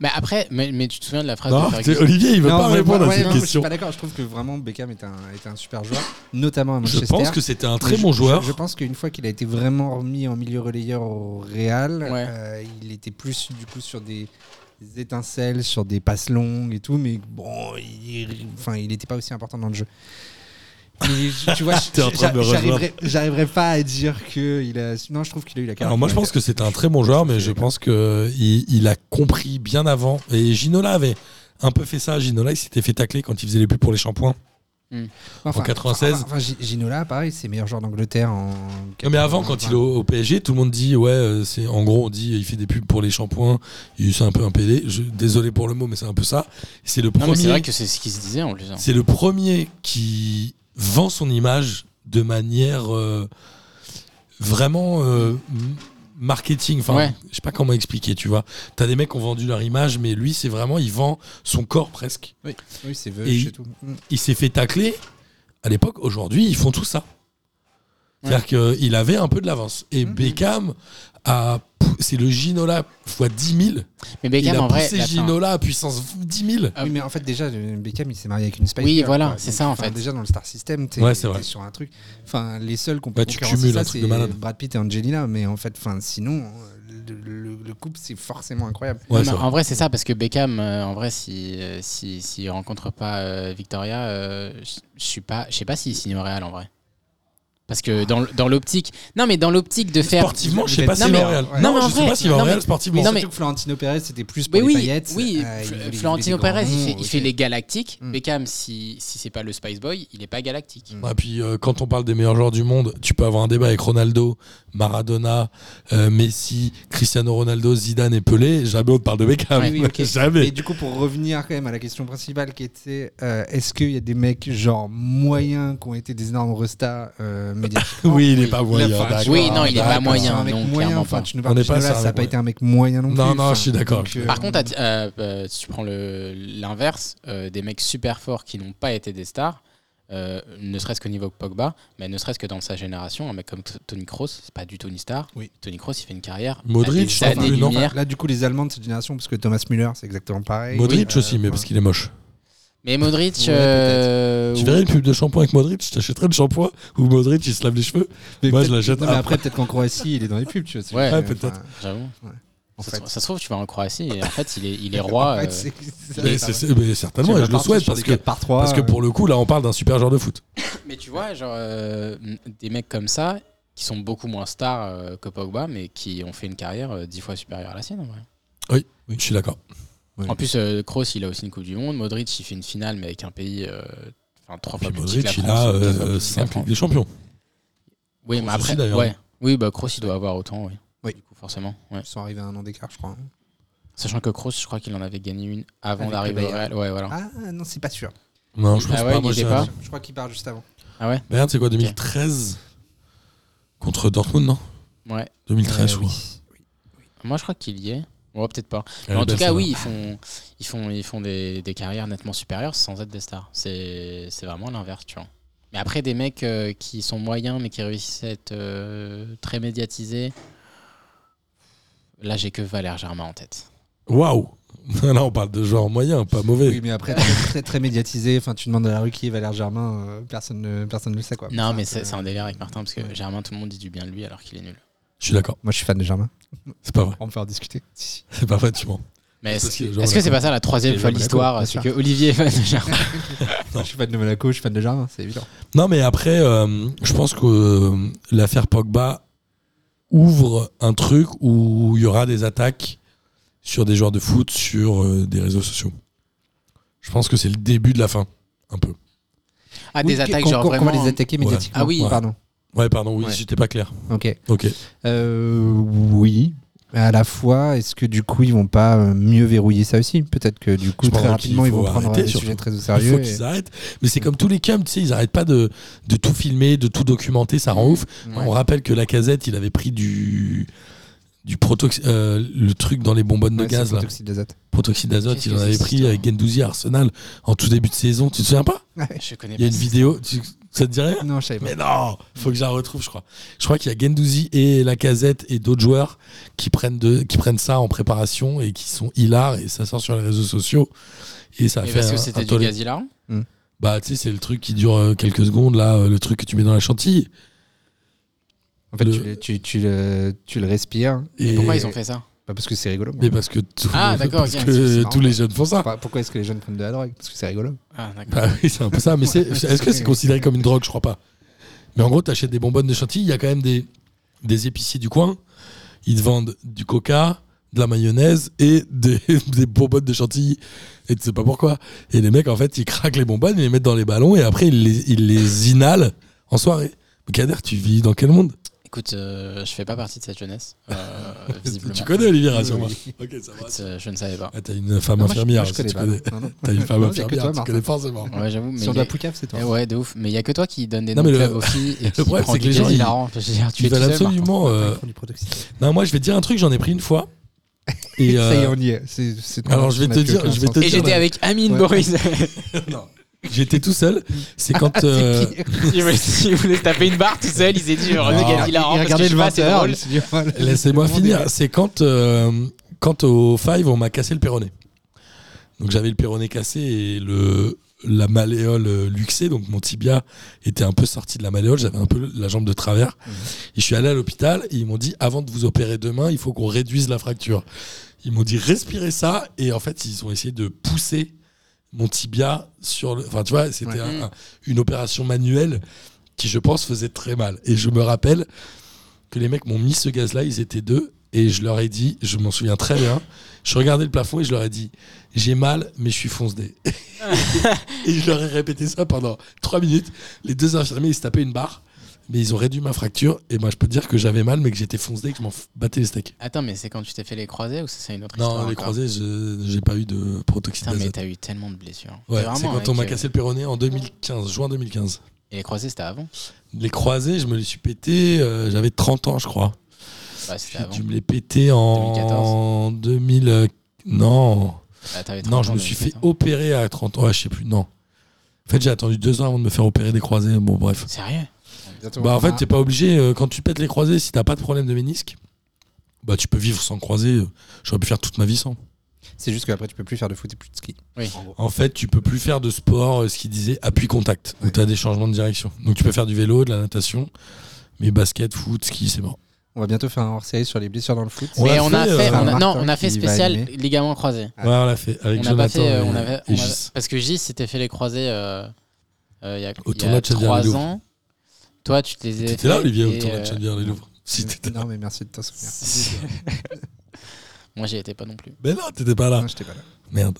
[SPEAKER 3] Mais après, mais, mais tu te souviens de la phrase
[SPEAKER 4] Non,
[SPEAKER 3] de
[SPEAKER 4] t'es-
[SPEAKER 3] Ferguson
[SPEAKER 4] Olivier, il veut
[SPEAKER 5] Non,
[SPEAKER 4] pas
[SPEAKER 5] mais
[SPEAKER 4] répondre
[SPEAKER 5] moi-
[SPEAKER 4] à
[SPEAKER 5] ouais,
[SPEAKER 4] cette
[SPEAKER 5] non, Je suis
[SPEAKER 4] question.
[SPEAKER 5] pas d'accord. Je trouve que vraiment Beckham est un, est un super joueur, notamment à
[SPEAKER 4] Je
[SPEAKER 5] Manchester.
[SPEAKER 4] pense que c'était un très
[SPEAKER 5] Je-
[SPEAKER 4] bon
[SPEAKER 5] je-
[SPEAKER 4] joueur.
[SPEAKER 5] Je, pense qu'une fois qu'il a été vraiment remis en milieu relayeur au Real,
[SPEAKER 3] Ouais.
[SPEAKER 5] euh, il était plus du coup sur des des étincelles, sur des passes longues et tout, mais bon, il enfin, il n'était pas aussi important dans le jeu. Et je- tu vois, je-
[SPEAKER 4] T'es en train de me
[SPEAKER 5] j'a-
[SPEAKER 4] rejoindre.
[SPEAKER 5] j'arriverai- j'arriverai pas à dire que il a. Non, je trouve qu'il a eu la carrière.
[SPEAKER 4] Alors moi je pense que c'est un très bon joueur, mais je pense que il, il a compris bien avant. Et Ginola avait un peu fait ça. Ginola, il s'était fait tacler quand il faisait les pubs pour les shampoings. en 96.
[SPEAKER 5] Enfin, Gi- Ginola, pareil, c'est meilleur joueur d'Angleterre en.
[SPEAKER 4] Non, mais avant, quand il est au, au PSG, tout le monde dit ouais, euh, c'est en gros on dit il fait des pubs pour les shampoings. Il c'est un peu un PD. Je- désolé pour le mot, mais c'est un peu ça. C'est le
[SPEAKER 3] Non, mais c'est
[SPEAKER 4] premier.
[SPEAKER 3] vrai que c'est ce qui se disait en plus. hein.
[SPEAKER 4] C'est le premier qui vend son image de manière euh, vraiment euh, m- marketing. Enfin,
[SPEAKER 3] Ouais.
[SPEAKER 4] je sais pas comment expliquer, tu vois. T'as des mecs qui ont vendu leur image, mais lui, c'est vraiment, il vend son corps presque.
[SPEAKER 5] Oui, c'est
[SPEAKER 4] Et-
[SPEAKER 5] veuve et tout. Mm.
[SPEAKER 4] Il s'est fait tacler. À l'époque, aujourd'hui, ils font tout ça. C'est-à-dire qu'il avait un peu de l'avance. Et
[SPEAKER 5] Mhm.
[SPEAKER 4] Beckham, a pou- c'est le Ginola fois 10 000.
[SPEAKER 3] Mais
[SPEAKER 4] il
[SPEAKER 3] Beckham,
[SPEAKER 4] a
[SPEAKER 3] en vrai.
[SPEAKER 4] poussé
[SPEAKER 3] la fin-
[SPEAKER 4] Ginola à puissance 10 000.
[SPEAKER 3] Ah.
[SPEAKER 5] Oui, mais en fait, déjà, le Beckham, il s'est marié avec une Spice
[SPEAKER 3] Oui,
[SPEAKER 5] Girl,
[SPEAKER 3] voilà,
[SPEAKER 5] quoi.
[SPEAKER 3] c'est
[SPEAKER 5] Donc,
[SPEAKER 3] ça, en
[SPEAKER 5] enfin,
[SPEAKER 3] fait.
[SPEAKER 5] Déjà, dans le Star System, t'es
[SPEAKER 4] Ouais, c'est vrai.
[SPEAKER 5] t'es sur un truc. Enfin, les seuls qu'on peut
[SPEAKER 4] Bah, tu
[SPEAKER 5] concurrencer
[SPEAKER 4] cumules un
[SPEAKER 5] ça,
[SPEAKER 4] truc
[SPEAKER 5] c'est
[SPEAKER 4] de malade.
[SPEAKER 5] Brad Pitt et Angelina, mais en fait, enfin, sinon, euh, le, le- le couple, c'est forcément incroyable.
[SPEAKER 3] Non,
[SPEAKER 4] Ouais,
[SPEAKER 3] mais
[SPEAKER 4] c'est vrai.
[SPEAKER 3] en vrai, c'est ça, parce que Beckham, euh, en vrai, si, euh, si, s'il rencontre pas euh, Victoria, euh, je- je suis pas, je sais pas s'il signe au Real en vrai. Parce que dans, l- dans l'optique. Non, mais dans l'optique de faire.
[SPEAKER 4] Sportivement, je sais pas
[SPEAKER 5] Non,
[SPEAKER 4] s'il va
[SPEAKER 5] mais-
[SPEAKER 4] au Real.
[SPEAKER 5] ouais.
[SPEAKER 4] Non,
[SPEAKER 3] Non, mais en
[SPEAKER 4] je sais
[SPEAKER 3] vrai-
[SPEAKER 4] pas s'il va au
[SPEAKER 3] non,
[SPEAKER 4] Real
[SPEAKER 3] mais-
[SPEAKER 4] sportivement.
[SPEAKER 5] Mais
[SPEAKER 3] non,
[SPEAKER 5] surtout que Florentino Pérez, c'était plus pour
[SPEAKER 3] Mais
[SPEAKER 5] les
[SPEAKER 3] oui,
[SPEAKER 5] paillettes.
[SPEAKER 3] oui,
[SPEAKER 5] euh, il
[SPEAKER 3] Fl-
[SPEAKER 5] voulait- il voulait
[SPEAKER 3] Florentino
[SPEAKER 5] des grands
[SPEAKER 3] Pérez, il fait,
[SPEAKER 5] noms,
[SPEAKER 3] il fait
[SPEAKER 5] ok.
[SPEAKER 3] les galactiques.
[SPEAKER 5] Mm.
[SPEAKER 3] Beckham, si, si c'est pas le Spice Boy, il est pas galactique.
[SPEAKER 4] Et puis euh, quand on parle des meilleurs joueurs du monde, tu peux avoir un débat avec Ronaldo, Maradona, euh, Messi, Cristiano Ronaldo, Zidane et Pelé. Jamais on te parle de Beckham.
[SPEAKER 5] Ouais, oui, ok.
[SPEAKER 4] Jamais.
[SPEAKER 5] Et du coup, pour revenir quand même à la question principale qui était euh, est-ce qu'il y a des mecs genre moyens qui ont été des énormes restas euh, médiatiquement
[SPEAKER 4] Oui, il est pas moyen.
[SPEAKER 5] enfin,
[SPEAKER 4] d'accord.
[SPEAKER 3] Oui, non, il est pas
[SPEAKER 5] D'accord,
[SPEAKER 3] moyen,
[SPEAKER 5] c'est un mec
[SPEAKER 3] non,
[SPEAKER 5] moyen,
[SPEAKER 3] clairement
[SPEAKER 5] enfin,
[SPEAKER 3] pas.
[SPEAKER 5] tu nous
[SPEAKER 4] On
[SPEAKER 5] parles
[SPEAKER 4] n'est
[SPEAKER 5] de
[SPEAKER 4] pas
[SPEAKER 5] Ginola,
[SPEAKER 4] ça,
[SPEAKER 5] ça n'a
[SPEAKER 4] ouais.
[SPEAKER 5] pas été un mec moyen non plus.
[SPEAKER 4] Non, non,
[SPEAKER 5] enfin,
[SPEAKER 4] je suis d'accord.
[SPEAKER 5] donc, euh,
[SPEAKER 3] Par contre, à- euh, euh, si tu prends le- l'inverse, euh, des mecs super forts qui n'ont pas été des stars, euh, ne serait-ce qu'au niveau Pogba, mais ne serait-ce que dans sa génération, un mec comme T- Tony Kroos, c'est pas du tout une star.
[SPEAKER 5] Oui.
[SPEAKER 3] Tony Kroos, il fait une carrière.
[SPEAKER 4] Modric, je
[SPEAKER 3] à
[SPEAKER 4] crois,
[SPEAKER 3] des années
[SPEAKER 4] plus, non
[SPEAKER 3] lumière.
[SPEAKER 5] Là, du coup, les Allemands de cette génération, parce que Thomas Müller, c'est exactement pareil.
[SPEAKER 4] Modric
[SPEAKER 5] Euh,
[SPEAKER 4] aussi, mais
[SPEAKER 5] enfin,
[SPEAKER 4] parce qu'il est moche.
[SPEAKER 3] Mais Modric,
[SPEAKER 5] Ouais,
[SPEAKER 3] euh,
[SPEAKER 4] Tu verrais une pub de shampoing avec Modric, je t'achèterais le shampoing où Modric il se lave les cheveux.
[SPEAKER 5] mais
[SPEAKER 4] Moi, je
[SPEAKER 5] peut-être-
[SPEAKER 4] l'achète
[SPEAKER 5] non, mais
[SPEAKER 4] après.
[SPEAKER 5] après, peut-être qu'en Croatie, il est dans les pubs, tu vois. c'est-
[SPEAKER 3] Ouais,
[SPEAKER 5] enfin,
[SPEAKER 4] peut-être.
[SPEAKER 3] j'avoue.
[SPEAKER 5] en
[SPEAKER 3] Ça, se-
[SPEAKER 5] fait.
[SPEAKER 3] ça se trouve, tu vas en Croatie et en fait, il est, il est roi.
[SPEAKER 5] En fait,
[SPEAKER 3] euh,
[SPEAKER 5] c'est-
[SPEAKER 4] Mais
[SPEAKER 5] ça,
[SPEAKER 4] c'est-
[SPEAKER 5] ça,
[SPEAKER 4] c'est- mais certainement,
[SPEAKER 5] tu
[SPEAKER 4] et je
[SPEAKER 5] vas
[SPEAKER 4] le
[SPEAKER 5] partir
[SPEAKER 4] souhaite
[SPEAKER 5] sur
[SPEAKER 4] parce
[SPEAKER 5] des
[SPEAKER 4] que,
[SPEAKER 5] quatre par trois,
[SPEAKER 4] parce que
[SPEAKER 5] euh,
[SPEAKER 4] pour le coup, là on parle d'un super joueur de foot.
[SPEAKER 3] Mais tu vois, genre, euh, des mecs comme ça, qui sont beaucoup moins stars euh, que Pogba, mais qui ont fait une carrière euh, dix fois supérieure à la sienne. En, vrai.
[SPEAKER 4] Oui, oui, je suis d'accord.
[SPEAKER 5] Oui.
[SPEAKER 3] en plus, euh, Kroos, il a aussi une Coupe du Monde. Modric, il fait une finale, mais avec un pays. euh, Enfin, trois fois
[SPEAKER 4] Puis
[SPEAKER 3] plus petit que
[SPEAKER 4] Modric
[SPEAKER 3] la
[SPEAKER 4] il
[SPEAKER 3] France,
[SPEAKER 4] a euh,
[SPEAKER 3] ou quatre fois plus petit que la
[SPEAKER 4] 5
[SPEAKER 3] France.
[SPEAKER 4] Ligues des Champions.
[SPEAKER 3] Oui, mais
[SPEAKER 4] Kroos
[SPEAKER 3] après,
[SPEAKER 4] aussi, d'ailleurs.
[SPEAKER 3] ouais. Oui, bah Kroos, il doit avoir autant, oui.
[SPEAKER 5] Oui.
[SPEAKER 3] Du coup, forcément. ouais.
[SPEAKER 5] Ils sont arrivés à un an d'écart, je crois.
[SPEAKER 3] Sachant que Kroos, je crois qu'il en avait gagné une avant
[SPEAKER 5] Avec
[SPEAKER 3] d'arriver
[SPEAKER 5] le
[SPEAKER 3] au Real.
[SPEAKER 5] Bayern.
[SPEAKER 3] Ouais, voilà.
[SPEAKER 5] Ah non, c'est pas sûr.
[SPEAKER 4] Non, je pense
[SPEAKER 3] Ah ouais,
[SPEAKER 4] pas.
[SPEAKER 3] il
[SPEAKER 4] moi,
[SPEAKER 3] était
[SPEAKER 4] j'ai-
[SPEAKER 3] pas
[SPEAKER 5] Je crois qu'il part juste avant.
[SPEAKER 3] Ah ouais
[SPEAKER 4] Merde, c'est quoi 2013 contre Dortmund, non
[SPEAKER 3] Ouais. Ah
[SPEAKER 4] 2013, je
[SPEAKER 5] Euh,
[SPEAKER 4] crois.
[SPEAKER 5] oui.
[SPEAKER 3] Moi, je crois qu'il y est. Ouais, peut-être pas.
[SPEAKER 4] Elle
[SPEAKER 3] Mais en
[SPEAKER 4] est
[SPEAKER 3] tout
[SPEAKER 4] belle,
[SPEAKER 3] cas,
[SPEAKER 4] celle-là.
[SPEAKER 3] oui, ils font, ils font, ils font des, des carrières nettement supérieures sans être des stars. C'est c'est vraiment l'inverse, tu vois. Mais après, des mecs euh, qui sont moyens, mais qui réussissent à être euh, très médiatisés, là, j'ai que Valère Germain en tête.
[SPEAKER 4] Waouh Là, on parle de joueurs moyens, pas mauvais.
[SPEAKER 5] Oui, mais après, très, très, très médiatisé. Enfin, tu demandes à la rue qui est Valère Germain, euh, personne ne personne ne le sait.
[SPEAKER 4] Ah,
[SPEAKER 5] Quoi.
[SPEAKER 4] bah,
[SPEAKER 3] non, mais
[SPEAKER 5] Enfin,
[SPEAKER 3] c'est c'est un délire avec Martin, parce que
[SPEAKER 5] ouais.
[SPEAKER 3] Germain, tout le monde dit du bien de lui alors qu'il est nul.
[SPEAKER 4] Je suis d'accord.
[SPEAKER 5] Moi, je suis fan de Germain.
[SPEAKER 4] C'est pas vrai.
[SPEAKER 5] On peut en discuter. Si, si.
[SPEAKER 4] C'est pas vrai, tu mens.
[SPEAKER 3] Mais
[SPEAKER 4] Parce
[SPEAKER 3] est-ce
[SPEAKER 4] que les gens
[SPEAKER 3] est-ce que c'est
[SPEAKER 4] la
[SPEAKER 3] pas ça la troisième
[SPEAKER 4] Les
[SPEAKER 3] fois
[SPEAKER 4] gens
[SPEAKER 3] de
[SPEAKER 4] la
[SPEAKER 3] l'histoire
[SPEAKER 5] connaissent,
[SPEAKER 3] C'est
[SPEAKER 5] bien
[SPEAKER 3] que Olivier est fan de Germain.
[SPEAKER 5] Je suis fan de Monaco, je suis fan de Jardin, c'est évident.
[SPEAKER 4] Non, mais après, euh, je pense que euh, l'affaire Pogba ouvre un truc où il y aura des attaques sur des joueurs de foot, sur euh, des réseaux sociaux. Je pense que c'est le début de la fin, un peu.
[SPEAKER 3] Ah,
[SPEAKER 5] Oui,
[SPEAKER 3] des attaques,
[SPEAKER 5] qu'on-
[SPEAKER 3] genre
[SPEAKER 5] qu'on- qu'on va
[SPEAKER 3] vraiment.
[SPEAKER 5] les attaquer
[SPEAKER 4] Ouais.
[SPEAKER 5] médiatiquement.
[SPEAKER 3] Ah oui.
[SPEAKER 4] Ouais.
[SPEAKER 5] Pardon.
[SPEAKER 4] Ouais, pardon, oui,
[SPEAKER 5] Ouais.
[SPEAKER 4] j'étais pas clair.
[SPEAKER 5] Ok.
[SPEAKER 4] Ok.
[SPEAKER 5] Euh, oui. Mais à la fois, est-ce que du coup, ils vont pas euh, mieux verrouiller ça aussi Peut-être que du coup,
[SPEAKER 4] Je pense
[SPEAKER 5] très
[SPEAKER 4] qu'il
[SPEAKER 5] rapidement, ils
[SPEAKER 4] faut
[SPEAKER 5] vont prendre
[SPEAKER 4] arrêter,
[SPEAKER 5] le
[SPEAKER 4] surtout.
[SPEAKER 5] sujet très au
[SPEAKER 4] Il faut
[SPEAKER 5] sérieux. et-
[SPEAKER 4] qu'ils arrêtent. Mais c'est comme tous les cams, tu sais, ils arrêtent pas de, de tout filmer, de tout documenter, ça rend ouf.
[SPEAKER 5] Ouais.
[SPEAKER 4] On rappelle que la casette, il avait pris du. Du protox euh, le truc dans les bonbonnes de
[SPEAKER 5] Ouais, c'est
[SPEAKER 4] gaz,
[SPEAKER 5] le
[SPEAKER 4] là.
[SPEAKER 5] protoxyde d'azote.
[SPEAKER 4] protoxyde d'azote,
[SPEAKER 3] Qu'est-ce
[SPEAKER 4] il
[SPEAKER 3] que
[SPEAKER 4] en
[SPEAKER 3] c'est
[SPEAKER 4] avait
[SPEAKER 3] cette
[SPEAKER 4] pris
[SPEAKER 3] histoire
[SPEAKER 4] avec Gendouzi à Arsenal en tout début de saison. Tu te souviens pas
[SPEAKER 3] Je connais
[SPEAKER 4] Il y a
[SPEAKER 3] pas
[SPEAKER 4] une
[SPEAKER 3] Eh ben, ça.
[SPEAKER 4] vidéo, tu- ça te dit rien
[SPEAKER 5] Non, je savais pas.
[SPEAKER 4] Mais non, faut que je la retrouve, je crois. Je crois qu'il y a Gendouzi et Lacazette et d'autres joueurs qui prennent, de, qui prennent ça en préparation et qui sont hilars et ça sort sur les réseaux sociaux. Et ça
[SPEAKER 3] Mais
[SPEAKER 4] fait
[SPEAKER 3] parce
[SPEAKER 4] un,
[SPEAKER 3] que
[SPEAKER 4] un
[SPEAKER 3] c'était du
[SPEAKER 4] tollé.
[SPEAKER 3] gaz hilarant.
[SPEAKER 4] Bah, tu sais, c'est le truc qui dure euh, quelques secondes, là, euh, le truc que tu mets dans la chantilly.
[SPEAKER 5] En fait,
[SPEAKER 4] Le-
[SPEAKER 5] tu, le, tu, tu le, tu le respires.
[SPEAKER 4] Et...
[SPEAKER 3] Pourquoi ils ont fait ça
[SPEAKER 5] Pas parce que c'est rigolo. moi.
[SPEAKER 4] Mais parce que, tout-
[SPEAKER 3] Ah, d'accord,
[SPEAKER 4] parce
[SPEAKER 3] ok,
[SPEAKER 4] que
[SPEAKER 3] c'est- c'est
[SPEAKER 5] marrant.
[SPEAKER 4] tous les jeunes font ça.
[SPEAKER 5] Pas- Pourquoi est-ce que les jeunes prennent de la drogue Parce que c'est rigolo.
[SPEAKER 3] Ah, d'accord.
[SPEAKER 4] Bah oui, c'est un peu ça. Mais c'est- est-ce que c'est considéré comme une drogue Je crois pas. Mais en gros, tu achètes des bonbonnes de chantilly. Il y a quand même des, des épiciers du coin. Ils te vendent du coca, de la mayonnaise et des, des bonbonnes de chantilly. Et tu sais pas pourquoi. Et les mecs, en fait, ils craquent les bonbonnes, ils les mettent dans les ballons et après, ils les, ils les inhalent en soirée. Mais Kader, tu vis dans quel monde
[SPEAKER 3] Écoute, euh, je fais pas partie de cette jeunesse. euh, visiblement.
[SPEAKER 4] Tu connais Olivier Rassurant Ok, ça va.
[SPEAKER 3] Écoute, euh, Je ne savais pas.
[SPEAKER 4] Ah, t'as une femme
[SPEAKER 5] Non, moi, je-
[SPEAKER 4] infirmière.
[SPEAKER 5] moi, je
[SPEAKER 4] si tu
[SPEAKER 5] connais pas.
[SPEAKER 4] connais.
[SPEAKER 5] Non, non.
[SPEAKER 4] T'as une femme
[SPEAKER 5] Non, il y a que
[SPEAKER 4] infirmière,
[SPEAKER 5] toi,
[SPEAKER 4] tu
[SPEAKER 5] Martin.
[SPEAKER 4] connais forcément.
[SPEAKER 3] Ouais, j'avoue. Mais
[SPEAKER 5] Sur
[SPEAKER 3] il
[SPEAKER 5] de
[SPEAKER 3] y a-
[SPEAKER 5] la poucave, c'est toi.
[SPEAKER 3] Eh ouais, de ouf. Mais il y a que toi qui donne des
[SPEAKER 4] Non,
[SPEAKER 3] noms
[SPEAKER 4] mais le-
[SPEAKER 3] clubs aux filles et qui
[SPEAKER 4] problème,
[SPEAKER 3] prend
[SPEAKER 4] c'est
[SPEAKER 3] du
[SPEAKER 4] que les gens,
[SPEAKER 3] gaz
[SPEAKER 4] ils-
[SPEAKER 3] hilarant. Enfin, je veux dire, tu es
[SPEAKER 4] Ils
[SPEAKER 3] tout
[SPEAKER 4] veulent
[SPEAKER 3] seul, Martin.
[SPEAKER 4] absolument. euh,
[SPEAKER 5] Ils font du protoxyde.
[SPEAKER 4] Non, moi, je vais te dire un truc. J'en ai pris une fois. Et,
[SPEAKER 5] Ça y est,
[SPEAKER 4] euh,
[SPEAKER 5] on y est. C'est- c'est ton
[SPEAKER 4] Alors, je vais
[SPEAKER 5] action
[SPEAKER 4] te
[SPEAKER 5] n'a plus
[SPEAKER 4] dire-
[SPEAKER 5] aucun
[SPEAKER 4] je vais te
[SPEAKER 5] sens.
[SPEAKER 3] Et
[SPEAKER 4] dire-
[SPEAKER 3] j'étais avec Amine
[SPEAKER 5] Ouais.
[SPEAKER 3] Boris.
[SPEAKER 4] J'étais tout seul. C'est quand. euh,
[SPEAKER 5] Ah, C'est qui
[SPEAKER 3] il voulait- il voulait taper une barre tout seul. Il s'est dit, genre, le
[SPEAKER 4] Non.
[SPEAKER 3] gaz hilarant. parce
[SPEAKER 5] Il
[SPEAKER 3] que
[SPEAKER 5] regardait
[SPEAKER 3] je
[SPEAKER 5] le
[SPEAKER 3] sais pas, c'est
[SPEAKER 5] 20h.
[SPEAKER 3] drôle.
[SPEAKER 5] il s'est dit, voilà.
[SPEAKER 4] Laissez-moi
[SPEAKER 5] Le monde
[SPEAKER 4] finir.
[SPEAKER 5] est-
[SPEAKER 4] C'est quand, euh, quand au Five, on m'a cassé le péroné. Donc j'avais le péroné cassé et le, la malléole euh, luxée. Donc mon tibia était un peu sorti de la malléole. J'avais un peu la jambe de travers. Et je suis allé à l'hôpital et ils m'ont dit avant de vous opérer demain, il faut qu'on réduise la fracture. Ils m'ont dit respirez ça. Et en fait, ils ont essayé de pousser mon tibia sur le. Enfin, tu vois, c'était
[SPEAKER 5] Ouais.
[SPEAKER 4] un- un- une opération manuelle qui, je pense, faisait très mal. Et je me rappelle que les mecs m'ont mis ce gaz-là, ils étaient deux, et je leur ai dit, je m'en souviens très bien, je regardais le plafond et je leur ai dit, j'ai mal, mais je suis foncedé. et je leur ai répété ça pendant trois minutes. Les deux infirmiers, ils se tapaient une barre, mais ils ont réduit ma fracture, et moi je peux te dire que j'avais mal, mais que j'étais foncedé, et que je m'en f- battais les steaks.
[SPEAKER 3] Attends, mais c'est quand tu t'es fait les croisés ou ça, c'est une autre histoire
[SPEAKER 4] Non, les
[SPEAKER 3] encore
[SPEAKER 4] croisés, je- j'ai pas eu de protoxyde
[SPEAKER 3] Putain, mais
[SPEAKER 4] d'azote.
[SPEAKER 3] t'as eu tellement de blessures.
[SPEAKER 4] Ouais,
[SPEAKER 3] T'es vraiment
[SPEAKER 4] c'est quand
[SPEAKER 3] avec,
[SPEAKER 4] on m'a
[SPEAKER 3] euh,
[SPEAKER 4] cassé le péroné en 2015, juin 2015.
[SPEAKER 3] Et les croisés, c'était avant
[SPEAKER 4] Les croisés, je me les suis pété, euh, j'avais 30 ans, je crois.
[SPEAKER 3] Ouais,
[SPEAKER 4] J'ai
[SPEAKER 3] c'était avant.
[SPEAKER 4] dû me les péter en 2000. euh, Non.
[SPEAKER 3] Ah, t'avais
[SPEAKER 4] Non,
[SPEAKER 3] 30
[SPEAKER 4] je
[SPEAKER 3] ans,
[SPEAKER 4] me suis fait
[SPEAKER 3] 2014.
[SPEAKER 4] opérer à 30 ans. Ouais, je sais plus. Non. En fait, j'ai attendu deux ans avant de me faire opérer des croisés. Bon, bref.
[SPEAKER 3] Sérieux
[SPEAKER 5] Bientôt,
[SPEAKER 4] Bah, en
[SPEAKER 5] on
[SPEAKER 4] fait,
[SPEAKER 5] a-
[SPEAKER 4] t'es pas obligé. euh, quand tu pètes les croisés, si t'as pas de problème de ménisque, bah, tu peux vivre sans croisés. euh, J'aurais pu faire toute ma vie sans.
[SPEAKER 5] c'est juste qu'après, tu peux plus faire de foot et plus de ski.
[SPEAKER 3] Oui.
[SPEAKER 4] En fait, tu peux plus faire de sport, euh, ce qu'il disait, appui contact. Donc, t'as des changements de direction. Donc, tu peux faire du vélo, de la natation. Mais basket, foot, ski, c'est mort.
[SPEAKER 5] On va bientôt faire un hors-série sur les blessures dans le foot.
[SPEAKER 4] On
[SPEAKER 3] Mais
[SPEAKER 4] l'a
[SPEAKER 3] on a
[SPEAKER 4] fait,
[SPEAKER 3] fait.
[SPEAKER 4] euh,
[SPEAKER 3] on a- non,
[SPEAKER 5] Martin
[SPEAKER 3] on a fait
[SPEAKER 5] qui va
[SPEAKER 3] spécial
[SPEAKER 5] animer.
[SPEAKER 3] ligaments croisés.
[SPEAKER 4] Ouais, on l'a fait avec
[SPEAKER 3] Ah. on n'a pas
[SPEAKER 4] Jonathan
[SPEAKER 3] fait. euh,
[SPEAKER 4] et-
[SPEAKER 3] on avait,
[SPEAKER 4] et
[SPEAKER 3] on
[SPEAKER 4] Gis.
[SPEAKER 3] avait- parce que Gis s'était fait les croisés euh, euh, il y a,
[SPEAKER 4] Au
[SPEAKER 3] il y
[SPEAKER 4] tournoi
[SPEAKER 3] a
[SPEAKER 4] de Xavier
[SPEAKER 3] trois
[SPEAKER 4] Leloup.
[SPEAKER 3] ans. Toi, tu te les as.
[SPEAKER 4] T'étais là,
[SPEAKER 3] fait
[SPEAKER 4] Olivier,
[SPEAKER 3] et,
[SPEAKER 4] au tournoi de
[SPEAKER 3] euh,
[SPEAKER 4] Chablis les Louvres. Si t'étais là.
[SPEAKER 5] Non, mais merci de t'en souvenir.
[SPEAKER 3] euh, Moi, j'y étais pas non plus.
[SPEAKER 4] Mais non, t'étais pas là.
[SPEAKER 5] Non, j'étais pas là.
[SPEAKER 4] Merde.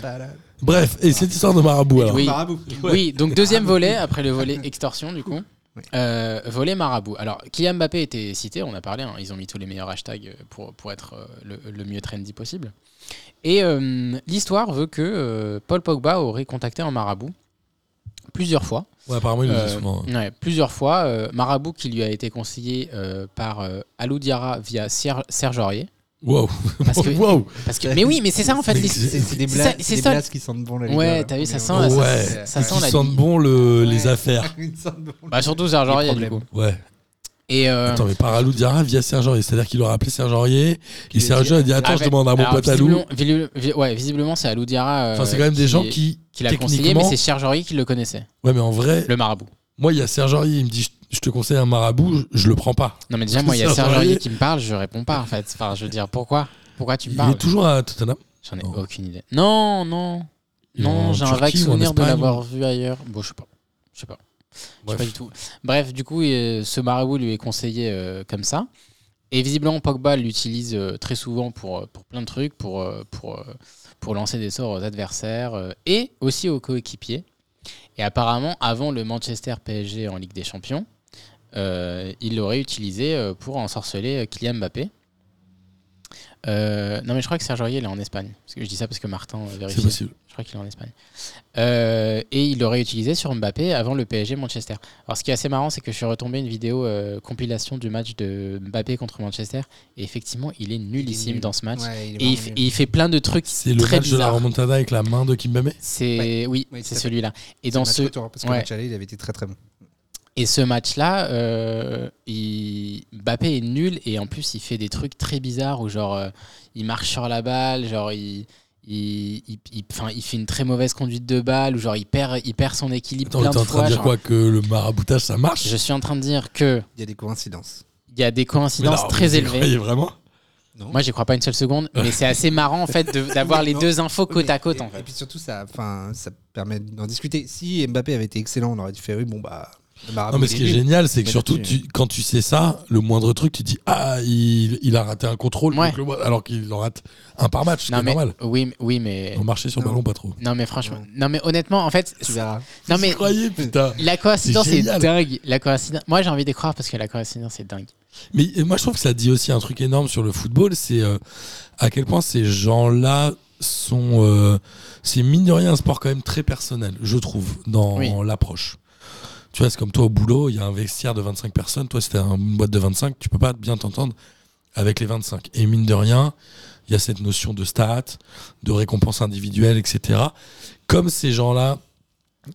[SPEAKER 5] Pas là.
[SPEAKER 4] Bref, et cette histoire de marabout alors.
[SPEAKER 3] Ah. Oui.
[SPEAKER 5] Marabout.
[SPEAKER 3] Oui, donc deuxième volet, après le volet extorsion, du coup.
[SPEAKER 5] Oui.
[SPEAKER 3] Euh, volet marabout. Alors, Kylian Mbappé était cité, on a parlé, hein, ils ont mis tous les meilleurs hashtags pour, pour être euh, le, le mieux trendy possible. Et euh, l'histoire veut que euh, Paul Pogba aurait contacté un marabout plusieurs fois.
[SPEAKER 4] Ouais, apparemment, il le
[SPEAKER 3] Euh,
[SPEAKER 4] faisait souvent. hein.
[SPEAKER 3] ouais, plusieurs fois. euh, marabout qui lui a été conseillé euh, par euh, Alou Diarra via Ser- Serge Aurier.
[SPEAKER 4] Waouh!
[SPEAKER 3] mm. Parce que-
[SPEAKER 4] Waouh!
[SPEAKER 3] Parce que, mais oui, mais c'est ça en fait.
[SPEAKER 4] Mais
[SPEAKER 3] les-
[SPEAKER 4] c'est-
[SPEAKER 5] C'est c'est des
[SPEAKER 3] C'est ça-
[SPEAKER 5] blagues
[SPEAKER 3] c'est
[SPEAKER 5] c'est des
[SPEAKER 3] ça.
[SPEAKER 5] blagues qui sentent bon, la Ligue
[SPEAKER 3] Ouais,
[SPEAKER 5] 1.
[SPEAKER 3] t'as vu, ça
[SPEAKER 5] On est-
[SPEAKER 3] sent
[SPEAKER 5] on
[SPEAKER 3] la-
[SPEAKER 5] est-
[SPEAKER 4] Ouais.
[SPEAKER 5] c'est-
[SPEAKER 3] Ça sent
[SPEAKER 4] Qui
[SPEAKER 3] la
[SPEAKER 4] sentent
[SPEAKER 3] bille.
[SPEAKER 4] bon le- les
[SPEAKER 5] Ouais.
[SPEAKER 4] affaires.
[SPEAKER 5] Ils sentent bon.
[SPEAKER 3] Bah, surtout Serge
[SPEAKER 5] Les
[SPEAKER 3] Aurier, du
[SPEAKER 5] problèmes.
[SPEAKER 3] coup.
[SPEAKER 4] Ouais.
[SPEAKER 3] Et, euh,
[SPEAKER 4] Attends, mais par Alou Diarra via Serge Aurier. C'est-à-dire qu'il aurait appelé Serge Aurier. Et
[SPEAKER 5] lui a
[SPEAKER 4] Serge
[SPEAKER 5] dit-
[SPEAKER 4] Aurier a dit Attends,
[SPEAKER 3] avec-
[SPEAKER 4] je demande à mon
[SPEAKER 3] ah, alors,
[SPEAKER 4] pote Alou.
[SPEAKER 3] visiblement- vilu- vi- ouais, visiblement, c'est Alou Diarra. euh,
[SPEAKER 4] Enfin, c'est quand même des
[SPEAKER 3] qui-
[SPEAKER 4] gens qui.
[SPEAKER 3] qui l'a conseillé, mais
[SPEAKER 4] techniquement-
[SPEAKER 3] c'est Serge Aurier qui le connaissait,
[SPEAKER 4] Ouais, mais en vrai,
[SPEAKER 3] le marabout.
[SPEAKER 4] moi, il y a Serge Aurier. Il me dit Je- Je te conseille un marabout, je- je le prends pas.
[SPEAKER 3] Non, mais déjà, moi, il y a
[SPEAKER 4] Serge
[SPEAKER 3] Serge
[SPEAKER 4] Aurier
[SPEAKER 3] Aurier qui me parle, je réponds pas, en fait. Enfin, je veux dire, pourquoi Pourquoi tu me
[SPEAKER 4] Il est
[SPEAKER 3] parles
[SPEAKER 4] toujours à Tottenham.
[SPEAKER 3] J'en ai
[SPEAKER 4] Non.
[SPEAKER 3] aucune idée. Non, non.
[SPEAKER 4] Ils
[SPEAKER 3] Non,
[SPEAKER 4] l'ont
[SPEAKER 3] j'ai un
[SPEAKER 4] en
[SPEAKER 3] vague
[SPEAKER 4] Turquie ou en
[SPEAKER 3] souvenir de
[SPEAKER 4] Espagne
[SPEAKER 3] l'avoir vu ailleurs. Bon, je sais pas. Je sais pas. Je sais
[SPEAKER 4] Bref.
[SPEAKER 3] pas du tout. Bref, du coup, euh, ce marabout lui est conseillé euh, comme ça. Et visiblement, Pogba l'utilise euh, très souvent pour, euh, pour plein de trucs, pour, euh, pour, euh, pour lancer des sorts aux adversaires euh, et aussi aux coéquipiers. Et apparemment, avant le Manchester PSG en Ligue des Champions, euh, il l'aurait utilisé euh, pour ensorceler euh, Kylian Mbappé. Euh, non, mais je crois que Serge Aurier il est en Espagne. Parce que je dis ça parce que Martin euh,
[SPEAKER 4] C'est
[SPEAKER 3] vérifie.
[SPEAKER 4] possible.
[SPEAKER 3] Je crois qu'il est en Espagne. Euh, et il l'aurait utilisé sur Mbappé avant le PSG Manchester. Alors ce qui est assez marrant, c'est que je suis retombé une vidéo euh, compilation du match de Mbappé contre Manchester. Et effectivement, il est nullissime
[SPEAKER 5] nul.
[SPEAKER 3] dans ce match.
[SPEAKER 5] Ouais, il est
[SPEAKER 3] et, il
[SPEAKER 5] vraiment
[SPEAKER 3] fait,
[SPEAKER 5] nul.
[SPEAKER 3] et il fait plein de trucs
[SPEAKER 4] C'est le
[SPEAKER 3] très
[SPEAKER 4] match de la
[SPEAKER 3] bizarres.
[SPEAKER 4] remontada avec la main de Kimbamé
[SPEAKER 3] C'est oui,
[SPEAKER 5] Oui, tout
[SPEAKER 3] c'est
[SPEAKER 5] à fait.
[SPEAKER 3] celui-là. Et
[SPEAKER 5] C'est
[SPEAKER 3] dans
[SPEAKER 5] le match
[SPEAKER 3] ce
[SPEAKER 5] retour, parce que
[SPEAKER 3] ouais.
[SPEAKER 5] le match aller, il avait été très très bon.
[SPEAKER 3] et ce match-là, euh, il... Mbappé est nul et en plus il fait des trucs très bizarres où genre euh, il marche sur la balle, genre il il, il, il- enfin, il fait une très mauvaise conduite de balle ou genre il perd il perd son équilibre
[SPEAKER 4] Attends,
[SPEAKER 3] plein
[SPEAKER 4] t'es
[SPEAKER 3] de
[SPEAKER 4] en train
[SPEAKER 3] fois.
[SPEAKER 4] de dire
[SPEAKER 3] genre.
[SPEAKER 4] quoi Que le maraboutage, ça marche
[SPEAKER 3] Je suis en train de dire que
[SPEAKER 5] Il y a des coïncidences.
[SPEAKER 3] il y a des
[SPEAKER 4] Mais
[SPEAKER 3] coïncidences
[SPEAKER 4] non, vous
[SPEAKER 3] très
[SPEAKER 4] y
[SPEAKER 3] élevées.
[SPEAKER 4] croyez vraiment
[SPEAKER 3] Moi, j'y crois pas une seule seconde, mais c'est assez marrant en fait de- d'avoir
[SPEAKER 5] Mais
[SPEAKER 3] les
[SPEAKER 5] non.
[SPEAKER 3] deux infos
[SPEAKER 5] Oui,
[SPEAKER 3] côte
[SPEAKER 5] mais-
[SPEAKER 3] à côte
[SPEAKER 5] et,
[SPEAKER 3] en
[SPEAKER 5] Et
[SPEAKER 3] fait.
[SPEAKER 5] puis surtout, ça, enfin, ça permet d'en discuter. Si Mbappé avait été excellent, on aurait dit fait oui, bon bah. le
[SPEAKER 3] Ah
[SPEAKER 5] marabout,
[SPEAKER 4] Non, mais
[SPEAKER 5] il
[SPEAKER 4] ce
[SPEAKER 5] est
[SPEAKER 4] qui est
[SPEAKER 5] nul.
[SPEAKER 4] génial, c'est que
[SPEAKER 5] Mais
[SPEAKER 4] surtout,
[SPEAKER 5] là-dessus,
[SPEAKER 4] tu- quand tu sais ça, le moindre truc, tu dis Ah, il, il a raté un contrôle,
[SPEAKER 3] Ouais.
[SPEAKER 4] donc le mo- alors qu'il en rate un par match, c'est
[SPEAKER 3] Non mais
[SPEAKER 4] normal.
[SPEAKER 3] oui, mais- oui mais
[SPEAKER 4] On marchait sur
[SPEAKER 5] Non.
[SPEAKER 4] ballon, pas trop.
[SPEAKER 3] non mais franchement, non mais honnêtement en fait,
[SPEAKER 5] Tu verras.
[SPEAKER 3] non
[SPEAKER 4] Vous y
[SPEAKER 3] mais
[SPEAKER 4] croyez, putain
[SPEAKER 3] La coïncidence
[SPEAKER 4] C'est
[SPEAKER 3] est,
[SPEAKER 4] génial.
[SPEAKER 3] dingue. La coïncidence. Moi, j'ai envie d'y croire parce que la coïncidence est dingue.
[SPEAKER 4] Mais et moi, je trouve que ça dit aussi un truc énorme sur le football, c'est euh, à quel point ces gens-là sont. euh, c'est mine de rien un sport quand même très personnel, je trouve, dans
[SPEAKER 3] Oui.
[SPEAKER 4] l'approche. Tu vois, c'est comme toi au boulot, il y a un vestiaire de 25 personnes, toi, c'était une boîte de 25, tu peux pas bien t'entendre avec les 25. Et mine de rien, il y a cette notion de stats, de récompense individuelle, etc. Comme ces gens-là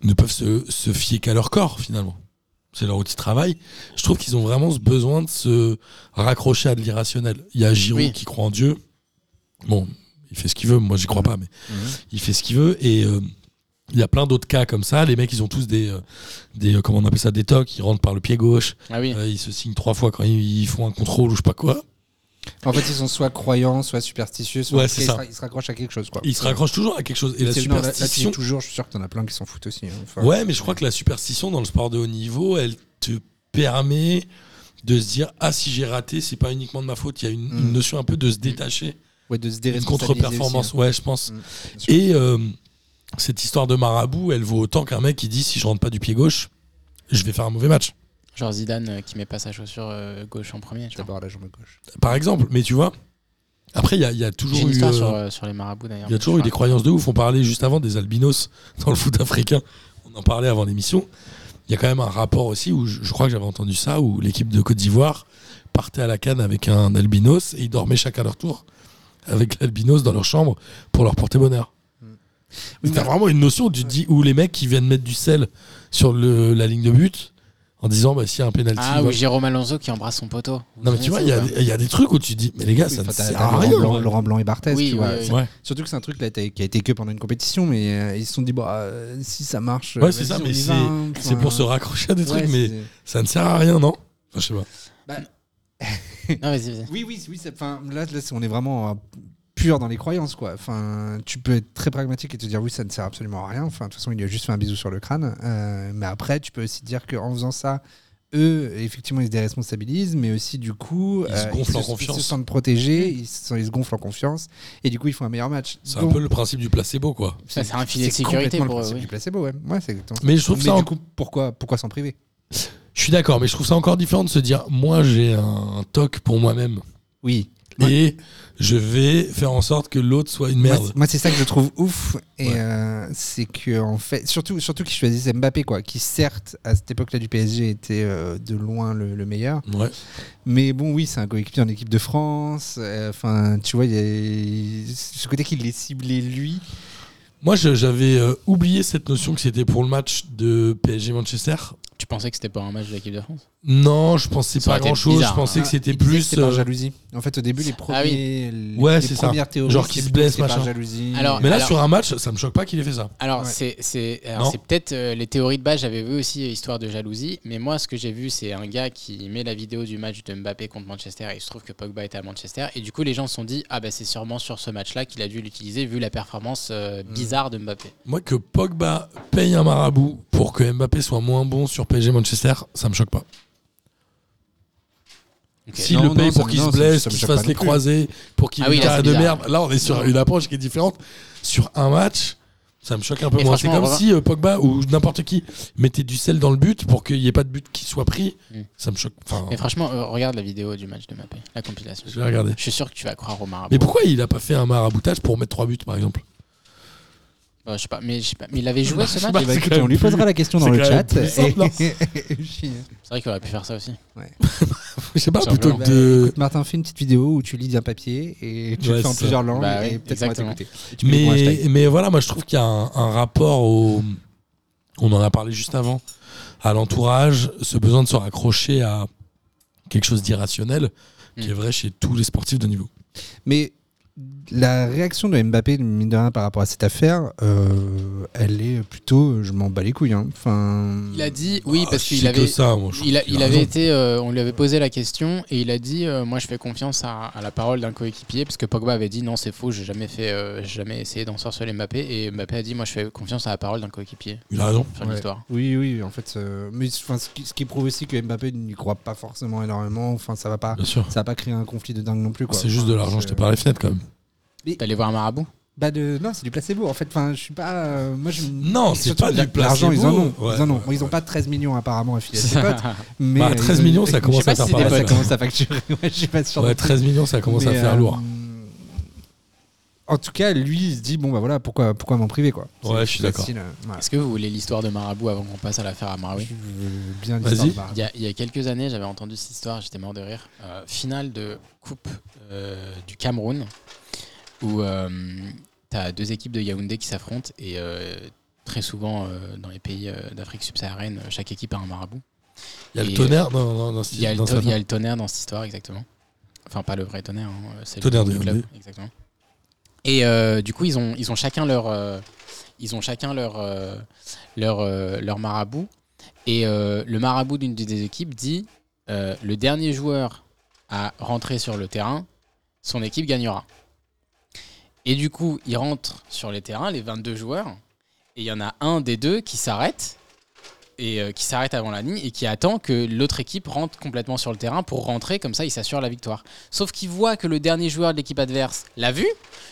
[SPEAKER 4] ne peuvent se, se fier qu'à leur corps, finalement. C'est leur outil de travail. Je trouve qu'ils ont vraiment ce besoin de se raccrocher à de l'irrationnel. Il y a Giroud
[SPEAKER 3] Oui.
[SPEAKER 4] qui croit en Dieu. Bon, il fait ce qu'il veut, moi j'y crois pas, mais il fait ce qu'il veut. Et euh, il y a plein d'autres cas comme ça. Les mecs, ils ont tous des, euh, des euh, comment on appelle ça, des tocs. Ils rentrent par le pied gauche.
[SPEAKER 3] Ah oui.
[SPEAKER 4] Euh, ils se signent trois fois quand ils, ils font un contrôle ou je sais pas quoi.
[SPEAKER 5] En fait, ils sont soit croyants, soit superstitieux, soit
[SPEAKER 4] Ouais,
[SPEAKER 5] en tout
[SPEAKER 4] c'est ça.
[SPEAKER 5] cas, Ils, se ra- ils se raccrochent à quelque chose. Quoi.
[SPEAKER 4] Ils se raccrochent toujours à quelque chose. Et la
[SPEAKER 5] C'est- non, là- là, tu dis
[SPEAKER 4] superstition.
[SPEAKER 5] toujours, je suis sûr que t'en as plein qui s'en foutent aussi. hein. Enfin,
[SPEAKER 4] Ouais, mais je crois que la superstition dans le sport de haut niveau, elle te permet de se dire ah si j'ai raté c'est pas uniquement de ma faute il y a une,
[SPEAKER 5] Mm.
[SPEAKER 4] une notion un peu de se détacher
[SPEAKER 5] ouais, de se
[SPEAKER 4] une
[SPEAKER 5] déresponsabiliser
[SPEAKER 4] contre-performance
[SPEAKER 5] aussi, hein.
[SPEAKER 4] ouais je pense
[SPEAKER 5] Mm, bien sûr.
[SPEAKER 4] et euh, cette histoire de marabout elle vaut autant qu'un mec qui dit si je rentre pas du pied gauche je vais faire un mauvais match
[SPEAKER 3] Genre Zidane euh, qui met pas sa chaussure euh, gauche en premier. tu vois.
[SPEAKER 5] D'abord la jambe gauche.
[SPEAKER 4] par exemple. Mais tu vois, après, il y a, il y a
[SPEAKER 3] J'ai
[SPEAKER 4] toujours
[SPEAKER 3] une
[SPEAKER 4] eu,
[SPEAKER 3] histoire
[SPEAKER 4] euh,
[SPEAKER 3] sur, euh, sur les marabouts d'ailleurs.
[SPEAKER 4] il y a toujours eu des croyances de ouf. On parlait juste avant des albinos dans le foot africain. On en parlait avant l'émission. Il y a quand même un rapport aussi où je, je crois que j'avais entendu ça, où l'équipe de Côte d'Ivoire partait à la canne avec un albinos et ils dormaient chacun leur tour avec l'albinos dans leur chambre pour leur porter bonheur.
[SPEAKER 5] Oui,
[SPEAKER 4] C'était
[SPEAKER 5] mais-
[SPEAKER 4] vraiment une notion tu te dis, où les mecs qui viennent mettre du sel sur le- la ligne de but en disant bah, s'il y a un pénalty.
[SPEAKER 3] Ah
[SPEAKER 4] voilà.
[SPEAKER 3] ou Jérôme Alonso qui embrasse son poteau. Vous
[SPEAKER 4] non mais
[SPEAKER 3] vous
[SPEAKER 4] tu vois,
[SPEAKER 3] souvenez
[SPEAKER 4] il y, a
[SPEAKER 3] de ça
[SPEAKER 4] des- il y a des trucs où tu te dis mais les gars Ah, ça ne
[SPEAKER 5] Oui, enfin, t'as-
[SPEAKER 4] sert
[SPEAKER 5] t'as
[SPEAKER 4] à
[SPEAKER 5] Laurent
[SPEAKER 4] rien.
[SPEAKER 5] Blanc- Laurent Blanc et Barthez,
[SPEAKER 3] Oui,
[SPEAKER 5] tu vois.
[SPEAKER 3] oui, oui.
[SPEAKER 5] Ça-
[SPEAKER 4] Ouais.
[SPEAKER 5] Surtout que c'est un truc là, t'as- qui a été que pendant une compétition, mais euh, ils se sont dit, bah, euh, si ça marche.
[SPEAKER 4] Ouais,
[SPEAKER 5] euh,
[SPEAKER 4] c'est
[SPEAKER 5] vas-y,
[SPEAKER 4] ça,
[SPEAKER 5] on
[SPEAKER 4] mais
[SPEAKER 5] y
[SPEAKER 4] c'est-
[SPEAKER 5] va, hein,
[SPEAKER 4] C'est
[SPEAKER 5] enfin,
[SPEAKER 4] pour se raccrocher à des trucs,
[SPEAKER 5] ouais,
[SPEAKER 4] mais
[SPEAKER 5] c'est-
[SPEAKER 4] ça ne sert à rien, non Enfin, Je sais pas.
[SPEAKER 3] Non vas-y vas-y.
[SPEAKER 5] Oui, oui, oui. c'est- Enfin, là, là, c'est- on est vraiment euh, pur dans les croyances, quoi. Enfin, tu peux être très pragmatique et te dire, oui, ça ne sert absolument à rien. Enfin, de toute façon, il lui a juste fait un bisou sur le crâne. Euh, mais après, tu peux aussi dire qu'en faisant ça, eux, effectivement, ils se déresponsabilisent, mais aussi, du coup, euh,
[SPEAKER 4] Ils se gonflent en
[SPEAKER 5] Ils
[SPEAKER 4] confiance.
[SPEAKER 5] se sentent protégés, ils se, sont- ils se gonflent en confiance, et du coup, ils font un meilleur match.
[SPEAKER 4] C'est un
[SPEAKER 5] Donc,
[SPEAKER 4] peu le principe du placebo, quoi.
[SPEAKER 3] Ça, c'est un filet de
[SPEAKER 5] c'est
[SPEAKER 3] sécurité
[SPEAKER 5] complètement
[SPEAKER 3] pour
[SPEAKER 5] le
[SPEAKER 3] eux.
[SPEAKER 5] principe
[SPEAKER 3] oui.
[SPEAKER 5] du placebo, ouais. Ouais, c'est exactement ça.
[SPEAKER 4] Mais je trouve
[SPEAKER 5] Mais
[SPEAKER 4] ça. en-
[SPEAKER 5] du coup, pourquoi, pourquoi s'en priver
[SPEAKER 4] Je suis d'accord, mais je trouve ça encore différent de se dire moi j'ai un toc pour moi-même
[SPEAKER 5] Oui,
[SPEAKER 4] et je vais faire en sorte que l'autre soit une
[SPEAKER 5] Moi,
[SPEAKER 4] merde.
[SPEAKER 5] c'est- Moi, c'est ça que je trouve ouf. Et
[SPEAKER 4] Ouais.
[SPEAKER 5] euh, c'est que, en fait, surtout, surtout qu'ils choisissent Mbappé, quoi, qui, certes, à cette époque-là du PSG, était euh, de loin le, le meilleur.
[SPEAKER 4] Ouais.
[SPEAKER 5] Mais bon, oui, c'est un coéquipier en équipe de France. Euh, Enfin, tu vois, il y a ce côté qu'il est ciblé, lui.
[SPEAKER 4] Moi je- j'avais euh, oublié cette notion que c'était pour le match de PSG Manchester.
[SPEAKER 3] Tu pensais que c'était pas un match de l'équipe de France
[SPEAKER 4] Non, je pensais
[SPEAKER 3] Ça
[SPEAKER 4] pas
[SPEAKER 3] aurait été
[SPEAKER 4] grand chose. Je
[SPEAKER 3] bizarre, hein.
[SPEAKER 4] pensais
[SPEAKER 5] Ah,
[SPEAKER 4] que c'était
[SPEAKER 5] il disait
[SPEAKER 4] plus.
[SPEAKER 5] c'était par
[SPEAKER 4] euh,
[SPEAKER 5] jalousie. En fait, au début, les premiers.
[SPEAKER 3] Ah oui.
[SPEAKER 5] les-
[SPEAKER 4] Ouais,
[SPEAKER 5] les
[SPEAKER 4] c'est ça.
[SPEAKER 5] premières théories,
[SPEAKER 4] Genre qui
[SPEAKER 5] c'était
[SPEAKER 4] se blesse,
[SPEAKER 5] plus par
[SPEAKER 4] machin.
[SPEAKER 5] jalousie.
[SPEAKER 3] Alors-
[SPEAKER 4] Mais là, sur un match, ça me choque pas qu'il ait fait ça.
[SPEAKER 3] Alors,
[SPEAKER 5] Ouais.
[SPEAKER 3] c'est, c'est, alors,
[SPEAKER 4] Non.
[SPEAKER 3] c'est peut-être euh, les théories de base, j'avais vu aussi euh, histoire de jalousie, mais moi, ce que j'ai vu, c'est un gars qui met la vidéo du match de Mbappé contre Manchester, et il se trouve que Pogba était à Manchester, et du coup, les gens se sont dit, ah bah c'est sûrement sur ce match-là qu'il a dû l'utiliser, vu la performance euh, bizarre de Mbappé.
[SPEAKER 4] Moi, que Pogba paye un marabout pour que Mbappé soit moins bon sur PSG Manchester, ça me choque pas.
[SPEAKER 3] Ok.
[SPEAKER 4] S'il
[SPEAKER 5] Non,
[SPEAKER 4] le paye
[SPEAKER 5] non,
[SPEAKER 4] pour
[SPEAKER 5] ça-
[SPEAKER 4] qu'il
[SPEAKER 5] non,
[SPEAKER 4] se
[SPEAKER 5] ça-
[SPEAKER 4] blesse,
[SPEAKER 5] ça me
[SPEAKER 4] qu'il se
[SPEAKER 5] choque
[SPEAKER 4] fasse
[SPEAKER 5] pas
[SPEAKER 4] les
[SPEAKER 5] non plus.
[SPEAKER 4] croisés, pour qu'il
[SPEAKER 3] Ah
[SPEAKER 4] ait
[SPEAKER 3] oui,
[SPEAKER 4] une
[SPEAKER 3] là,
[SPEAKER 4] carrière
[SPEAKER 3] c'est
[SPEAKER 4] de
[SPEAKER 3] bizarre.
[SPEAKER 4] merde, là, on est sur une approche qui est différente. Sur un match, ça me choque un peu
[SPEAKER 3] Et
[SPEAKER 4] moins. C'est
[SPEAKER 3] franchement,
[SPEAKER 4] comme
[SPEAKER 3] on va-
[SPEAKER 4] si euh, Pogba ou n'importe qui mettait du sel dans le but pour qu'il n'y ait pas de but qui soit pris.
[SPEAKER 3] Mm.
[SPEAKER 4] Ça me choque. Enfin,
[SPEAKER 3] Mais franchement, euh, regarde la vidéo du match de Mbappé, la compilation.
[SPEAKER 4] je vais regarder.
[SPEAKER 3] Je suis sûr que tu vas croire au marabout.
[SPEAKER 4] Mais pourquoi il a pas fait un maraboutage pour mettre trois buts, par exemple
[SPEAKER 3] Euh, je sais pas, mais, je sais pas, mais il avait joué ce match
[SPEAKER 5] Eh ben,
[SPEAKER 4] c'est
[SPEAKER 5] écoute,
[SPEAKER 4] quand même
[SPEAKER 5] on lui
[SPEAKER 4] plus-
[SPEAKER 5] posera la question dans
[SPEAKER 4] c'est
[SPEAKER 5] le
[SPEAKER 4] quand même
[SPEAKER 5] chat.
[SPEAKER 4] plus simple, hein. non
[SPEAKER 3] C'est vrai qu'il aurait pu faire ça aussi.
[SPEAKER 4] Je sais pas,
[SPEAKER 3] Tout
[SPEAKER 4] plutôt que
[SPEAKER 5] Bah,
[SPEAKER 4] de.
[SPEAKER 5] écoute, Martin, fais une petite vidéo où tu lis d'un papier et tu
[SPEAKER 4] Euh, Ouais,
[SPEAKER 5] le fais en
[SPEAKER 4] c'est
[SPEAKER 5] plusieurs langues
[SPEAKER 3] Bah oui,
[SPEAKER 5] et peut-être qu'on va
[SPEAKER 3] exactement.
[SPEAKER 5] t'écouter. Et tu mets le bon
[SPEAKER 4] mais,
[SPEAKER 5] hashtag.
[SPEAKER 4] mais voilà, moi je trouve qu'il y a un, un rapport au. On en a parlé juste avant. À l'entourage, ce besoin de se raccrocher à quelque chose d'irrationnel qui
[SPEAKER 3] Mm.
[SPEAKER 4] est vrai chez tous les sportifs de niveau.
[SPEAKER 5] Mais la réaction de Mbappé, mine de rien, par rapport à cette affaire, euh, elle est plutôt euh, je m'en bats les couilles. hein. Enfin,
[SPEAKER 3] Il a dit, oui,
[SPEAKER 4] Ah,
[SPEAKER 3] parce
[SPEAKER 4] c'est
[SPEAKER 3] qu'il
[SPEAKER 4] que
[SPEAKER 3] avait.
[SPEAKER 4] ça, moi, je trouve
[SPEAKER 3] Il, a-
[SPEAKER 4] qu'il
[SPEAKER 3] il
[SPEAKER 4] a
[SPEAKER 3] avait
[SPEAKER 4] raison.
[SPEAKER 3] été, euh, on lui avait posé la question et il a dit euh, moi je fais confiance à, à la parole d'un coéquipier parce que Pogba avait dit non c'est faux j'ai jamais fait euh, j'ai jamais essayé d'ensorceler Mbappé et Mbappé a dit moi je fais confiance à la parole d'un coéquipier
[SPEAKER 4] Il a raison.
[SPEAKER 3] sur
[SPEAKER 5] Ouais.
[SPEAKER 3] l'histoire.
[SPEAKER 5] Oui, oui, en fait. euh, mais enfin, ce, qui, ce qui prouve aussi que Mbappé n'y croit pas forcément énormément. Enfin, ça va pas.
[SPEAKER 4] Bien sûr.
[SPEAKER 5] Ça va pas créer un conflit de dingue non plus. quoi.
[SPEAKER 4] C'est juste de
[SPEAKER 5] Enfin, euh,
[SPEAKER 4] l'argent
[SPEAKER 5] c'est-
[SPEAKER 4] jeté par les fenêtres quand même.
[SPEAKER 3] T'es allé voir un marabout
[SPEAKER 5] Bah de- non, c'est du placebo. En fait, enfin, je suis pas. euh, moi, je.
[SPEAKER 4] Non, c'est
[SPEAKER 5] surtout
[SPEAKER 4] pas
[SPEAKER 5] de la-
[SPEAKER 4] du
[SPEAKER 5] de l'argent, Ils
[SPEAKER 4] placebo.
[SPEAKER 5] en ont.
[SPEAKER 4] Ouais,
[SPEAKER 5] ils en ont.
[SPEAKER 4] ouais,
[SPEAKER 5] Bon, ils ont
[SPEAKER 4] ouais.
[SPEAKER 5] pas 13 millions apparemment à filer à ses potes. Mais
[SPEAKER 4] Bah,
[SPEAKER 5] euh,
[SPEAKER 4] 13
[SPEAKER 5] ils-
[SPEAKER 4] millions, ça commence
[SPEAKER 5] je sais
[SPEAKER 4] à
[SPEAKER 5] pas
[SPEAKER 4] faire
[SPEAKER 5] si
[SPEAKER 4] pas
[SPEAKER 5] déjà,
[SPEAKER 4] mal.
[SPEAKER 5] Ça commence à facturer. Ouais, je suis pas sûr.
[SPEAKER 4] Ouais,
[SPEAKER 5] non plus.
[SPEAKER 4] 13 millions, ça commence à
[SPEAKER 5] Mais,
[SPEAKER 4] faire
[SPEAKER 5] euh,
[SPEAKER 4] lourd.
[SPEAKER 5] En tout cas, lui, il se dit bon bah voilà, pourquoi, pourquoi m'en priver quoi.
[SPEAKER 4] Ouais,
[SPEAKER 5] C'est
[SPEAKER 4] je suis d'accord.
[SPEAKER 5] facile, euh, voilà.
[SPEAKER 3] Est-ce que vous voulez l'histoire de marabout avant qu'on passe à l'affaire Amraoui
[SPEAKER 5] Je veux bien
[SPEAKER 4] Vas-y.
[SPEAKER 5] l'histoire de Barra.
[SPEAKER 3] Il y, a, il y a quelques années, j'avais entendu cette histoire, j'étais mort de rire. Euh, finale de Coupe euh, du Cameroun, où tu as deux équipes de Yaoundé qui s'affrontent, et euh, très souvent, euh, dans les pays euh, d'Afrique subsaharienne, euh, chaque équipe a un marabout.
[SPEAKER 4] Il y a le
[SPEAKER 3] Et- euh,
[SPEAKER 4] tonnerre dans, dans, dans ce-
[SPEAKER 3] Il y a, le,
[SPEAKER 4] dans
[SPEAKER 3] to-
[SPEAKER 4] ça.
[SPEAKER 3] il y a le tonnerre dans cette histoire, exactement. Enfin, pas le vrai tonnerre, hein, euh, c'est le
[SPEAKER 4] Tonnerre de
[SPEAKER 3] du club, exactement. Et euh, du coup, ils ont, ils ont chacun leur, euh, ils ont chacun leur, euh, leur, euh, leur marabout. Et euh, le marabout d'une des équipes dit euh, le dernier joueur à rentrer sur le terrain, son équipe gagnera. Et du coup, ils rentrent sur les terrains, les 22 joueurs, et il y en a un des deux qui s'arrête et euh, qui s'arrête avant la ligne et qui attend que l'autre équipe rentre complètement sur le terrain pour rentrer, comme ça il s'assure la victoire. Sauf qu'il voit que le dernier joueur de l'équipe adverse l'a vu,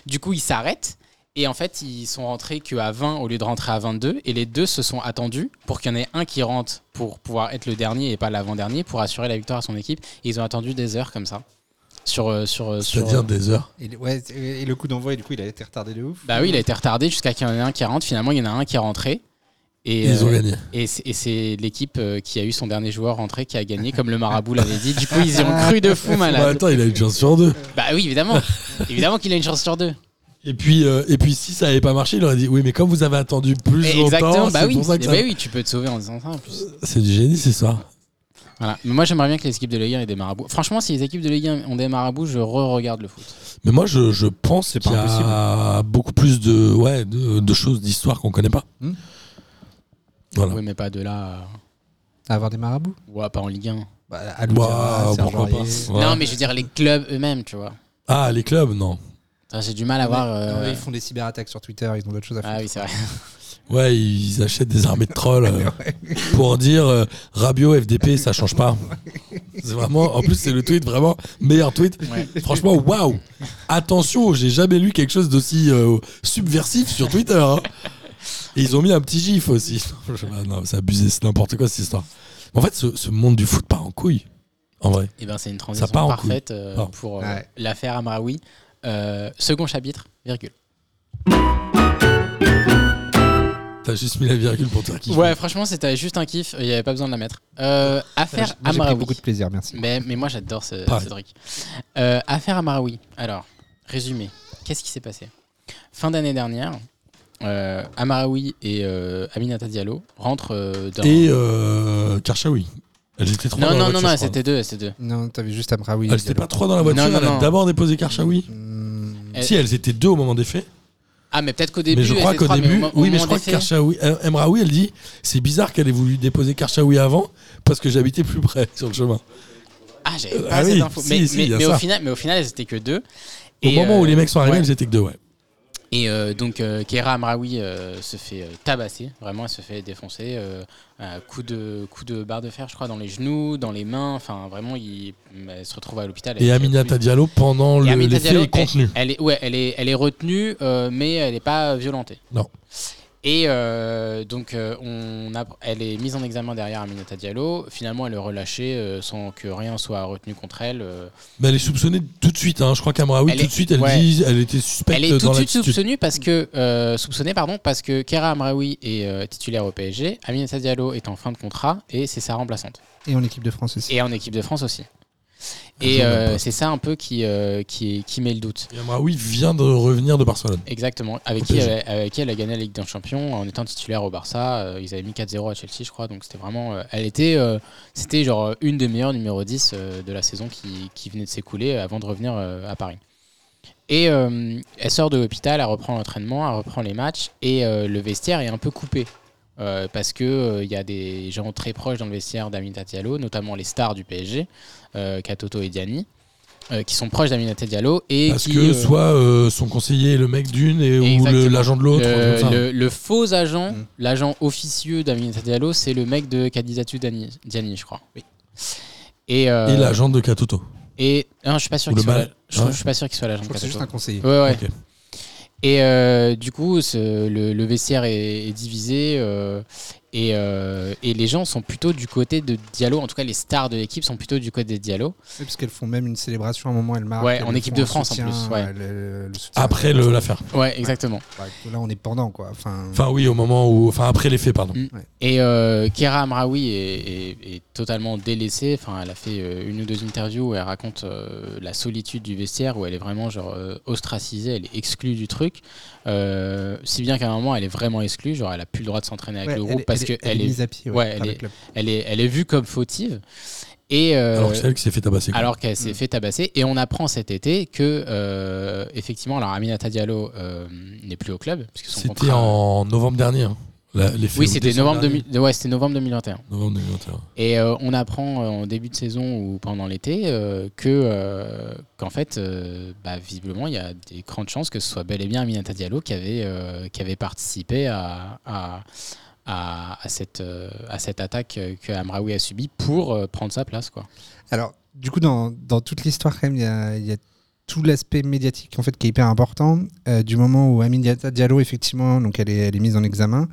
[SPEAKER 3] du coup il s'arrête et en fait ils sont rentrés qu'à 20 au lieu de rentrer à 22 et les deux se sont attendus pour qu'il y en ait un qui rentre pour pouvoir être le dernier et pas l'avant-dernier pour assurer la victoire à son équipe. Et ils ont attendu des heures comme ça. Sur, euh, sur, euh, sur,
[SPEAKER 4] C'est-à-dire des heures.
[SPEAKER 5] Et, le- ouais, c'est- et le coup d'envoi, du coup, il a été retardé de ouf.
[SPEAKER 3] Bah oui, il a été retardé jusqu'à qu'il y en ait un qui rentre. Finalement, il y en a un qui est rentré. Et,
[SPEAKER 4] Ils
[SPEAKER 3] euh,
[SPEAKER 4] ont gagné.
[SPEAKER 3] et c'est- et c'est l'équipe euh, qui a eu son dernier joueur rentré qui a gagné, comme le marabout l'avait dit. Du coup, ils y ont cru de fou
[SPEAKER 4] Bah,
[SPEAKER 3] malade.
[SPEAKER 4] attends, il a une chance sur deux.
[SPEAKER 3] Bah oui, évidemment. évidemment qu'il a une chance sur deux.
[SPEAKER 4] Et puis, euh, et puis si ça avait pas marché, il aurait dit oui, mais comme vous avez attendu plus
[SPEAKER 3] Et
[SPEAKER 4] longtemps,
[SPEAKER 3] exactement. Bah
[SPEAKER 4] c'est
[SPEAKER 3] oui. bah
[SPEAKER 4] pour ça que
[SPEAKER 3] Et
[SPEAKER 4] ça.
[SPEAKER 3] bah oui, tu peux te sauver en disant ça. en plus.
[SPEAKER 4] C'est du génie, c'est ça.
[SPEAKER 3] Voilà. Mais moi, j'aimerais bien que les équipes de Ligue 1 aient des marabouts. Franchement, si les équipes de Ligue 1 ont des marabouts, je re-regarde le foot.
[SPEAKER 4] Mais moi, je, je pense
[SPEAKER 5] pas
[SPEAKER 4] qu'il y a beaucoup plus de, ouais, de, de choses d'histoire qu'on connaît pas.
[SPEAKER 5] Hmm.
[SPEAKER 4] Voilà.
[SPEAKER 3] Oui, mais pas de là.
[SPEAKER 5] À avoir des marabouts.
[SPEAKER 3] euh, ouais, pas en Ligue 1.
[SPEAKER 5] Bah,
[SPEAKER 4] Bah,
[SPEAKER 5] à Loudéra, Serge
[SPEAKER 4] pourquoi pas.
[SPEAKER 5] Aurier.
[SPEAKER 4] Ouais.
[SPEAKER 3] Non, mais je veux dire les clubs eux-mêmes, tu vois.
[SPEAKER 4] Ah, les clubs, non.
[SPEAKER 3] Enfin, J'ai du mal à voir. euh,
[SPEAKER 5] Non, mais Ils font des cyberattaques sur Twitter, ils ont d'autres choses à faire.
[SPEAKER 3] Ah oui, c'est vrai.
[SPEAKER 4] Ouais, ils achètent des armées de trolls euh, pour dire euh, Rabio FDP, ça change pas. C'est vraiment, en plus, c'est le tweet vraiment meilleur tweet.
[SPEAKER 3] Ouais.
[SPEAKER 4] Franchement, waouh! Attention, j'ai jamais lu quelque chose d'aussi euh, subversif sur Twitter. hein. Et ils ont mis un petit gif aussi. Je sais pas, non, c'est abusé, c'est n'importe quoi cette histoire. Mais En fait, ce, ce monde du foot part en couille. En vrai.
[SPEAKER 3] Et ben c'est une transition
[SPEAKER 4] part en couille.
[SPEAKER 3] parfaite euh,
[SPEAKER 4] Pardon.
[SPEAKER 3] pour euh,
[SPEAKER 5] Ouais.
[SPEAKER 3] l'affaire Amraoui. Euh, second chapitre, virgule.
[SPEAKER 4] T'as juste mis la virgule pour te faire kiffer.
[SPEAKER 3] Ouais, franchement, c'était juste un kiff, il n'y avait pas besoin de la mettre. Euh, affaire
[SPEAKER 5] Moi, J'ai pris
[SPEAKER 3] Amraoui.
[SPEAKER 5] beaucoup de plaisir, merci.
[SPEAKER 3] Mais, mais moi, j'adore ce,
[SPEAKER 4] Pareil.
[SPEAKER 3] ce truc. Euh, affaire Amraoui. Alors, résumé. Qu'est-ce qui s'est passé Fin d'année dernière, euh, Amaraoui et euh, Aminata Diallo rentrent euh, dans.
[SPEAKER 4] Et euh, Karchaoui. Elles étaient trois
[SPEAKER 3] non,
[SPEAKER 4] dans la
[SPEAKER 3] non, non,
[SPEAKER 4] voiture.
[SPEAKER 3] non,
[SPEAKER 4] je
[SPEAKER 3] elles
[SPEAKER 4] crois.
[SPEAKER 3] étaient deux, elles étaient deux.
[SPEAKER 5] Non, t'avais juste Amraoui.
[SPEAKER 4] Elles étaient Ah, pas trois dans la voiture.
[SPEAKER 3] Non, non,
[SPEAKER 4] elle a
[SPEAKER 3] non.
[SPEAKER 4] d'abord déposé Karchaoui.
[SPEAKER 5] Mmh.
[SPEAKER 3] Elle-
[SPEAKER 4] Si, elles étaient deux au moment des faits.
[SPEAKER 3] Ah, mais peut-être qu'au Euh, début.
[SPEAKER 4] mais je crois
[SPEAKER 3] elles étaient
[SPEAKER 4] qu'au
[SPEAKER 3] trois,
[SPEAKER 4] début,
[SPEAKER 3] au mo- au
[SPEAKER 4] oui, mais je
[SPEAKER 3] moment
[SPEAKER 4] crois
[SPEAKER 3] des
[SPEAKER 4] que
[SPEAKER 3] faits.
[SPEAKER 4] Karchaoui, euh, Emraoui, elle dit c'est bizarre qu'elle ait voulu déposer Karchaoui avant parce que j'habitais plus près sur le chemin.
[SPEAKER 3] Ah, j'avais
[SPEAKER 4] Euh,
[SPEAKER 3] pas
[SPEAKER 4] ah
[SPEAKER 3] cette
[SPEAKER 4] oui,
[SPEAKER 3] info.
[SPEAKER 4] si,
[SPEAKER 3] mais,
[SPEAKER 4] si,
[SPEAKER 3] mais-
[SPEAKER 4] il y a
[SPEAKER 3] mais au
[SPEAKER 4] ça.
[SPEAKER 3] final, mais au final, elles étaient que deux.
[SPEAKER 4] Au
[SPEAKER 3] Et,
[SPEAKER 4] moment où
[SPEAKER 3] euh,
[SPEAKER 4] les mecs sont arrivés,
[SPEAKER 3] ouais.
[SPEAKER 4] elles étaient que deux, ouais.
[SPEAKER 3] Et euh, donc, euh, Kera Amraoui euh, se fait euh, tabasser, vraiment, elle se fait défoncer. euh, à coup, de, coup de barre de fer, je crois, dans les genoux, dans les mains. Enfin, vraiment, il, bah, elle se retrouve à l'hôpital. avec,
[SPEAKER 4] Et
[SPEAKER 3] euh,
[SPEAKER 4] Aminata Diallo, pendant
[SPEAKER 3] Et
[SPEAKER 4] le,
[SPEAKER 3] Amine
[SPEAKER 4] les faits,
[SPEAKER 3] Tadialo,
[SPEAKER 4] est contenue.
[SPEAKER 3] Elle, elle est, ouais, elle est, elle est retenue, euh, mais elle n'est pas violentée.
[SPEAKER 4] Non.
[SPEAKER 3] Et euh, donc, euh, on appre- elle est mise en examen derrière Aminata Diallo. Finalement, elle est relâchée euh, sans que rien soit retenu contre elle. euh.
[SPEAKER 4] Mais elle est soupçonnée tout de suite, hein. je crois qu'Amraoui,
[SPEAKER 3] Elle
[SPEAKER 4] tout
[SPEAKER 3] est-
[SPEAKER 4] de suite, elle
[SPEAKER 3] ouais.
[SPEAKER 4] dit elle était suspecte
[SPEAKER 3] Elle est tout
[SPEAKER 4] dans
[SPEAKER 3] de suite
[SPEAKER 4] l'attitude.
[SPEAKER 3] soupçonnée parce que, euh, soupçonnée, pardon, parce que Kera Amraoui est euh, titulaire au PSG, Aminata Diallo est en fin de contrat et c'est sa remplaçante.
[SPEAKER 5] Et en équipe de France aussi.
[SPEAKER 3] Et en équipe de France aussi.
[SPEAKER 4] Elle
[SPEAKER 3] Et
[SPEAKER 4] joue au même
[SPEAKER 3] euh,
[SPEAKER 4] poste.
[SPEAKER 3] c'est ça un peu qui, euh, qui, qui met le doute.
[SPEAKER 4] Et Amraoui vient de revenir de Barcelone.
[SPEAKER 3] Exactement, avec
[SPEAKER 4] Au
[SPEAKER 3] qui,
[SPEAKER 4] PSG.
[SPEAKER 3] elle, avec qui elle a gagné la Ligue des Champions en étant titulaire au Barça. Euh, ils avaient mis 4-0 à Chelsea, je crois. Donc c'était vraiment. euh, elle était. euh, c'était genre euh, une des meilleures numéro 10 euh, de la saison qui, qui venait de s'écouler avant de revenir euh, à Paris. Et euh, elle sort de l'hôpital, elle reprend l'entraînement, elle reprend les matchs et euh, le vestiaire est un peu coupé. Euh, parce qu'il y a des gens très proches dans le vestiaire d'Aminata Diallo, notamment les stars du PSG, euh, Katoto et Diani, euh, qui sont proches d'Aminata Diallo. Et
[SPEAKER 4] Parce
[SPEAKER 3] qui,
[SPEAKER 4] que
[SPEAKER 3] euh,
[SPEAKER 4] soit euh, son conseiller est le mec d'une et, ou le-
[SPEAKER 3] Exactement.
[SPEAKER 4] l'agent de l'autre.
[SPEAKER 3] le,
[SPEAKER 4] comme ça.
[SPEAKER 3] Euh, le- le faux agent,
[SPEAKER 5] Mm.
[SPEAKER 3] l'agent officieux d'Aminata Diallo, c'est le mec de Kadizatu Dani- Diani, je crois. Et, euh,
[SPEAKER 4] Et l'agent de Katoto.
[SPEAKER 3] et- non, je suis pas sûr
[SPEAKER 4] Ou
[SPEAKER 3] qu'il
[SPEAKER 4] le
[SPEAKER 3] soit.
[SPEAKER 4] mal-
[SPEAKER 3] la- Je, trouve-
[SPEAKER 4] ouais.
[SPEAKER 3] je suis pas sûr qu'il soit l'agent.
[SPEAKER 5] Je crois que c'est
[SPEAKER 3] de
[SPEAKER 5] juste un conseiller.
[SPEAKER 3] Katoto. Ouais, ouais.
[SPEAKER 4] Ok.
[SPEAKER 3] Et euh, du coup, ce- le, le vestiaire est, est divisé euh, et, euh, et les gens sont plutôt du côté de Diallo. En tout cas, les stars de l'équipe sont plutôt du côté de Diallo.
[SPEAKER 5] Oui, parce qu'elles font même une célébration à un moment, elles marquent.
[SPEAKER 3] Ouais,
[SPEAKER 5] elles
[SPEAKER 3] en
[SPEAKER 5] le
[SPEAKER 3] équipe
[SPEAKER 5] font
[SPEAKER 3] de
[SPEAKER 5] un
[SPEAKER 3] France, en
[SPEAKER 5] soutien,
[SPEAKER 3] plus, ouais.
[SPEAKER 5] euh, le- le soutien.
[SPEAKER 4] Après le- l'affaire.
[SPEAKER 3] Ouais, exactement.
[SPEAKER 5] Bah, Là, on est pendant, quoi. Enfin,
[SPEAKER 4] Enfin oui, au moment où... Enfin après les faits, pardon.
[SPEAKER 3] Mm.
[SPEAKER 5] Ouais.
[SPEAKER 3] Et euh, Kera Amraoui est, est- est totalement délaissée. Enfin, elle a fait euh, une ou deux interviews où elle raconte euh, la solitude du vestiaire, où elle est vraiment genre euh, ostracisée, elle est exclue du truc. Euh, si bien qu'à un moment, elle est vraiment exclue. Genre, elle a plus le droit de s'entraîner avec
[SPEAKER 5] ouais,
[SPEAKER 3] le
[SPEAKER 5] elle
[SPEAKER 3] groupe
[SPEAKER 5] est-
[SPEAKER 3] parce
[SPEAKER 5] elle est-
[SPEAKER 3] qu'elle
[SPEAKER 5] elle est
[SPEAKER 3] est,
[SPEAKER 5] mise à pied.
[SPEAKER 3] ouais,
[SPEAKER 5] par
[SPEAKER 3] elle
[SPEAKER 5] le
[SPEAKER 3] est-
[SPEAKER 5] club.
[SPEAKER 3] elle est, elle est vue comme fautive. Et euh,
[SPEAKER 4] Alors que c'est elle qui s'est fait tabasser. quoi.
[SPEAKER 3] alors qu'elle s'est
[SPEAKER 5] Mm.
[SPEAKER 3] fait tabasser. Et on apprend cet été que, euh, effectivement, alors Aminata Diallo euh, n'est plus au club. puisque son
[SPEAKER 4] C'était
[SPEAKER 3] contrat-
[SPEAKER 4] en novembre dernier. hein. La- les faits
[SPEAKER 3] Oui,
[SPEAKER 4] au
[SPEAKER 3] c'était
[SPEAKER 4] décembre
[SPEAKER 3] novembre,
[SPEAKER 4] dernier.
[SPEAKER 3] 2000 ouais, c'était novembre 2021.
[SPEAKER 4] novembre 2021.
[SPEAKER 3] Et euh, on apprend euh, en début de saison ou pendant l'été euh, que euh, qu'en fait, euh, bah, visiblement, il y a des grandes chances que ce soit bel et bien Aminata Diallo qui avait, euh, qui avait participé à, à, à, à cette, euh, à cette attaque euh, que Amraoui a subie pour euh, prendre sa place. Quoi.
[SPEAKER 5] Alors, du coup, dans, dans toute l'histoire, quand même, il y a, il y a tout l'aspect médiatique en fait qui est hyper important. Euh, du moment où Aminata Diallo, effectivement, donc elle est, elle est mise en examen.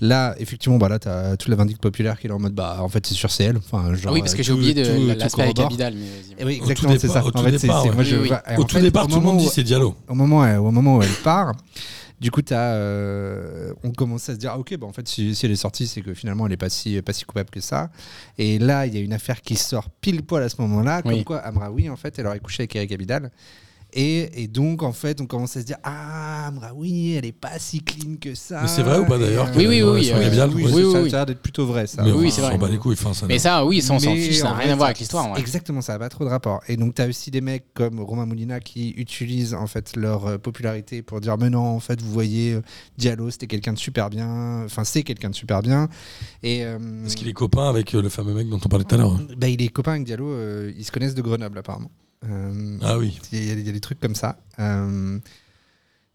[SPEAKER 5] Là, effectivement, bah là, t'as toute la vindique populaire qui est là en mode, bah, en fait, c'est sur CL. Enfin, genre,
[SPEAKER 3] Ah oui, parce que
[SPEAKER 5] euh,
[SPEAKER 3] j'ai
[SPEAKER 5] tout-
[SPEAKER 3] oublié
[SPEAKER 5] tout-
[SPEAKER 3] de
[SPEAKER 5] tout
[SPEAKER 3] l'aspect avec
[SPEAKER 5] corrobore.
[SPEAKER 3] Abidal. mais vas-y.
[SPEAKER 5] Eh oui, exactement, c'est
[SPEAKER 4] départ-
[SPEAKER 5] ça.
[SPEAKER 4] au tout
[SPEAKER 5] En fait, c'est-
[SPEAKER 4] départ,
[SPEAKER 5] c'est- moi,
[SPEAKER 3] ouais.
[SPEAKER 5] je-
[SPEAKER 3] Oui, oui.
[SPEAKER 5] et
[SPEAKER 4] Au
[SPEAKER 5] en
[SPEAKER 4] tout
[SPEAKER 5] fait,
[SPEAKER 4] départ,
[SPEAKER 5] au
[SPEAKER 4] tout le
[SPEAKER 5] moment
[SPEAKER 4] monde dit
[SPEAKER 5] où-
[SPEAKER 4] c'est Diallo.
[SPEAKER 5] au moment, euh, au moment où elle part, du coup, t'as, euh, on commence à se dire ah, ok, bah, en fait, si, si elle est sortie, c'est que finalement, elle n'est pas si, pas si coupable que ça. Et là, il y a une affaire qui sort pile poil à ce moment-là,
[SPEAKER 3] Oui.
[SPEAKER 5] comme quoi Amraoui, en fait, elle aurait couché avec Eric Abidal. Et, et donc, en fait, on commence à se dire Ah, Amraoui, elle n'est pas si clean que ça.
[SPEAKER 4] Mais c'est vrai ou pas,
[SPEAKER 5] Et,
[SPEAKER 4] d'ailleurs,
[SPEAKER 5] euh,
[SPEAKER 3] Ah, Oui, oui, oui,
[SPEAKER 5] sur
[SPEAKER 3] euh,
[SPEAKER 5] Abidal,
[SPEAKER 3] oui,
[SPEAKER 5] ouais,
[SPEAKER 3] oui,
[SPEAKER 5] ça-
[SPEAKER 3] oui.
[SPEAKER 5] Ça a l'air d'être plutôt vrai, ça.
[SPEAKER 4] Mais
[SPEAKER 3] Oui,
[SPEAKER 4] on
[SPEAKER 3] c'est
[SPEAKER 4] s'en
[SPEAKER 3] vrai.
[SPEAKER 4] bat les couilles. enfin, ça n'a-
[SPEAKER 3] Mais ça, oui, ça, on s'en
[SPEAKER 5] Mais
[SPEAKER 3] fiche, ça
[SPEAKER 5] en
[SPEAKER 3] n'a rien
[SPEAKER 5] vrai,
[SPEAKER 3] à voir
[SPEAKER 5] ça-
[SPEAKER 3] avec l'histoire. ouais.
[SPEAKER 5] Exactement, ça n'a pas trop de rapport. Et donc, tu as aussi des mecs comme Romain Moulina qui utilisent en fait leur euh, popularité pour dire Mais non, en fait, vous voyez, euh, Diallo, c'était quelqu'un de super bien. Enfin, c'est quelqu'un de super bien. Et, euh,
[SPEAKER 4] Parce qu'il est copain avec euh, le fameux mec dont on parlait tout à l'heure. hein.
[SPEAKER 5] bah, il est copain avec Diallo, euh, ils se connaissent de Grenoble apparemment. Euh,
[SPEAKER 4] Ah oui.
[SPEAKER 5] il y, a- il y a des trucs comme ça. Euh,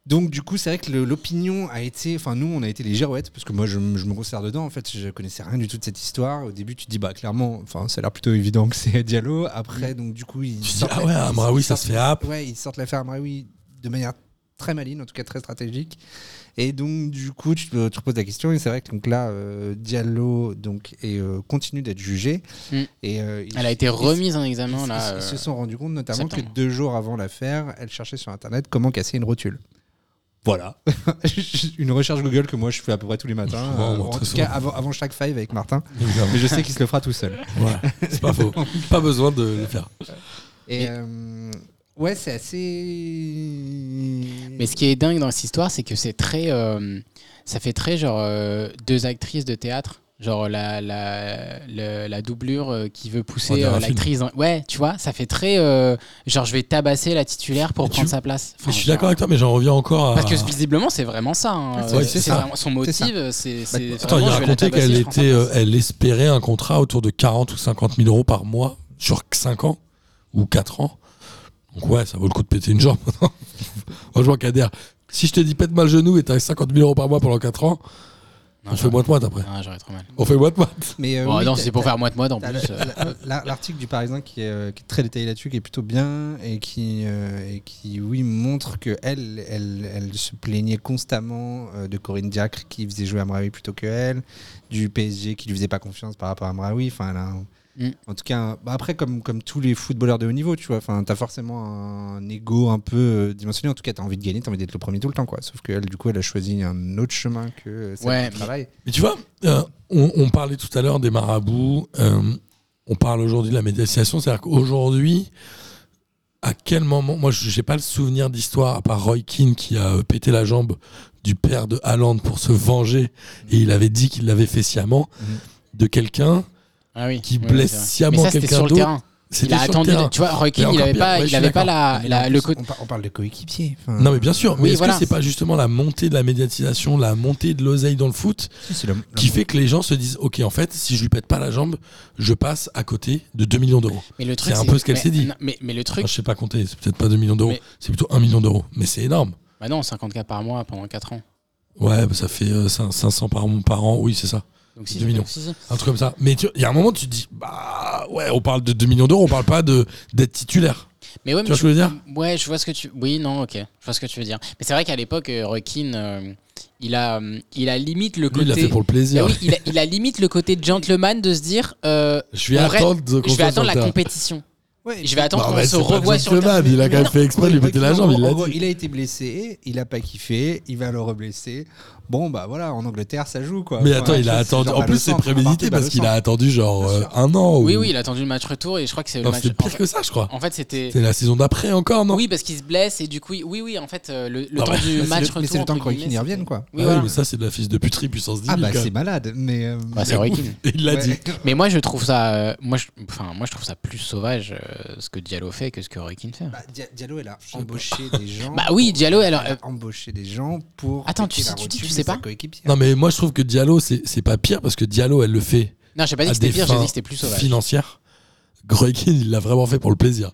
[SPEAKER 5] donc du coup, c'est vrai que le- l'opinion a été, enfin nous, on a été les girouettes parce que moi, je, me- je me resserre dedans. En fait, je connaissais rien du tout de cette histoire. Au début, tu te dis bah clairement, enfin ça a l'air plutôt évident que c'est Diallo. Après, donc du coup, ils
[SPEAKER 4] Tu te dis,
[SPEAKER 5] sortent-
[SPEAKER 4] ah ouais, Amraoui, ça se fait hap.
[SPEAKER 5] ouais, ils sortent l'affaire Amraoui de manière très maligne, en tout cas très stratégique. Et donc, du coup, tu te, tu te poses la question. Et c'est vrai que donc là, euh, Diallo donc, est, euh, continue d'être jugé.
[SPEAKER 3] Mm.
[SPEAKER 5] Et, euh, il-
[SPEAKER 3] Elle a été
[SPEAKER 5] il-
[SPEAKER 3] remise en
[SPEAKER 5] ils,
[SPEAKER 3] examen.
[SPEAKER 5] ils-
[SPEAKER 3] Là,
[SPEAKER 5] ils
[SPEAKER 3] euh,
[SPEAKER 5] se sont rendus compte notamment
[SPEAKER 3] septembre.
[SPEAKER 5] que deux jours avant l'affaire, elle cherchait sur internet comment casser une rotule. Voilà. une recherche Google que moi je fais à peu près tous les matins.
[SPEAKER 4] Ouais,
[SPEAKER 5] euh,
[SPEAKER 4] moi,
[SPEAKER 5] en
[SPEAKER 4] très
[SPEAKER 5] tout
[SPEAKER 4] souvent.
[SPEAKER 5] cas, avant, avant chaque five avec Martin.
[SPEAKER 4] Évidemment.
[SPEAKER 5] Mais je sais qu'il se le fera tout seul.
[SPEAKER 4] Ouais, c'est pas faux. Pas besoin de le faire.
[SPEAKER 5] Et euh, ouais, c'est assez.
[SPEAKER 3] Mais ce qui est dingue dans cette histoire, c'est que c'est très. euh, ça fait très genre euh, deux actrices de théâtre. Genre la, la, la, la doublure euh, qui veut
[SPEAKER 4] On
[SPEAKER 3] pousser
[SPEAKER 4] dirait
[SPEAKER 3] euh,
[SPEAKER 4] un film.
[SPEAKER 3] l'actrice. dans- Ouais, tu vois, ça fait très. euh, genre je vais tabasser la titulaire pour
[SPEAKER 4] Mais tu-
[SPEAKER 3] prendre sa place. Enfin,
[SPEAKER 4] Mais je suis d'accord avec toi, mais j'en reviens encore à.
[SPEAKER 3] Parce que visiblement, c'est vraiment ça. hein.
[SPEAKER 4] Ouais, c'est
[SPEAKER 3] c'est
[SPEAKER 4] ça.
[SPEAKER 3] vraiment son
[SPEAKER 5] C'est ça.
[SPEAKER 3] motif. C'est c'est
[SPEAKER 4] Bah, Attends,
[SPEAKER 3] vraiment, je vais
[SPEAKER 4] il a
[SPEAKER 3] la
[SPEAKER 4] raconté
[SPEAKER 3] tabasser,
[SPEAKER 4] qu'elle
[SPEAKER 3] je prends sa
[SPEAKER 4] était,
[SPEAKER 3] place.
[SPEAKER 4] euh, elle espérait un contrat autour de 40 ou 50 000 euros par mois sur 5 ans ou 4 ans. Donc ouais, ça vaut le coup de péter une jambe. Franchement, Kader, si je te dis pète-moi le genou et t'as 50 000 euros par mois pendant 4 ans,
[SPEAKER 3] Non,
[SPEAKER 4] on fait
[SPEAKER 3] j'aurais-
[SPEAKER 4] moins de moite après.
[SPEAKER 3] non, j'aurais trop mal.
[SPEAKER 4] On fait moins de moite.
[SPEAKER 5] Mais euh,
[SPEAKER 3] Bon,
[SPEAKER 5] Bah oui,
[SPEAKER 3] non,
[SPEAKER 5] t'as-
[SPEAKER 3] c'est pour
[SPEAKER 5] t'as-
[SPEAKER 3] faire moite moite en
[SPEAKER 5] t'as
[SPEAKER 3] plus.
[SPEAKER 5] le-
[SPEAKER 3] euh.
[SPEAKER 5] la- la- L'article du Parisien qui est, euh, qui est très détaillé là-dessus, qui est plutôt bien et qui, euh, et qui oui, montre que elle, elle, elle se plaignait constamment euh, de Corinne Diacre qui faisait jouer Amraoui plutôt que elle, du PSG qui lui faisait pas confiance par rapport à Amraoui. Enfin, elle a un-
[SPEAKER 3] Mm.
[SPEAKER 5] En tout cas, un- bah, après, comme, comme tous les footballeurs de haut niveau, tu vois, enfin, t'as forcément un ego un peu euh, dimensionné. En tout cas, t'as envie de gagner, t'as envie d'être le premier tout le temps, quoi. Sauf qu'elle, du coup, elle a choisi un autre chemin que euh, celle
[SPEAKER 3] Ouais,
[SPEAKER 5] du
[SPEAKER 3] mais-
[SPEAKER 5] travail.
[SPEAKER 4] Mais tu vois, euh, on, on parlait tout à l'heure des marabouts. euh, on parle aujourd'hui de la médiation. C'est-à-dire qu'aujourd'hui, à quel moment. Moi, je n'ai pas le souvenir d'histoire, à part Roy Keane qui a euh, pété la jambe du père de Haaland pour se venger. Et il avait dit qu'il l'avait fait sciemment.
[SPEAKER 5] Mhm.
[SPEAKER 4] De quelqu'un
[SPEAKER 3] Ah oui.
[SPEAKER 4] qui
[SPEAKER 3] oui,
[SPEAKER 4] blesse
[SPEAKER 3] c'est vrai.
[SPEAKER 4] sciemment
[SPEAKER 3] Mais ça, c'était
[SPEAKER 4] quelqu'un
[SPEAKER 3] sur le
[SPEAKER 4] d'autre.
[SPEAKER 3] terrain.
[SPEAKER 4] C'était
[SPEAKER 3] Il a
[SPEAKER 4] sur le
[SPEAKER 3] attendu.
[SPEAKER 4] terrain.
[SPEAKER 3] Tu vois, Roy Keane, il
[SPEAKER 4] Mais encore
[SPEAKER 3] n'avait
[SPEAKER 4] pire,
[SPEAKER 3] pas,
[SPEAKER 4] ouais, je
[SPEAKER 3] il
[SPEAKER 4] suis
[SPEAKER 3] avait pas la,
[SPEAKER 5] Mais
[SPEAKER 3] ah, la-
[SPEAKER 5] en
[SPEAKER 3] le
[SPEAKER 5] plus,
[SPEAKER 3] côté.
[SPEAKER 5] on, par- on parle de coéquipier. enfin.
[SPEAKER 4] Non mais bien sûr, mais
[SPEAKER 3] Oui,
[SPEAKER 4] est-ce
[SPEAKER 3] voilà.
[SPEAKER 4] que c'est pas justement la montée de la médiatisation, la montée de l'oseille dans le foot
[SPEAKER 5] Si, c'est le- le
[SPEAKER 4] qui
[SPEAKER 5] mot.
[SPEAKER 4] fait que les gens se disent ok en fait si je lui pète pas la jambe je passe à côté de 2 millions d'euros
[SPEAKER 3] Mais le truc,
[SPEAKER 4] un peu ce qu'elle
[SPEAKER 3] mais-
[SPEAKER 4] s'est dit.
[SPEAKER 3] non, Mais, mais le truc,
[SPEAKER 4] Enfin, je sais pas compter c'est peut-être pas 2 millions d'euros
[SPEAKER 3] Mais-
[SPEAKER 4] c'est plutôt 1 million d'euros mais c'est énorme
[SPEAKER 3] bah non, 50K par mois pendant 4 ans.
[SPEAKER 4] ouais bah, ça fait euh, cin- 500 par, par an oui c'est ça
[SPEAKER 3] Donc si
[SPEAKER 4] Deux millions.
[SPEAKER 3] si, si.
[SPEAKER 4] un truc comme ça mais tu- il y a un moment tu te dis bah ouais on parle de 2 millions d'euros on parle pas de d'être titulaire
[SPEAKER 3] Mais ouais,
[SPEAKER 4] tu
[SPEAKER 3] Ah, mais
[SPEAKER 4] vois ce que je veux dire
[SPEAKER 3] Ouais, je vois ce que tu. Oui, non, ok. Je vois ce que tu veux dire. Mais c'est vrai qu'à l'époque, euh, Roy Keane, euh, il a, euh, il a limite le
[SPEAKER 4] lui il l'a
[SPEAKER 3] côté.
[SPEAKER 4] fait pour le
[SPEAKER 3] Ah
[SPEAKER 4] plaisir
[SPEAKER 3] oui, il, a, il a limite le côté gentleman de se dire, euh,
[SPEAKER 4] je vais
[SPEAKER 3] En vrai,
[SPEAKER 4] attendre de
[SPEAKER 3] je vais
[SPEAKER 4] qu'on soit
[SPEAKER 3] attendre la
[SPEAKER 4] sur le terrain.
[SPEAKER 3] compétition.
[SPEAKER 5] Ouais,
[SPEAKER 3] Je vais attendre
[SPEAKER 4] Bah,
[SPEAKER 3] qu'on
[SPEAKER 4] ouais,
[SPEAKER 3] se
[SPEAKER 4] c'est pas
[SPEAKER 3] revoie sur le
[SPEAKER 4] gentleman,
[SPEAKER 3] terrain.
[SPEAKER 4] il a quand même fait exprès de lui
[SPEAKER 5] Ouais,
[SPEAKER 4] péter
[SPEAKER 5] ouais,
[SPEAKER 4] la
[SPEAKER 5] non,
[SPEAKER 4] jambe
[SPEAKER 5] en
[SPEAKER 4] il l'a
[SPEAKER 5] gros,
[SPEAKER 4] dit
[SPEAKER 5] a été blessé, il a pas kiffé, il va le reblesser. Bon, bah voilà, en Angleterre, ça joue quoi.
[SPEAKER 4] mais
[SPEAKER 5] Enfin,
[SPEAKER 4] attends il a
[SPEAKER 5] c'est
[SPEAKER 4] attendu
[SPEAKER 5] genre
[SPEAKER 4] en
[SPEAKER 5] pas
[SPEAKER 4] plus
[SPEAKER 5] le
[SPEAKER 4] c'est
[SPEAKER 5] centre,
[SPEAKER 4] prémédité
[SPEAKER 5] on part
[SPEAKER 4] parce
[SPEAKER 5] pas
[SPEAKER 4] qu'il a
[SPEAKER 5] le
[SPEAKER 4] attendu genre
[SPEAKER 5] Bien
[SPEAKER 4] euh,
[SPEAKER 5] sûr.
[SPEAKER 4] un an
[SPEAKER 3] Oui,
[SPEAKER 4] ou-
[SPEAKER 3] oui, il a attendu le match retour et je crois que c'est le
[SPEAKER 4] Non,
[SPEAKER 3] match.
[SPEAKER 4] c'était
[SPEAKER 3] en
[SPEAKER 4] pire
[SPEAKER 3] fait-
[SPEAKER 4] que ça, je crois.
[SPEAKER 3] En fait, c'était.
[SPEAKER 4] C'est la saison d'après encore, non Ah
[SPEAKER 3] Oui, parce qu'il se blesse et du coup, il- oui, oui, en fait, euh, le, le
[SPEAKER 4] Non,
[SPEAKER 3] temps
[SPEAKER 4] mais-
[SPEAKER 5] centre.
[SPEAKER 3] du
[SPEAKER 5] Bah, c'est
[SPEAKER 3] match
[SPEAKER 5] le-
[SPEAKER 3] retour.
[SPEAKER 5] Mais c'est le temps
[SPEAKER 3] entre
[SPEAKER 5] que Roy Keane
[SPEAKER 3] guillemets,
[SPEAKER 5] y revienne quoi.
[SPEAKER 4] Ah
[SPEAKER 3] Oui,
[SPEAKER 4] oui,
[SPEAKER 3] voilà.
[SPEAKER 4] mais ça, c'est de la fiche de puterie puissance 10
[SPEAKER 5] Ah
[SPEAKER 4] 000,
[SPEAKER 5] bah
[SPEAKER 4] quand
[SPEAKER 5] c'est
[SPEAKER 4] même.
[SPEAKER 5] malade, mais. euh,
[SPEAKER 3] Bah, c'est Roy Keane.
[SPEAKER 4] Il l'a
[SPEAKER 5] ouais.
[SPEAKER 4] dit.
[SPEAKER 3] Mais moi, je trouve ça, euh, moi, je, enfin, moi, je trouve ça plus sauvage euh, ce que Diallo fait que ce que Roy Keane fait.
[SPEAKER 5] Bah, Dia- Diallo, elle a embauché des gens.
[SPEAKER 3] Bah oui, Diallo, alors,
[SPEAKER 5] Elle a embauché des gens pour.
[SPEAKER 3] Attends, tu
[SPEAKER 5] péter la
[SPEAKER 3] sais- tu- tu
[SPEAKER 5] rotule
[SPEAKER 3] sais
[SPEAKER 5] de sa
[SPEAKER 3] pas
[SPEAKER 5] coéquipière.
[SPEAKER 4] Non, mais moi, je trouve que Diallo, c'est c'est pas pire parce que Diallo, elle le fait
[SPEAKER 3] Non, j'ai pas dit
[SPEAKER 4] à
[SPEAKER 3] que c'était
[SPEAKER 4] Ah, des
[SPEAKER 3] pire, j'ai dit
[SPEAKER 4] fins
[SPEAKER 3] que c'était plus sauvage.
[SPEAKER 4] financières. Groekin, il l'a vraiment fait pour le plaisir.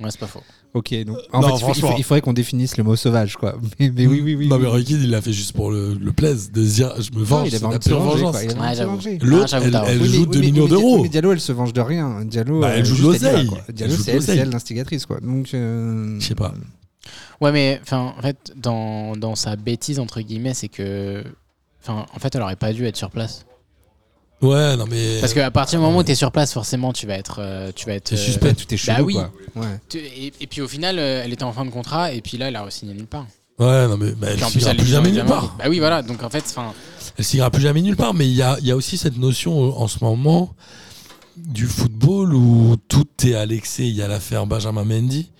[SPEAKER 3] Ouais, c'est pas faux.
[SPEAKER 5] Ok, donc en
[SPEAKER 4] Non,
[SPEAKER 5] fait, il faut- il,
[SPEAKER 4] franchement.
[SPEAKER 5] faut- il faudrait qu'on définisse le mot sauvage quoi. Mais, mais oui, oui, oui.
[SPEAKER 4] non, mais
[SPEAKER 5] oui.
[SPEAKER 4] Groekin, il l'a fait juste pour le, le plaisir de se dire je me
[SPEAKER 5] Non,
[SPEAKER 4] venge,
[SPEAKER 5] il
[SPEAKER 4] c'est
[SPEAKER 5] avait
[SPEAKER 4] de
[SPEAKER 5] envie
[SPEAKER 4] la
[SPEAKER 5] de se
[SPEAKER 4] pure
[SPEAKER 5] venger,
[SPEAKER 4] vengeance.
[SPEAKER 5] quoi. Il avait
[SPEAKER 3] Ouais,
[SPEAKER 5] envie de se
[SPEAKER 3] j'avoue.
[SPEAKER 5] venger.
[SPEAKER 3] Ah,
[SPEAKER 4] L'autre,
[SPEAKER 3] j'avoue,
[SPEAKER 4] elle,
[SPEAKER 3] t'as
[SPEAKER 4] elle
[SPEAKER 5] Oui, mais-
[SPEAKER 4] joue
[SPEAKER 5] oui,
[SPEAKER 4] 2
[SPEAKER 5] mais-
[SPEAKER 4] millions
[SPEAKER 5] oui, mais- oui,
[SPEAKER 4] d'euros.
[SPEAKER 5] mais Diallo, elle se venge de rien. Diallo,
[SPEAKER 4] Bah, elle
[SPEAKER 5] euh,
[SPEAKER 4] joue de
[SPEAKER 5] juste, y va,
[SPEAKER 4] l'oseille.
[SPEAKER 5] quoi.
[SPEAKER 4] Elle
[SPEAKER 5] Diallo,
[SPEAKER 4] joue de
[SPEAKER 5] c'est elle,
[SPEAKER 4] l'oseille.
[SPEAKER 5] c'est elle, l'instigatrice, quoi. Donc, euh,
[SPEAKER 4] Je sais pas.
[SPEAKER 3] Ouais, mais enfin, en fait, dans, dans sa bêtise entre guillemets, c'est que, enfin, en fait, elle aurait pas dû être sur place.
[SPEAKER 4] Ouais, non, mais.
[SPEAKER 3] Parce qu'à partir du moment où t'es sur place, forcément, tu vas être, euh, tu vas être.
[SPEAKER 4] T'es suspect.
[SPEAKER 3] bah,
[SPEAKER 5] tout est chelou,
[SPEAKER 3] Bah oui.
[SPEAKER 5] quoi. Ouais.
[SPEAKER 3] tu- Et, et puis au final, euh, elle était en fin de contrat, et puis là, elle a re-signé nulle part.
[SPEAKER 4] Ouais, non, mais bah, elle
[SPEAKER 3] Puis en
[SPEAKER 4] signera
[SPEAKER 3] elle
[SPEAKER 4] plus
[SPEAKER 3] lui dit,
[SPEAKER 4] jamais nulle
[SPEAKER 3] évidemment,
[SPEAKER 4] part.
[SPEAKER 3] Bah oui, voilà. Donc en fait, enfin,
[SPEAKER 4] elle signera plus jamais nulle part. Mais il y a, il y a aussi cette notion euh, en ce moment du football où tout est à l'excès. Il y a l'affaire Benjamin Mendy.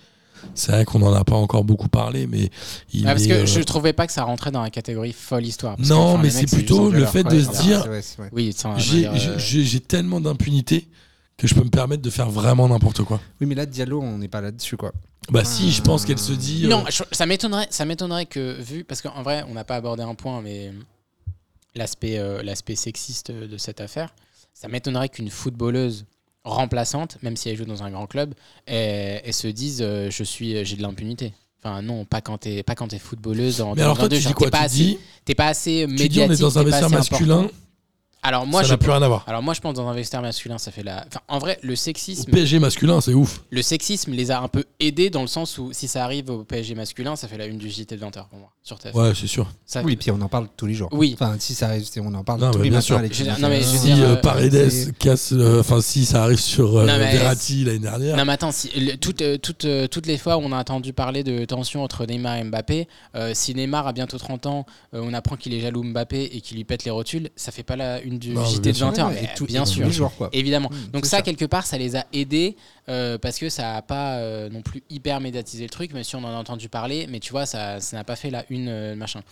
[SPEAKER 4] C'est vrai qu'on n'en a pas encore beaucoup parlé, mais il
[SPEAKER 3] ah, parce
[SPEAKER 4] est,
[SPEAKER 3] que
[SPEAKER 4] euh,
[SPEAKER 3] je trouvais pas que ça rentrait dans la catégorie folle histoire. parce que,
[SPEAKER 4] Non,
[SPEAKER 3] enfin, les
[SPEAKER 4] mais
[SPEAKER 3] mecs, juste
[SPEAKER 4] c'est plutôt
[SPEAKER 3] des
[SPEAKER 4] le
[SPEAKER 3] violeurs,
[SPEAKER 4] fait
[SPEAKER 3] quoi,
[SPEAKER 4] de
[SPEAKER 3] ils
[SPEAKER 4] se
[SPEAKER 3] sont-
[SPEAKER 5] Ah,
[SPEAKER 4] dire-
[SPEAKER 5] c'est vrai, c'est vrai.
[SPEAKER 3] Oui, enfin, je veux
[SPEAKER 4] j'ai
[SPEAKER 3] dire,
[SPEAKER 4] j'ai-
[SPEAKER 3] euh,
[SPEAKER 4] j'ai- j'ai tellement d'impunité que je peux me permettre de faire vraiment n'importe quoi.
[SPEAKER 5] Oui, mais là, Diallo, on n'est pas là-dessus, quoi.
[SPEAKER 4] Bah si, je pense qu'elle se dit. euh,
[SPEAKER 3] Non, je- ça m'étonnerait, ça m'étonnerait que vu parce qu'en vrai, on n'a pas abordé un point, mais l'aspect, euh, l'aspect sexiste de cette affaire, ça m'étonnerait qu'une footballeuse remplaçante, même si elle joue dans un grand club, elle, elle se dise euh, je suis, j'ai de l'impunité. Enfin non, pas quand t'es, pas quand t'es footballeuse. En
[SPEAKER 4] mais alors toi,
[SPEAKER 3] 32,
[SPEAKER 4] tu dis
[SPEAKER 3] genre,
[SPEAKER 4] quoi
[SPEAKER 3] t'es pas
[SPEAKER 4] Tu dis,
[SPEAKER 3] assez, t'es pas assez
[SPEAKER 4] tu dis on
[SPEAKER 3] médiatique.
[SPEAKER 4] est dans un
[SPEAKER 3] t'es pas
[SPEAKER 4] vestiaire
[SPEAKER 3] assez important.
[SPEAKER 4] masculin,
[SPEAKER 3] Alors moi,
[SPEAKER 4] ça
[SPEAKER 3] je,
[SPEAKER 4] n'a plus rien à voir.
[SPEAKER 3] alors moi, je pense dans un vestiaire masculin, ça fait la. Enfin, en vrai, le
[SPEAKER 4] Au
[SPEAKER 3] sexisme
[SPEAKER 4] PSG masculin, c'est ouf.
[SPEAKER 3] le sexisme les a un peu aidés dans le sens où si ça arrive au PSG masculin, ça fait la une du JT de 20h pour moi sur TF.
[SPEAKER 4] Ouais, c'est sûr.
[SPEAKER 3] Ça-
[SPEAKER 5] Oui, puis on en parle tous les jours.
[SPEAKER 3] Oui.
[SPEAKER 5] Enfin, si ça arrive, c'est- on en parle
[SPEAKER 4] Non,
[SPEAKER 5] tous
[SPEAKER 4] mais
[SPEAKER 5] les
[SPEAKER 4] bien
[SPEAKER 5] matins.
[SPEAKER 4] sûr.
[SPEAKER 5] avec
[SPEAKER 3] Je veux
[SPEAKER 5] les
[SPEAKER 3] dire- non, mais je veux
[SPEAKER 5] internationaux.
[SPEAKER 4] Si
[SPEAKER 3] dire,
[SPEAKER 4] euh,
[SPEAKER 3] euh,
[SPEAKER 4] Paredes
[SPEAKER 5] c'est-
[SPEAKER 4] casse, euh, enfin si ça arrive sur euh,
[SPEAKER 3] Non, mais-
[SPEAKER 4] Verratti l'année dernière.
[SPEAKER 3] Non mais attends, si- le- toutes, euh, toutes, euh, toutes les fois où on a entendu parler de tension entre Neymar et Mbappé, euh, si Neymar a bientôt 30 ans, euh, on apprend qu'il est jaloux Mbappé et qu'il lui pète les rotules, ça fait pas la une une du
[SPEAKER 4] Non, mais
[SPEAKER 3] JT de
[SPEAKER 4] bien sûr.
[SPEAKER 3] 20h.
[SPEAKER 5] Ouais, et tout-
[SPEAKER 3] bien
[SPEAKER 5] et
[SPEAKER 3] sûr.
[SPEAKER 5] tous les jours, quoi.
[SPEAKER 3] Évidemment.
[SPEAKER 5] Mm,
[SPEAKER 3] Donc
[SPEAKER 5] c'est
[SPEAKER 3] ça,
[SPEAKER 5] ça.
[SPEAKER 3] quelque part, ça les a aidés euh, parce que ça n'a pas euh, non plus hyper médiatisé le truc, même si on en a entendu parler, mais tu vois, ça ça n'a pas fait la une, euh, machin.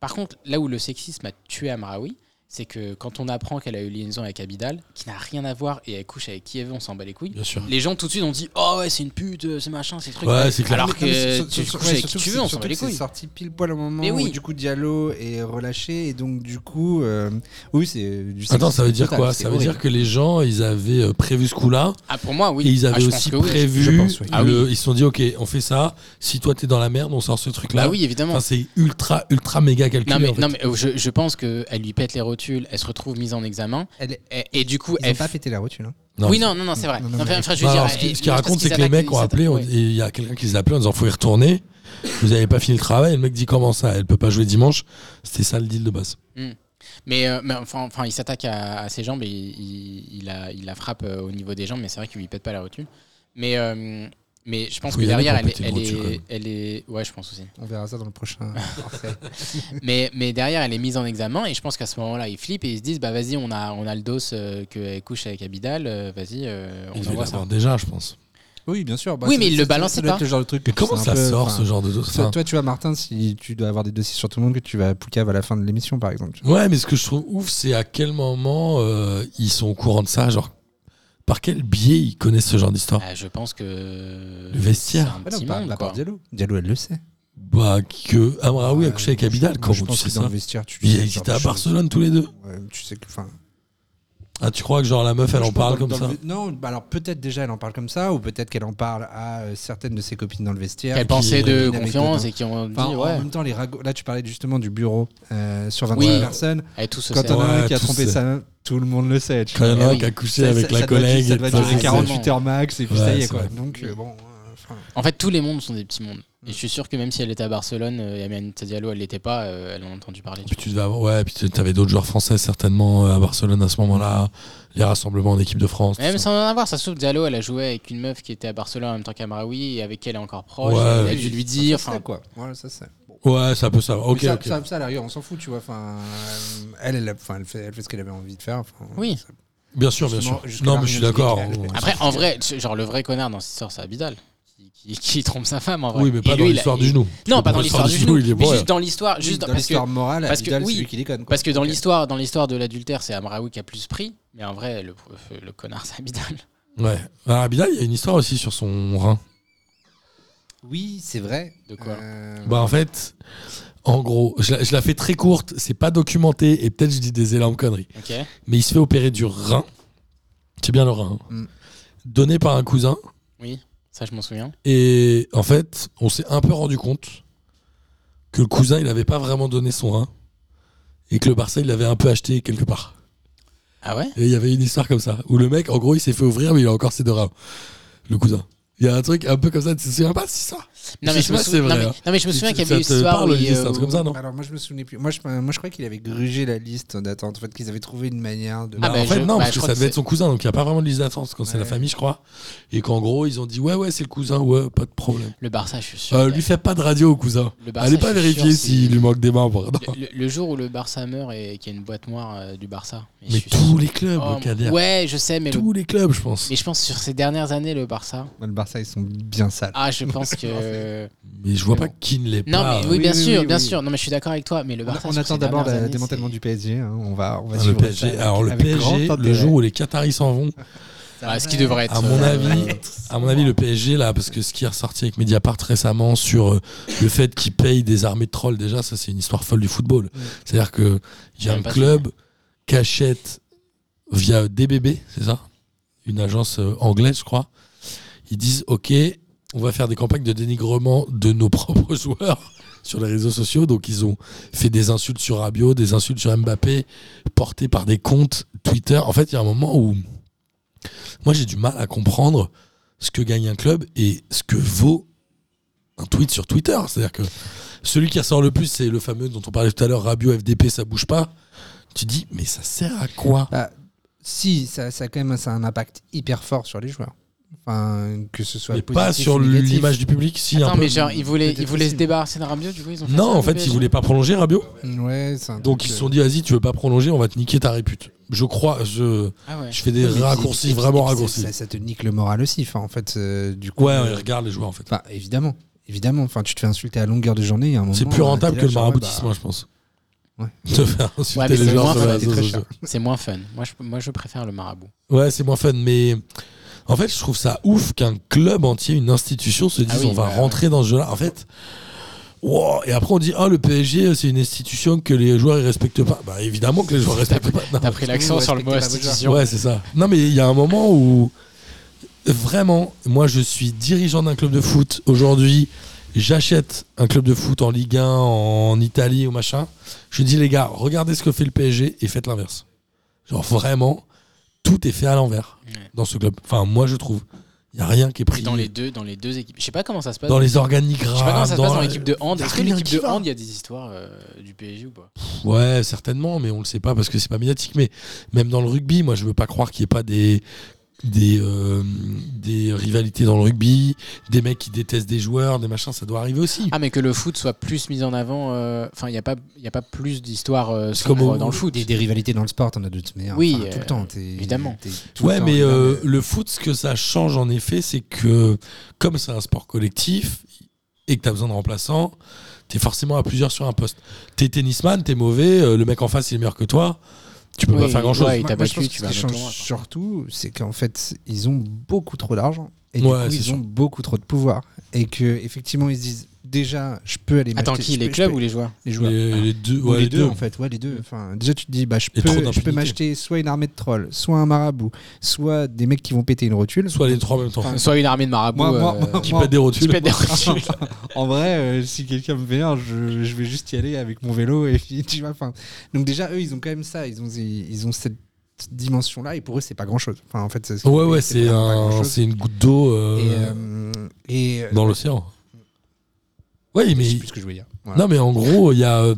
[SPEAKER 3] Par contre, là où le sexisme a tué Amraoui, c'est que quand on apprend qu'elle a eu liaison avec Abidal, qui n'a rien à voir, et elle couche avec qui elle veut, on s'en bat les couilles,
[SPEAKER 4] Bien sûr.
[SPEAKER 3] les gens tout de suite ont dit « Oh ouais, c'est une pute, euh, c'est machin, c'est truc.
[SPEAKER 4] Ouais, c'est clair.
[SPEAKER 3] Alors
[SPEAKER 5] Non, mais
[SPEAKER 3] que
[SPEAKER 5] sur-
[SPEAKER 3] tu
[SPEAKER 5] sur-
[SPEAKER 3] couches
[SPEAKER 5] ouais,
[SPEAKER 3] avec qui
[SPEAKER 5] surtout
[SPEAKER 3] tu
[SPEAKER 5] que
[SPEAKER 3] veux, on s'en bat
[SPEAKER 5] c'est- surtout
[SPEAKER 3] les
[SPEAKER 5] que c'est
[SPEAKER 3] couilles.
[SPEAKER 5] sorti pile poil au moment
[SPEAKER 3] Mais oui.
[SPEAKER 5] où du coup Diallo est relâché et donc du coup euh, oui c'est du
[SPEAKER 4] Attends, ça veut dire
[SPEAKER 5] total,
[SPEAKER 4] quoi
[SPEAKER 5] c'est
[SPEAKER 4] Ça veut dire
[SPEAKER 5] horrible.
[SPEAKER 4] que les gens, ils avaient euh, prévu ce coup-là.
[SPEAKER 3] Ah, pour moi, oui.
[SPEAKER 4] Et ils
[SPEAKER 3] Ah,
[SPEAKER 4] avaient
[SPEAKER 3] je pense
[SPEAKER 4] aussi
[SPEAKER 3] que oui.
[SPEAKER 4] prévu.
[SPEAKER 5] je pense, oui.
[SPEAKER 3] Ah
[SPEAKER 4] le- Ils se sont dit, OK, on fait ça. Si toi, t'es dans la merde, on sort ce truc-là.
[SPEAKER 3] Bah oui, évidemment.
[SPEAKER 4] Enfin, c'est ultra, ultra méga calculé.
[SPEAKER 3] Non mais,
[SPEAKER 4] en fait.
[SPEAKER 3] non, mais, euh, je, je pense qu'elle lui pète les rotules, elle se retrouve mise en examen,
[SPEAKER 5] Elle-
[SPEAKER 3] et, et du coup,
[SPEAKER 5] ils
[SPEAKER 3] elle...
[SPEAKER 5] ont pas pété la rotule hein.
[SPEAKER 4] Non,
[SPEAKER 3] oui,
[SPEAKER 4] mais-
[SPEAKER 3] non, non, non c'est vrai.
[SPEAKER 5] Non, non,
[SPEAKER 3] Enfin,
[SPEAKER 5] mais-
[SPEAKER 3] enfin, je veux
[SPEAKER 4] Non,
[SPEAKER 3] dire,
[SPEAKER 4] alors, ce
[SPEAKER 3] elle-
[SPEAKER 4] qui- ce
[SPEAKER 3] je
[SPEAKER 4] qu'ils
[SPEAKER 3] pense
[SPEAKER 4] racontent,
[SPEAKER 3] qu'ils
[SPEAKER 4] c'est que les
[SPEAKER 3] attaquent-
[SPEAKER 4] mecs ont
[SPEAKER 3] ils
[SPEAKER 4] appelé, on-
[SPEAKER 3] attaquent-
[SPEAKER 4] et
[SPEAKER 3] ouais.
[SPEAKER 4] il y a quelqu'un qui les a appelés en disant faut y retourner. Vous n'avez pas fini le travail. Et le mec dit comment ça Elle peut pas jouer dimanche. C'était ça le deal de base.
[SPEAKER 3] Mais, euh, mais enfin, enfin, il s'attaque à, à ses jambes et il, il- il la, il la frappe euh, au niveau des jambes, mais c'est vrai qu'il lui pète pas la rotule. Mais, euh, mais je pense
[SPEAKER 4] Faut
[SPEAKER 3] que
[SPEAKER 4] y aller
[SPEAKER 3] derrière, elle,
[SPEAKER 4] pour
[SPEAKER 3] est-
[SPEAKER 4] péter
[SPEAKER 3] elle,
[SPEAKER 4] une rotule, quand
[SPEAKER 3] est,
[SPEAKER 4] même.
[SPEAKER 3] elle est... Ouais, je pense aussi.
[SPEAKER 5] on verra ça dans le prochain Marseille.
[SPEAKER 3] mais, mais derrière, elle est mise en examen et je pense qu'à ce moment-là, ils flippent et ils se disent, bah vas-y, on a, on a le dos euh, qu'elle couche avec Abidal, euh, vas-y, euh, on
[SPEAKER 4] Il devait
[SPEAKER 3] envoie ça.
[SPEAKER 4] l'avoir déjà, je pense.
[SPEAKER 5] oui bien sûr bah,
[SPEAKER 3] Oui,
[SPEAKER 5] ça-
[SPEAKER 3] mais il
[SPEAKER 5] ça-
[SPEAKER 3] le
[SPEAKER 5] ça-
[SPEAKER 3] balançait
[SPEAKER 5] ça doit
[SPEAKER 3] pas.
[SPEAKER 5] être le genre de truc
[SPEAKER 4] Mais
[SPEAKER 5] que tu
[SPEAKER 4] comment
[SPEAKER 5] fais
[SPEAKER 4] ça
[SPEAKER 5] un peu,
[SPEAKER 4] sort
[SPEAKER 5] enfin,
[SPEAKER 4] ce genre de
[SPEAKER 5] toi,
[SPEAKER 4] enfin,
[SPEAKER 5] toi, tu vois Martin si tu dois avoir des dossiers sur tout le monde que tu vas à Poucave à la fin de l'émission par exemple
[SPEAKER 4] Ouais, mais ce que je trouve ouf, c'est à quel moment euh, ils sont au courant de ça. Genre, par quel biais ils connaissent ce genre d'histoire
[SPEAKER 3] Ah, je pense que... Le
[SPEAKER 4] Hein. vestiaire.
[SPEAKER 5] Ouais, non, bah, pas, pas par Diallo Ah Diallo elle le sait
[SPEAKER 4] Bah que Amraoui a couché avec Abidal.
[SPEAKER 5] quand
[SPEAKER 4] Comment tu sais
[SPEAKER 5] dans
[SPEAKER 4] ça
[SPEAKER 5] le vestiaire tu
[SPEAKER 4] Ils
[SPEAKER 5] sais ce
[SPEAKER 4] étaient
[SPEAKER 5] genre
[SPEAKER 4] à
[SPEAKER 5] de choses.
[SPEAKER 4] Barcelone tous les deux.
[SPEAKER 5] Ouais, tu sais que enfin
[SPEAKER 4] Ah, tu crois que genre la meuf, elle
[SPEAKER 5] Je
[SPEAKER 4] en
[SPEAKER 5] pense
[SPEAKER 4] parle
[SPEAKER 5] dans-
[SPEAKER 4] comme
[SPEAKER 5] dans
[SPEAKER 4] ça
[SPEAKER 5] le- Non, bah alors peut-être déjà elle en parle comme ça, ou peut-être qu'elle en parle à euh, certaines de ses copines dans le vestiaire.
[SPEAKER 3] Qu'elle pensait
[SPEAKER 4] qui-
[SPEAKER 3] de
[SPEAKER 5] une anecdote,
[SPEAKER 3] confiance
[SPEAKER 5] hein.
[SPEAKER 3] et qui ont dit,
[SPEAKER 5] Enfin,
[SPEAKER 3] ouais,
[SPEAKER 5] En même temps, les ragots. Là, tu parlais justement du bureau euh, sur 25
[SPEAKER 3] Oui.
[SPEAKER 5] personnes.
[SPEAKER 3] allez, tout se
[SPEAKER 5] Quand
[SPEAKER 3] sert.
[SPEAKER 5] on a un
[SPEAKER 4] Ouais,
[SPEAKER 5] qui a
[SPEAKER 4] tous
[SPEAKER 5] trompé
[SPEAKER 4] se-
[SPEAKER 5] sa meuf, tout le monde le sait. tu
[SPEAKER 4] Quand il y en
[SPEAKER 5] vois.
[SPEAKER 4] a
[SPEAKER 3] Eh
[SPEAKER 4] un
[SPEAKER 3] oui.
[SPEAKER 4] qui a couché
[SPEAKER 5] Ça-
[SPEAKER 4] avec
[SPEAKER 5] ça-
[SPEAKER 4] la
[SPEAKER 5] ça doit-
[SPEAKER 4] collègue.
[SPEAKER 5] Ça doit
[SPEAKER 4] et tout,
[SPEAKER 5] durer
[SPEAKER 4] c'est-
[SPEAKER 5] 48 heures max, et puis ça y
[SPEAKER 4] Ouais,
[SPEAKER 5] est, quoi.
[SPEAKER 4] c'est
[SPEAKER 5] Donc, euh, bon. euh, enfin,
[SPEAKER 3] En fait, tous les mondes sont des petits mondes.
[SPEAKER 5] Mm.
[SPEAKER 3] Et je suis sûr que même si elle était à Barcelone euh, et Amanita Diallo, elle l'était pas, euh, elle en a entendu parler. tu
[SPEAKER 4] Puis tu devais avoir- ouais, puis tu avais d'autres joueurs français certainement euh, à Barcelone à ce moment-là, les rassemblements en équipe de France.
[SPEAKER 3] vois. Même
[SPEAKER 4] tout ça.
[SPEAKER 3] sans en avoir, ça se trouve, Diallo, elle a joué avec une meuf qui était à Barcelone en même temps qu'Amraoui et avec qui elle est encore proche.
[SPEAKER 4] Ouais.
[SPEAKER 3] elle a
[SPEAKER 4] Oui,
[SPEAKER 3] dû lui
[SPEAKER 5] ça,
[SPEAKER 3] dire.
[SPEAKER 5] ça,
[SPEAKER 3] enfin,
[SPEAKER 5] quoi. Voilà, ça, c'est. Bon.
[SPEAKER 4] Ouais, ça peut ça. Ok,
[SPEAKER 5] Mais ça,
[SPEAKER 4] ok.
[SPEAKER 5] ça, ça, à la rigueur, on s'en fout, tu vois. Enfin, euh, elle, elle, a- enfin, elle, fait, elle fait ce qu'elle avait envie de faire. enfin,
[SPEAKER 3] Oui.
[SPEAKER 5] ça-
[SPEAKER 4] Bien sûr, bien
[SPEAKER 5] Justement,
[SPEAKER 4] sûr.
[SPEAKER 5] jusque-là,
[SPEAKER 4] Non, mais je suis
[SPEAKER 5] rien de
[SPEAKER 4] d'accord.
[SPEAKER 5] légal.
[SPEAKER 4] On-
[SPEAKER 3] Après, en vrai, tu- genre le vrai connard dans cette histoire, c'est Abidal qui, qui- qui trompe sa femme. En vrai.
[SPEAKER 4] Oui, mais
[SPEAKER 3] Et
[SPEAKER 4] pas
[SPEAKER 3] lui,
[SPEAKER 4] dans
[SPEAKER 3] il a-
[SPEAKER 4] l'histoire
[SPEAKER 3] il-
[SPEAKER 4] du genou.
[SPEAKER 3] Non, pas dans l'histoire du genou.
[SPEAKER 4] il
[SPEAKER 3] Mais
[SPEAKER 4] est bon,
[SPEAKER 3] juste
[SPEAKER 4] ouais.
[SPEAKER 3] dans l'histoire, juste dans-
[SPEAKER 5] dans
[SPEAKER 3] parce que
[SPEAKER 5] l'histoire morale,
[SPEAKER 3] parce que
[SPEAKER 5] Abidal,
[SPEAKER 3] oui,
[SPEAKER 5] c'est lui qui déconne. quoi.
[SPEAKER 3] Parce que dans
[SPEAKER 5] Donc, euh,
[SPEAKER 3] l'histoire, dans l'histoire de l'adultère, c'est Amraoui qui a plus pris, mais en vrai, le, euh, le connard, c'est Abidal.
[SPEAKER 4] Ouais. Alors, Abidal, il y a une histoire aussi sur son rein.
[SPEAKER 5] Oui, c'est vrai.
[SPEAKER 3] De quoi
[SPEAKER 5] Euh,
[SPEAKER 4] Bah, en fait, en gros, je la, je la fais très courte, c'est pas documenté et peut-être je dis des énormes conneries.
[SPEAKER 3] Ok.
[SPEAKER 4] Mais il se fait opérer du rein. C'est bien le rein. hein.
[SPEAKER 5] Mm.
[SPEAKER 4] Donné par un cousin.
[SPEAKER 3] Oui, ça je m'en souviens.
[SPEAKER 4] Et en fait, on s'est un peu rendu compte que le cousin, il n'avait pas vraiment donné son rein. Et que le Barça, il l'avait un peu acheté quelque part.
[SPEAKER 3] Ah ouais
[SPEAKER 4] Et il y avait une histoire comme ça. Où le mec, en gros, il s'est fait ouvrir, mais il a encore ses deux reins. Le cousin. Il y a un truc un peu comme ça. Tu te souviens pas si ça
[SPEAKER 3] Non
[SPEAKER 4] Je
[SPEAKER 3] mais
[SPEAKER 4] sais
[SPEAKER 3] je me
[SPEAKER 4] pas si
[SPEAKER 3] souviens,
[SPEAKER 4] c'est
[SPEAKER 3] non,
[SPEAKER 4] vrai,
[SPEAKER 3] mais-
[SPEAKER 4] hein.
[SPEAKER 3] non, mais je me
[SPEAKER 4] Ça
[SPEAKER 3] souviens
[SPEAKER 4] te-
[SPEAKER 3] qu'il y avait une
[SPEAKER 4] ça te
[SPEAKER 3] histoire
[SPEAKER 4] parle,
[SPEAKER 3] où
[SPEAKER 4] Olivier,
[SPEAKER 3] il,
[SPEAKER 4] c'est un
[SPEAKER 3] euh,
[SPEAKER 4] truc comme ça, non
[SPEAKER 5] Alors moi je me souvenais plus. Moi je, moi je croyais qu'il avait grugé la liste d'attente. En fait qu'ils avaient trouvé une manière de.
[SPEAKER 3] Ah, bah,
[SPEAKER 4] en fait,
[SPEAKER 3] je-
[SPEAKER 4] non,
[SPEAKER 3] bah, je
[SPEAKER 4] parce que
[SPEAKER 3] crois
[SPEAKER 4] ça
[SPEAKER 3] que
[SPEAKER 4] devait
[SPEAKER 3] c'est-
[SPEAKER 4] être son cousin, donc il n'y a pas vraiment de liste d'attente quand c'est la
[SPEAKER 5] Ouais.
[SPEAKER 4] famille, je crois. Et qu'en gros, ils ont dit Ouais, ouais, c'est le cousin, ouais, pas de problème.
[SPEAKER 3] le Barça, je suis sûr.
[SPEAKER 4] Euh,
[SPEAKER 3] qu'il y a-
[SPEAKER 4] lui, fait pas de radio au cousin.
[SPEAKER 3] Le Barça,
[SPEAKER 4] Allez
[SPEAKER 3] je
[SPEAKER 4] pas
[SPEAKER 3] suis
[SPEAKER 4] vérifier
[SPEAKER 3] sûr, c'est-
[SPEAKER 4] s'il lui manque des membres. Non.
[SPEAKER 3] Le, le jour où le Barça meurt et qu'il y a une boîte noire euh, du Barça. je
[SPEAKER 4] Mais
[SPEAKER 3] suis sûr.
[SPEAKER 4] tous les clubs,
[SPEAKER 3] Oh,
[SPEAKER 4] Kader.
[SPEAKER 3] ouais, je sais, mais, le-
[SPEAKER 4] Tous les clubs, je pense.
[SPEAKER 3] mais je pense sur ces dernières années, le Barça.
[SPEAKER 5] Le Barça ils sont bien sales.
[SPEAKER 3] Ah, je pense que.
[SPEAKER 4] Mais je vois
[SPEAKER 5] Mais
[SPEAKER 4] pas
[SPEAKER 5] bon.
[SPEAKER 4] qui ne l'est
[SPEAKER 3] Non,
[SPEAKER 4] pas. hein,
[SPEAKER 3] mais oui,
[SPEAKER 5] oui,
[SPEAKER 3] bien
[SPEAKER 5] oui,
[SPEAKER 3] sûr,
[SPEAKER 5] oui,
[SPEAKER 3] bien
[SPEAKER 5] oui.
[SPEAKER 3] sûr. Non, mais je suis d'accord avec toi, mais le
[SPEAKER 5] On-
[SPEAKER 3] Barça.
[SPEAKER 5] on
[SPEAKER 3] sur
[SPEAKER 5] attend
[SPEAKER 3] ces
[SPEAKER 5] d'abord
[SPEAKER 3] dernières
[SPEAKER 5] le
[SPEAKER 3] années,
[SPEAKER 5] démantèlement
[SPEAKER 3] c'est-
[SPEAKER 5] du PSG. hein. On va on va
[SPEAKER 4] Ah, le
[SPEAKER 5] suivre
[SPEAKER 4] PSG,
[SPEAKER 5] ça
[SPEAKER 4] alors le
[SPEAKER 5] avec grand
[SPEAKER 4] PSG, le
[SPEAKER 5] intérêt.
[SPEAKER 4] jour où les Qataris s'en vont,
[SPEAKER 3] Ah, ce qui devrait être.
[SPEAKER 4] à mon
[SPEAKER 3] euh,
[SPEAKER 4] avis, à mon avis, le PSG là, parce que ce qui est ressorti avec Mediapart récemment sur euh, le fait qu'ils payent des armées de trolls, déjà, ça c'est une histoire folle du football. C'est-à-dire que il y a
[SPEAKER 3] J'aime
[SPEAKER 4] un
[SPEAKER 3] pas
[SPEAKER 4] club qui achète via DBB, c'est ça, une agence euh, anglaise, je crois. Ils disent, ok, on va faire des campagnes de dénigrement de nos propres joueurs sur les réseaux sociaux. Donc ils ont fait des insultes sur Rabiot, des insultes sur Mbappé, portées par des comptes Twitter. En fait, il y a un moment où moi j'ai du mal à comprendre ce que gagne un club et ce que vaut un tweet sur Twitter. C'est-à-dire que celui qui ressort le plus, c'est le fameux dont on parlait tout à l'heure, Rabiot FDP, ça bouge pas. Tu dis, mais ça sert à quoi
[SPEAKER 5] Bah, si ça, ça a quand même ça a un impact hyper fort sur les joueurs. Enfin que ce soit
[SPEAKER 4] Mais
[SPEAKER 5] positif
[SPEAKER 4] pas sur
[SPEAKER 5] ou négatif.
[SPEAKER 4] l'image du public, si un
[SPEAKER 3] Attends,
[SPEAKER 4] peu.
[SPEAKER 3] mais genre, ils voulaient, ils
[SPEAKER 5] Peut-être
[SPEAKER 3] voulaient se
[SPEAKER 5] possible.
[SPEAKER 3] débarrasser de Rabiot, du coup, ils ont fait ça,
[SPEAKER 4] Non, en
[SPEAKER 3] le
[SPEAKER 4] fait,
[SPEAKER 3] PSG?
[SPEAKER 4] ils voulaient pas prolonger Rabiot.
[SPEAKER 5] Ouais. c'est un
[SPEAKER 4] Donc
[SPEAKER 5] truc,
[SPEAKER 4] ils se
[SPEAKER 5] euh,
[SPEAKER 4] sont dit, vas-y, tu veux pas prolonger, on va te niquer ta répute. je crois, je,
[SPEAKER 3] Ah ouais.
[SPEAKER 4] je fais des
[SPEAKER 5] Oui, mais
[SPEAKER 4] raccourcis,
[SPEAKER 5] c'est-
[SPEAKER 4] vraiment
[SPEAKER 5] c'est-
[SPEAKER 4] raccourcis.
[SPEAKER 5] Ça, ça te nique le moral aussi. Enfin, en fait, euh, du coup.
[SPEAKER 4] Ouais,
[SPEAKER 5] euh,
[SPEAKER 4] ouais, regarde les joueurs en fait.
[SPEAKER 5] Enfin, évidemment. Évidemment. Enfin, tu te fais insulter à longueur de journée. il y a un
[SPEAKER 4] C'est
[SPEAKER 5] moment,
[SPEAKER 4] plus
[SPEAKER 5] euh,
[SPEAKER 4] rentable que
[SPEAKER 5] t'es là,
[SPEAKER 4] le
[SPEAKER 5] genre, ouais,
[SPEAKER 4] maraboutisme,
[SPEAKER 5] bah,
[SPEAKER 4] je pense.
[SPEAKER 5] Ouais.
[SPEAKER 4] De faire insulter
[SPEAKER 3] Ouais, mais
[SPEAKER 4] les
[SPEAKER 3] c'est
[SPEAKER 4] joueurs
[SPEAKER 3] moins
[SPEAKER 4] sur
[SPEAKER 3] fun,
[SPEAKER 4] les
[SPEAKER 5] c'est très
[SPEAKER 4] réseaux
[SPEAKER 5] cher.
[SPEAKER 4] sociaux.
[SPEAKER 3] C'est moins fun. Moi je, moi, je préfère le marabout.
[SPEAKER 4] Ouais, c'est moins fun, mais en fait, je trouve ça ouf qu'un club entier, une institution se dise
[SPEAKER 3] Ah oui,
[SPEAKER 4] on va
[SPEAKER 3] ouais,
[SPEAKER 4] rentrer dans ce jeu-là. En fait, wow, et après on dit ah le PSG c'est une institution que les joueurs ils respectent pas. Bah évidemment que les joueurs respectent pas. Non.
[SPEAKER 5] Ah,
[SPEAKER 3] T'as pris l'accent
[SPEAKER 5] vous
[SPEAKER 3] sur le mot
[SPEAKER 5] respectez pas vos joueurs.
[SPEAKER 3] institution.
[SPEAKER 4] Ouais, c'est ça. Non, mais il y a un moment où vraiment, moi je suis dirigeant d'un club de foot aujourd'hui. J'achète un club de foot en Ligue 1, en Italie ou machin. Je dis les gars, regardez ce que fait le PSG et faites l'inverse. Genre vraiment, tout est fait à l'envers
[SPEAKER 3] Ouais.
[SPEAKER 4] dans ce club. Enfin, moi je trouve, il y a rien qui est pris
[SPEAKER 3] Dans les deux, dans les deux équipes. Je sais pas comment ça se passe.
[SPEAKER 4] dans les
[SPEAKER 3] Je sais pas comment ça
[SPEAKER 4] organigrammes.
[SPEAKER 3] se passe dans l'équipe de hand.
[SPEAKER 4] y a
[SPEAKER 3] Est-ce que
[SPEAKER 4] rien
[SPEAKER 3] l'équipe
[SPEAKER 4] qui
[SPEAKER 3] de
[SPEAKER 4] va.
[SPEAKER 3] hand, il y a des histoires euh, du PSG ou pas
[SPEAKER 4] Ouais, certainement, mais on le sait pas parce que c'est pas médiatique. Mais même dans le rugby, moi, je veux pas croire qu'il y ait pas des des euh, des rivalités dans le rugby, des mecs qui détestent des joueurs, des machins. Ça doit arriver aussi.
[SPEAKER 3] Ah, mais que le foot soit plus mis en avant. euh, Enfin, il n'y a, pas- il y a pas plus d'histoires euh,
[SPEAKER 4] comme
[SPEAKER 3] sombres
[SPEAKER 4] au-
[SPEAKER 3] dans le foot.
[SPEAKER 5] Des, des rivalités dans le sport, t'en as de toute manière.
[SPEAKER 3] Oui,
[SPEAKER 5] Enfin, tout
[SPEAKER 3] euh,
[SPEAKER 5] le temps. t'es-
[SPEAKER 3] évidemment.
[SPEAKER 5] t'es tout le
[SPEAKER 4] Ouais,
[SPEAKER 5] temps
[SPEAKER 4] mais
[SPEAKER 5] rivale.
[SPEAKER 4] euh, le foot, ce que ça change en effet, c'est que comme c'est un sport collectif et que t'as besoin de remplaçants, t'es forcément à plusieurs sur un poste. T'es tennisman, t'es mauvais, euh, le mec en face il est meilleur que toi, tu peux
[SPEAKER 3] Oui,
[SPEAKER 4] pas faire grand chose.
[SPEAKER 3] ouais, il t'a
[SPEAKER 5] Moi, moi, je
[SPEAKER 3] Bah, battu,
[SPEAKER 5] pense que
[SPEAKER 3] tu
[SPEAKER 5] ce
[SPEAKER 3] vas
[SPEAKER 5] qui
[SPEAKER 3] à un autre
[SPEAKER 5] change
[SPEAKER 3] endroit, quoi.
[SPEAKER 5] surtout, c'est qu'en fait, ils ont beaucoup trop d'argent et du
[SPEAKER 4] Ouais,
[SPEAKER 5] coup,
[SPEAKER 4] c'est
[SPEAKER 5] ils
[SPEAKER 4] sûr.
[SPEAKER 5] ont beaucoup trop de pouvoir. Et que effectivement, ils se disent déjà, je peux aller
[SPEAKER 3] Attends,
[SPEAKER 5] m'acheter-
[SPEAKER 3] qui
[SPEAKER 5] je
[SPEAKER 3] Les
[SPEAKER 5] peux- je
[SPEAKER 3] clubs
[SPEAKER 5] peux-
[SPEAKER 3] ou les joueurs
[SPEAKER 5] les joueurs
[SPEAKER 4] Les, les deux,
[SPEAKER 5] Ou
[SPEAKER 4] ouais,
[SPEAKER 5] les, deux, en fait, ouais, les deux. Enfin, déjà, tu te dis, bah, je
[SPEAKER 4] Et trop
[SPEAKER 5] peux, je
[SPEAKER 4] d'impunité.
[SPEAKER 5] peux m'acheter soit une armée de trolls, soit un marabout, soit des mecs qui vont péter une rotule.
[SPEAKER 4] Soit les trois en même temps.
[SPEAKER 5] Enfin,
[SPEAKER 3] Soit une armée de marabouts.
[SPEAKER 5] Moi, moi,
[SPEAKER 3] euh,
[SPEAKER 5] moi,
[SPEAKER 4] qui
[SPEAKER 5] moi,
[SPEAKER 4] pètent des
[SPEAKER 3] qui
[SPEAKER 4] rotules.
[SPEAKER 3] pètent des rotules.
[SPEAKER 5] en vrai, euh, si quelqu'un me vénère, je, je vais juste y aller avec mon vélo et puis tu vois. Enfin, donc déjà, eux, ils ont quand même ça. Ils ont, ils ont cette dimension-là et pour eux, c'est pas grand-chose. Enfin, en fait, c'est-
[SPEAKER 4] Ouais, ouais, c'est
[SPEAKER 5] vraiment pas
[SPEAKER 4] un,
[SPEAKER 5] grand-chose.
[SPEAKER 4] c'est une goutte d'eau euh,
[SPEAKER 5] Et, euh, et euh,
[SPEAKER 4] dans l'océan. Oui, mais
[SPEAKER 5] je sais plus ce que je voulais dire. Voilà.
[SPEAKER 4] non, mais en gros, il y a, euh,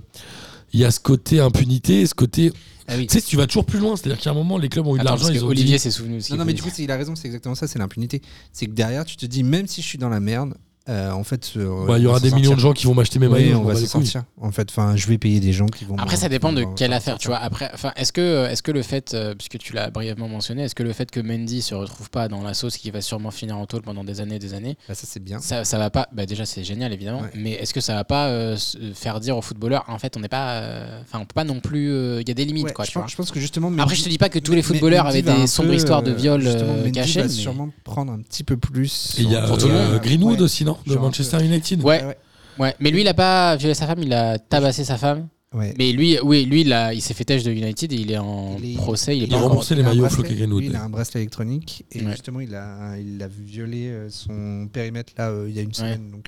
[SPEAKER 4] il y a ce côté impunité, ce côté.
[SPEAKER 5] Ah oui.
[SPEAKER 4] Tu sais, tu vas toujours plus loin. C'est-à-dire qu'à un moment, les clubs ont eu de
[SPEAKER 3] Attends,
[SPEAKER 4] l'argent,
[SPEAKER 3] parce que
[SPEAKER 4] ils ont
[SPEAKER 3] Olivier
[SPEAKER 4] dit-
[SPEAKER 3] s'est souvenu aussi.
[SPEAKER 5] Non, non, mais du coup, c'est- il a raison, c'est exactement ça, c'est l'impunité. C'est que derrière, tu te dis, même si je suis dans la merde, euh, en fait, euh,
[SPEAKER 4] Bah, Il
[SPEAKER 5] on
[SPEAKER 4] y
[SPEAKER 5] va
[SPEAKER 4] aura
[SPEAKER 5] s'en
[SPEAKER 4] des millions de
[SPEAKER 5] sortir.
[SPEAKER 4] gens qui vont m'acheter mes
[SPEAKER 5] Oui,
[SPEAKER 4] maillots. je
[SPEAKER 5] on
[SPEAKER 4] m'en
[SPEAKER 5] va
[SPEAKER 4] bats
[SPEAKER 5] s'en
[SPEAKER 4] les couilles.
[SPEAKER 5] sortir. En fait, enfin, je vais payer des gens qui vont.
[SPEAKER 3] Après, ça dépend de
[SPEAKER 5] vont-
[SPEAKER 3] quelle
[SPEAKER 5] vont-
[SPEAKER 3] affaire, tu vois. Après, enfin, est-ce que, euh, est-ce que le fait, euh, puisque tu l'as brièvement mentionné, est-ce que le fait que Mendy se retrouve pas dans la sauce qui va sûrement finir en tôle pendant des années et des années,
[SPEAKER 5] Bah, ça, c'est bien.
[SPEAKER 3] ça, ça va pas. Bah, déjà, c'est génial évidemment,
[SPEAKER 5] Ouais.
[SPEAKER 3] mais est-ce que ça va pas euh, se- faire dire aux footballeurs, en fait, on n'est pas, euh, enfin, on peut pas non plus. euh, Il y a des limites,
[SPEAKER 5] Ouais,
[SPEAKER 3] quoi.
[SPEAKER 5] je,
[SPEAKER 3] tu
[SPEAKER 5] pense,
[SPEAKER 3] vois.
[SPEAKER 5] je pense que justement.
[SPEAKER 3] Après, je te dis pas que tous les
[SPEAKER 5] Mais- mais-
[SPEAKER 3] footballeurs
[SPEAKER 5] Mendy
[SPEAKER 3] avaient
[SPEAKER 5] va un
[SPEAKER 3] des sombres
[SPEAKER 5] peu,
[SPEAKER 3] histoires de
[SPEAKER 5] euh,
[SPEAKER 3] viol
[SPEAKER 5] justement,
[SPEAKER 3] euh,
[SPEAKER 5] Mendy
[SPEAKER 3] cachés.
[SPEAKER 5] va
[SPEAKER 3] mais-
[SPEAKER 5] sûrement prendre un petit peu plus.
[SPEAKER 4] Et il y a
[SPEAKER 5] sur-
[SPEAKER 3] tout le
[SPEAKER 4] euh,
[SPEAKER 3] monde.
[SPEAKER 4] Greenwood
[SPEAKER 5] Ouais.
[SPEAKER 4] aussi, non De
[SPEAKER 5] Genre un
[SPEAKER 4] Manchester United.
[SPEAKER 3] Ouais,
[SPEAKER 5] Ah ouais.
[SPEAKER 3] ouais. Mais lui, il a pas violé sa femme, il a tabassé sa femme.
[SPEAKER 5] Ouais.
[SPEAKER 3] Mais lui, oui, lui, il, a- il s'est fait têche de United et il est en
[SPEAKER 5] Il est-
[SPEAKER 3] procès. Il est
[SPEAKER 4] il
[SPEAKER 3] pas
[SPEAKER 4] a
[SPEAKER 3] encore-
[SPEAKER 4] remboursé les
[SPEAKER 5] a un
[SPEAKER 4] maillots au
[SPEAKER 5] bracelet,
[SPEAKER 4] Floquet Greenwood.
[SPEAKER 5] lui, Il a un bracelet électronique et
[SPEAKER 3] Ouais.
[SPEAKER 5] justement il a, il a violé euh, son périmètre là euh, il y a une semaine. Donc.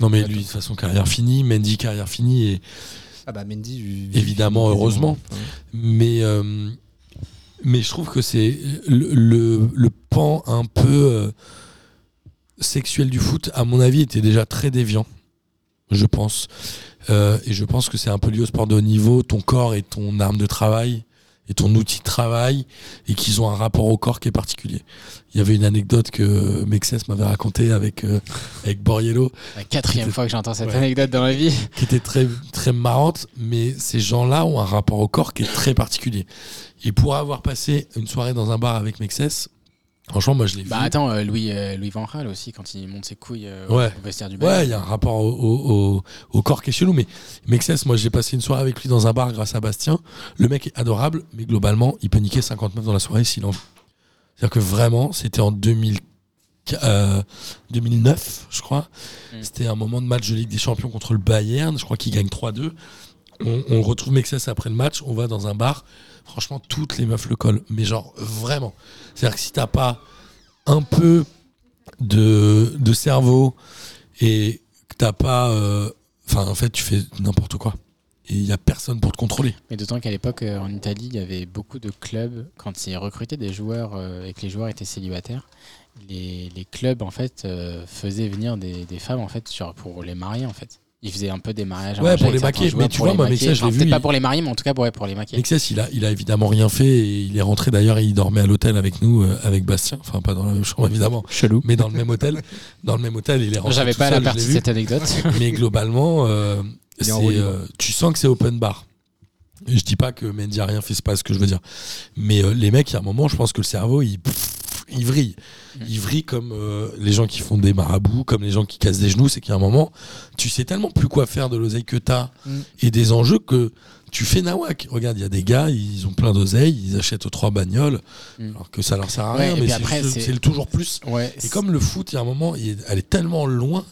[SPEAKER 4] Non, mais lui, de toute façon, carrière finie. Mendy, carrière finie. Et
[SPEAKER 5] Ah bah Mendy. il-
[SPEAKER 4] Évidemment,
[SPEAKER 5] il-
[SPEAKER 4] heureusement.
[SPEAKER 5] Enfin,
[SPEAKER 4] mais euh, mais je trouve que c'est le, le, le pan un peu euh, sexuel du foot à mon avis était déjà très déviant je pense Euh, et je pense que c'est un peu lié au sport de haut niveau ton corps est ton arme de travail et ton outil de travail et qu'ils ont un rapport au corps qui est particulier il y avait une anecdote que Mexès m'avait racontée avec euh, avec Borriello
[SPEAKER 3] La quatrième fois que j'entends cette
[SPEAKER 4] Ouais.
[SPEAKER 3] anecdote dans ma vie.
[SPEAKER 4] qui était très, très marrante, mais ces gens-là ont un rapport au corps qui est très particulier. Et pour avoir passé une soirée dans un bar avec Mexès, franchement, moi je l'ai
[SPEAKER 3] Bah
[SPEAKER 4] vu.
[SPEAKER 3] attends, euh, Louis, euh, Louis Van Gaal aussi, quand il monte ses couilles euh, au-
[SPEAKER 4] Ouais.
[SPEAKER 3] au vestiaire du Bayern.
[SPEAKER 4] Ouais, il y a un rapport au, au- au- au corps qui est chelou, mais Mexès, moi j'ai passé une soirée avec lui dans un bar grâce à Bastien. Le mec est adorable, mais globalement, il peut niquer 50 meufs dans la soirée s'il en veut. C'est-à-dire que vraiment, c'était en 2000 euh, 2009, je crois.
[SPEAKER 3] Mm.
[SPEAKER 4] C'était un moment de match de Ligue des Champions contre le Bayern. Je crois qu'il gagne 3-2. On, on retrouve Mexès après le match. On va dans un bar. Franchement, toutes les meufs le collent. Mais genre, vraiment. C'est-à-dire que si t'as pas un peu de, de cerveau et que t'as pas. euh, Enfin, en fait, tu fais n'importe quoi. Et il y a personne pour te contrôler.
[SPEAKER 3] Mais d'autant qu'à l'époque, euh, en Italie, il y avait beaucoup de clubs, quand ils recrutaient des joueurs euh, et que les joueurs étaient célibataires, les, les clubs, en fait, euh, faisaient venir des, des femmes, en fait, sur- pour les marier, en fait. Ils faisaient un peu des mariages.
[SPEAKER 4] Ouais,
[SPEAKER 3] arrangés
[SPEAKER 4] pour les
[SPEAKER 3] avec certains
[SPEAKER 4] maquer.
[SPEAKER 3] joueurs,
[SPEAKER 4] Mais tu
[SPEAKER 3] pour
[SPEAKER 4] vois,
[SPEAKER 3] les
[SPEAKER 4] moi,
[SPEAKER 3] maquer.
[SPEAKER 4] Mexès, je
[SPEAKER 3] Enfin,
[SPEAKER 4] l'ai
[SPEAKER 3] peut-être
[SPEAKER 4] vu,
[SPEAKER 3] pas
[SPEAKER 4] il-
[SPEAKER 3] pour les marier, mais en tout cas, ouais, pour les maquer.
[SPEAKER 4] Mexès, il a, il a évidemment rien fait et il est rentré d'ailleurs et il dormait à l'hôtel avec nous, euh, avec Bastien. Enfin, pas dans la même chambre évidemment,
[SPEAKER 3] Chelou.
[SPEAKER 4] mais dans le même hôtel. Dans le même hôtel, il est rentré.
[SPEAKER 3] J'avais
[SPEAKER 4] tout
[SPEAKER 3] pas la
[SPEAKER 4] seul, je
[SPEAKER 3] partie
[SPEAKER 4] l'ai
[SPEAKER 3] de
[SPEAKER 4] vu.
[SPEAKER 3] cette anecdote.
[SPEAKER 4] Mais globalement, euh,
[SPEAKER 5] Il est en
[SPEAKER 4] c'est,
[SPEAKER 5] roue libre.
[SPEAKER 4] euh, tu sens que c'est open bar. Et je dis pas que Mendy a rien fait, c'est pas ce que je veux dire. Mais euh, les mecs, il y a un moment, je pense que le cerveau, il, pff, il vrille.
[SPEAKER 3] Mm.
[SPEAKER 4] Il vrille comme euh, les gens qui font des marabouts, comme les gens qui cassent des genoux. C'est qu'il y a un moment, tu sais tellement plus quoi faire de l'oseille que t'as
[SPEAKER 5] Mm.
[SPEAKER 4] et des enjeux que tu fais nawak. Regarde, il y a des gars, ils ont plein d'oseilles, ils achètent aux trois bagnoles,
[SPEAKER 3] Mm.
[SPEAKER 4] alors que ça leur sert à
[SPEAKER 3] Ouais,
[SPEAKER 4] rien.
[SPEAKER 3] et
[SPEAKER 4] mais
[SPEAKER 3] puis
[SPEAKER 4] c'est
[SPEAKER 3] après,
[SPEAKER 4] juste-
[SPEAKER 3] c'est-
[SPEAKER 4] c'est le toujours plus.
[SPEAKER 3] Ouais,
[SPEAKER 4] Et comme le foot, il y a un moment, il est- elle est tellement loin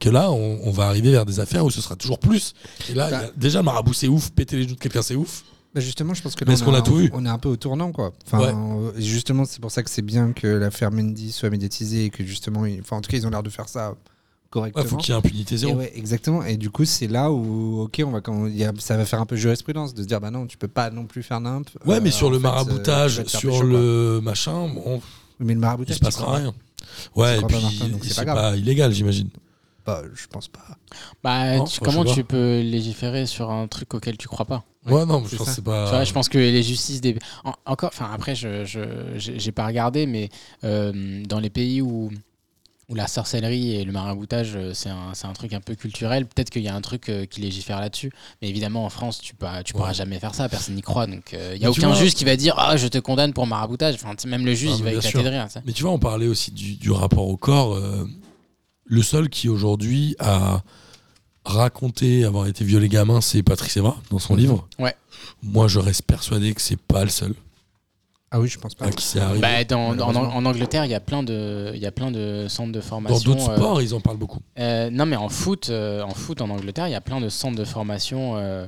[SPEAKER 4] que là, on, on va arriver vers des affaires où ce sera toujours plus. Et là,
[SPEAKER 5] Bah.
[SPEAKER 4] il y a- déjà, marabout, c'est ouf, péter les genoux de quelqu'un, c'est ouf.
[SPEAKER 5] Bah, justement, je pense que
[SPEAKER 4] Mais
[SPEAKER 5] là,
[SPEAKER 4] est-ce qu'on a tout eu
[SPEAKER 5] On est un peu au tournant, quoi. Enfin, euh, justement, c'est pour ça que c'est bien que l'affaire Mendy soit médiatisée et que justement, ils- enfin, en tout cas, ils ont l'air de faire ça
[SPEAKER 4] Ouais,
[SPEAKER 5] correctement.
[SPEAKER 4] faut qu'il y ait impunité
[SPEAKER 5] Et
[SPEAKER 4] zéro.
[SPEAKER 5] ouais, exactement. Et du coup, c'est là où, ok, on va, quand il y a- ça va faire un peu jurisprudence de se dire, bah non, tu peux pas non plus faire nimp.
[SPEAKER 4] Ouais, mais
[SPEAKER 5] Euh,
[SPEAKER 4] sur
[SPEAKER 5] en
[SPEAKER 4] le
[SPEAKER 5] fait,
[SPEAKER 4] maraboutage,
[SPEAKER 5] euh, tu vas te faire
[SPEAKER 4] sur
[SPEAKER 5] pécho, quoi.
[SPEAKER 4] le machin, bon,
[SPEAKER 5] Oui, Mais le
[SPEAKER 4] il
[SPEAKER 5] maraboutage,
[SPEAKER 4] se
[SPEAKER 5] tu
[SPEAKER 4] passera
[SPEAKER 5] crois
[SPEAKER 4] rien. Ouais, et
[SPEAKER 5] crois
[SPEAKER 4] puis
[SPEAKER 5] pas, Martin, donc c'est
[SPEAKER 4] c'est
[SPEAKER 5] pas
[SPEAKER 4] pas,
[SPEAKER 5] grave.
[SPEAKER 4] illégal, j'imagine.
[SPEAKER 5] pas Bah, je pense pas.
[SPEAKER 3] Bah,
[SPEAKER 4] Non,
[SPEAKER 3] tu-
[SPEAKER 4] moi, je
[SPEAKER 3] comment
[SPEAKER 4] sais
[SPEAKER 3] tu peux légiférer sur un truc auquel tu crois pas
[SPEAKER 4] Ouais, non, mais je
[SPEAKER 5] c'est
[SPEAKER 4] pense que
[SPEAKER 5] ça.
[SPEAKER 4] c'est
[SPEAKER 3] Tu vois,
[SPEAKER 4] pas.
[SPEAKER 3] je pense que les justices des en- encore. Enfin, après, je je- j'ai j'ai pas regardé, mais euh, dans les pays où où la sorcellerie et le maraboutage, euh, c'est un, c'est un truc un peu culturel. Peut-être qu'il y a un truc euh, qui légifère là-dessus. Mais évidemment, en France, tu ne tu pourras
[SPEAKER 4] Ouais.
[SPEAKER 3] jamais faire ça. Personne n'y croit. Donc, euh, il n'y a
[SPEAKER 4] Mais tu
[SPEAKER 3] aucun
[SPEAKER 4] vois-
[SPEAKER 3] juge qui va dire Ah, je te condamne pour maraboutage. Enfin, tu sais, même le juge,
[SPEAKER 4] Ah,
[SPEAKER 3] il
[SPEAKER 4] mais
[SPEAKER 3] va
[SPEAKER 4] bien
[SPEAKER 3] éclater
[SPEAKER 4] sûr.
[SPEAKER 3] de rire. tu sais.
[SPEAKER 4] Mais tu vois, on parlait aussi du, du rapport au corps. euh, le seul qui aujourd'hui a raconté avoir été violé gamin, c'est Patrice Evra dans son livre.
[SPEAKER 3] Ouais.
[SPEAKER 4] Moi, je reste persuadé que c'est pas le seul
[SPEAKER 5] Ah oui, je pense pas.
[SPEAKER 4] à qui c'est arrivé.
[SPEAKER 3] Bah, dans, dans- en,
[SPEAKER 5] malheureusement.
[SPEAKER 3] en Angleterre, il y a plein de il y a plein de centres de
[SPEAKER 4] dans
[SPEAKER 3] formation.
[SPEAKER 4] d'autres
[SPEAKER 3] euh,
[SPEAKER 4] sports, ils en parlent beaucoup.
[SPEAKER 3] Euh, non, mais en foot, euh, en foot en Angleterre, il y a plein de centres de formation euh,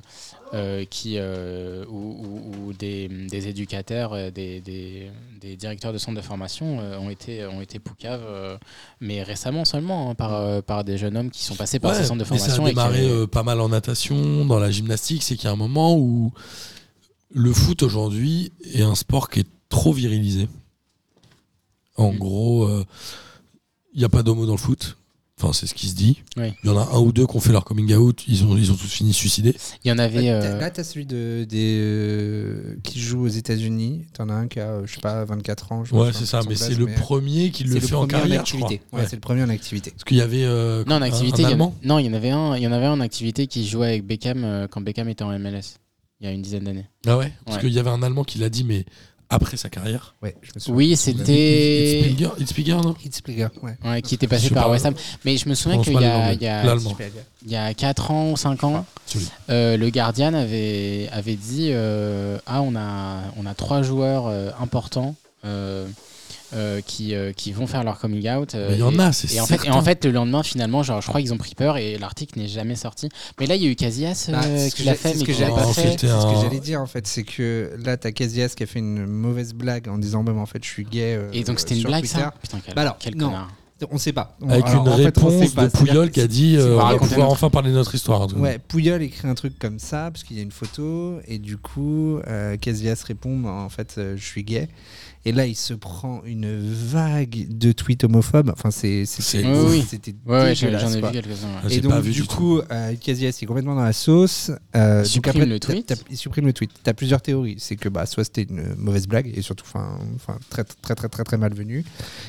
[SPEAKER 3] euh, qui, euh, où, où- où des, des éducateurs, euh, des, des- des directeurs de centres de formation euh, ont été, ont été poucaves, euh, mais récemment seulement, hein, par, euh, par des jeunes hommes qui sont passés par
[SPEAKER 4] Ouais,
[SPEAKER 3] ces centres de
[SPEAKER 4] mais ça
[SPEAKER 3] formation.
[SPEAKER 4] a
[SPEAKER 3] et qui
[SPEAKER 4] démarré
[SPEAKER 3] avaient-
[SPEAKER 4] euh, pas mal en natation, dans la gymnastique. C'est qu'il y a un moment où le foot aujourd'hui est un sport qui est trop virilisé. En
[SPEAKER 3] Mm.
[SPEAKER 4] gros, euh, il n'y a pas d'homo dans le foot. Enfin, c'est ce qui se dit. Il
[SPEAKER 3] Ouais.
[SPEAKER 4] y en a un ou deux qui ont fait leur coming out. Ils ont, ils ont tous fini suicidés.
[SPEAKER 3] Il y en avait.
[SPEAKER 5] Là,
[SPEAKER 3] euh,
[SPEAKER 5] t'as- Là, t'as celui de, des, euh, qui joue aux États-Unis. T'en as un qui a, euh, je sais pas, 24 ans. je
[SPEAKER 4] Ouais,
[SPEAKER 5] pense,
[SPEAKER 4] c'est
[SPEAKER 5] un
[SPEAKER 4] ça.
[SPEAKER 5] truc
[SPEAKER 4] Mais
[SPEAKER 5] semblable,
[SPEAKER 4] c'est le premier qui
[SPEAKER 5] c'est
[SPEAKER 4] le fait en
[SPEAKER 5] premier
[SPEAKER 4] carrière, je crois.
[SPEAKER 5] activité. Ouais,
[SPEAKER 4] Ouais.
[SPEAKER 5] c'est le premier en activité.
[SPEAKER 4] Parce qu'il y avait. euh,
[SPEAKER 3] non, en
[SPEAKER 4] un-
[SPEAKER 3] activité,
[SPEAKER 4] un
[SPEAKER 3] il y avait-
[SPEAKER 4] Allemand.
[SPEAKER 3] non, il y en avait un, il y en avait un en activité qui jouait avec Beckham euh, quand Beckham était en MLS, il y a une dizaine d'années.
[SPEAKER 4] Ah ouais Parce
[SPEAKER 3] Ouais.
[SPEAKER 4] qu'il y avait un Allemand qui l'a dit, mais après sa carrière.
[SPEAKER 5] Ouais, je me souviens.
[SPEAKER 3] Oui,
[SPEAKER 4] It's
[SPEAKER 3] c'était.
[SPEAKER 4] Bigger- It's Bigger, non
[SPEAKER 5] Hitzpieger, ouais.
[SPEAKER 3] Ouais, qui était
[SPEAKER 4] Je
[SPEAKER 3] passé
[SPEAKER 4] sais
[SPEAKER 3] par
[SPEAKER 4] pas.
[SPEAKER 3] West Ham. Mais je me souviens
[SPEAKER 4] Prononce
[SPEAKER 3] qu'il
[SPEAKER 4] pas
[SPEAKER 3] y
[SPEAKER 4] le
[SPEAKER 3] a,
[SPEAKER 4] nom,
[SPEAKER 3] il y a-
[SPEAKER 4] L'Allemand.
[SPEAKER 3] il y a 4 ans ou 5 ans,
[SPEAKER 4] Celui.
[SPEAKER 3] euh, le Guardian avait, avait dit euh, Ah, on a, on a trois joueurs euh, importants euh, euh, qui, euh, qui vont faire leur coming out. euh,
[SPEAKER 4] Mais il y en
[SPEAKER 3] et-
[SPEAKER 4] a, c'est
[SPEAKER 3] Et en, fait, et en
[SPEAKER 4] certain.
[SPEAKER 3] fait, le lendemain, finalement, genre, je crois qu'ils ont pris peur et l'article n'est jamais sorti. Mais là, il y a eu Casillas
[SPEAKER 5] Bah,
[SPEAKER 3] euh,
[SPEAKER 5] c'est ce
[SPEAKER 3] qui
[SPEAKER 5] que
[SPEAKER 3] l'a
[SPEAKER 5] j'ai-
[SPEAKER 3] fait,
[SPEAKER 5] c'est ce
[SPEAKER 3] mais
[SPEAKER 5] que
[SPEAKER 3] qui
[SPEAKER 5] j'ai
[SPEAKER 3] l'a
[SPEAKER 5] pas
[SPEAKER 3] pas
[SPEAKER 4] Non,
[SPEAKER 3] fait.
[SPEAKER 4] c'était
[SPEAKER 5] C'est ce
[SPEAKER 4] un-
[SPEAKER 5] que j'allais dire en fait, c'est que là t'as Casillas qui a fait une mauvaise blague en disant même en fait je suis gay. euh,
[SPEAKER 3] Et donc, c'était une
[SPEAKER 5] sur
[SPEAKER 3] blague,
[SPEAKER 5] Twitter.
[SPEAKER 3] ça Putain, quel,
[SPEAKER 5] Bah alors,
[SPEAKER 3] quel
[SPEAKER 5] non.
[SPEAKER 3] connard.
[SPEAKER 5] On sait pas. On-
[SPEAKER 4] Avec
[SPEAKER 5] alors,
[SPEAKER 4] une
[SPEAKER 5] en fait, on
[SPEAKER 4] réponse
[SPEAKER 5] sait pas.
[SPEAKER 4] de Pouyol
[SPEAKER 5] C'est-à-dire
[SPEAKER 4] qui
[SPEAKER 5] que
[SPEAKER 4] a dit euh,
[SPEAKER 3] pas
[SPEAKER 4] on va
[SPEAKER 3] raconté
[SPEAKER 4] pouvoir
[SPEAKER 3] notre-
[SPEAKER 4] enfin parler de notre histoire. un truc comme
[SPEAKER 5] Ouais, Pouyol écrit un truc comme ça, parce qu'il y a une photo, et du coup, euh, Casillas répond bah, En fait, euh, je suis gay. Et là, il se prend une vague de tweets homophobes. Enfin, c'est-
[SPEAKER 4] C'est
[SPEAKER 5] c'était
[SPEAKER 3] ouf. Oui, oui.
[SPEAKER 5] c'était
[SPEAKER 3] Ouais, ouais, j'en
[SPEAKER 5] dégueulasse,
[SPEAKER 3] j'en ai
[SPEAKER 5] quoi.
[SPEAKER 3] vu quelques-uns. ouais.
[SPEAKER 4] Ah, j'ai
[SPEAKER 5] Et donc,
[SPEAKER 4] pas vu
[SPEAKER 5] du
[SPEAKER 4] du
[SPEAKER 5] coup, euh, Casillas est complètement dans la sauce. Euh, donc
[SPEAKER 3] supprime
[SPEAKER 5] après,
[SPEAKER 3] le
[SPEAKER 5] t'as-
[SPEAKER 3] tweet.
[SPEAKER 5] t'as- Il supprime le tweet. Tu as plusieurs théories. C'est que bah, soit c'était une mauvaise blague, et surtout, enfin, enfin, très, très, très, très, très malvenue.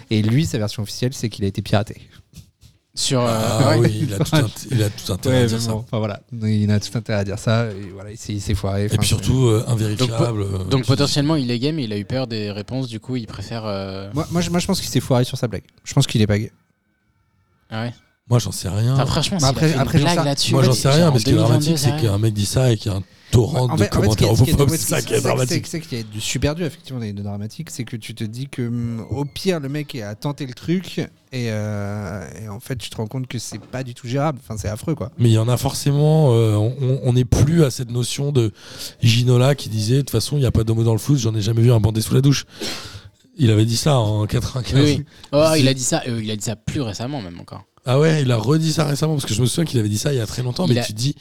[SPEAKER 5] Et lui, sa version officielle, c'est qu'il a été piraté.
[SPEAKER 3] Sur. euh,
[SPEAKER 4] Ah
[SPEAKER 3] ouais.
[SPEAKER 4] oui, il a tout, int- il a tout intérêt à
[SPEAKER 5] Ouais,
[SPEAKER 4] dire
[SPEAKER 5] mais
[SPEAKER 4] ça.
[SPEAKER 5] bon, enfin voilà, il a tout intérêt à dire ça. Et voilà, il s'est- il s'est foiré.
[SPEAKER 4] Et
[SPEAKER 5] enfin,
[SPEAKER 4] puis surtout, euh, invérifiable. euh,
[SPEAKER 3] Donc,
[SPEAKER 4] tu-
[SPEAKER 3] potentiellement, il est gay, mais il a eu peur des réponses. Du coup, il préfère. euh,
[SPEAKER 5] c'est- Moi, moi, je, moi, je pense qu'il s'est foiré sur sa blague. Je pense qu'il est pas gay.
[SPEAKER 3] Ah ouais.
[SPEAKER 4] Moi, j'en sais rien.
[SPEAKER 3] Enfin, franchement, s'il
[SPEAKER 5] Mais
[SPEAKER 3] a
[SPEAKER 5] après-
[SPEAKER 3] fait une
[SPEAKER 5] après, j'en
[SPEAKER 3] blague
[SPEAKER 5] sais-
[SPEAKER 3] là-dessus.
[SPEAKER 4] Moi,
[SPEAKER 3] ouais,
[SPEAKER 4] j'en sais
[SPEAKER 3] genre
[SPEAKER 4] rien,
[SPEAKER 3] en
[SPEAKER 4] mais ce qui est
[SPEAKER 3] 2022,
[SPEAKER 4] dramatique,
[SPEAKER 3] ça
[SPEAKER 4] c'est qu'il y a un mec dit ça et qu'il y a un torrent de
[SPEAKER 5] ce qui est-
[SPEAKER 4] commentaires
[SPEAKER 5] ce qui est-
[SPEAKER 4] homophobes.
[SPEAKER 5] ouais,
[SPEAKER 4] C'est
[SPEAKER 5] ce
[SPEAKER 4] ça qui est
[SPEAKER 5] c'est-
[SPEAKER 4] dramatique.
[SPEAKER 5] C'est c'est qu'il y a du super dur, effectivement, et de dramatique. C'est que tu te dis que, hum, au pire, le mec a tenté le truc et, euh, et en fait, tu te rends compte que c'est pas du tout gérable. Enfin, c'est affreux, quoi.
[SPEAKER 4] Mais il y en a forcément, euh, on- on n'est plus à cette notion de Ginola qui disait de toute façon, il n'y a pas d'homo dans le foot, j'en ai jamais vu un bandé sous la douche. Il avait dit ça en 95.
[SPEAKER 3] Oui, oui. Oh,
[SPEAKER 4] C'est-
[SPEAKER 3] il a dit ça. euh, il a dit ça plus récemment même encore.
[SPEAKER 4] Ah ouais, il a redit ça récemment parce que je me souviens qu'il avait dit ça il y a très longtemps,
[SPEAKER 3] Il
[SPEAKER 4] mais
[SPEAKER 3] a-
[SPEAKER 4] tu te dis,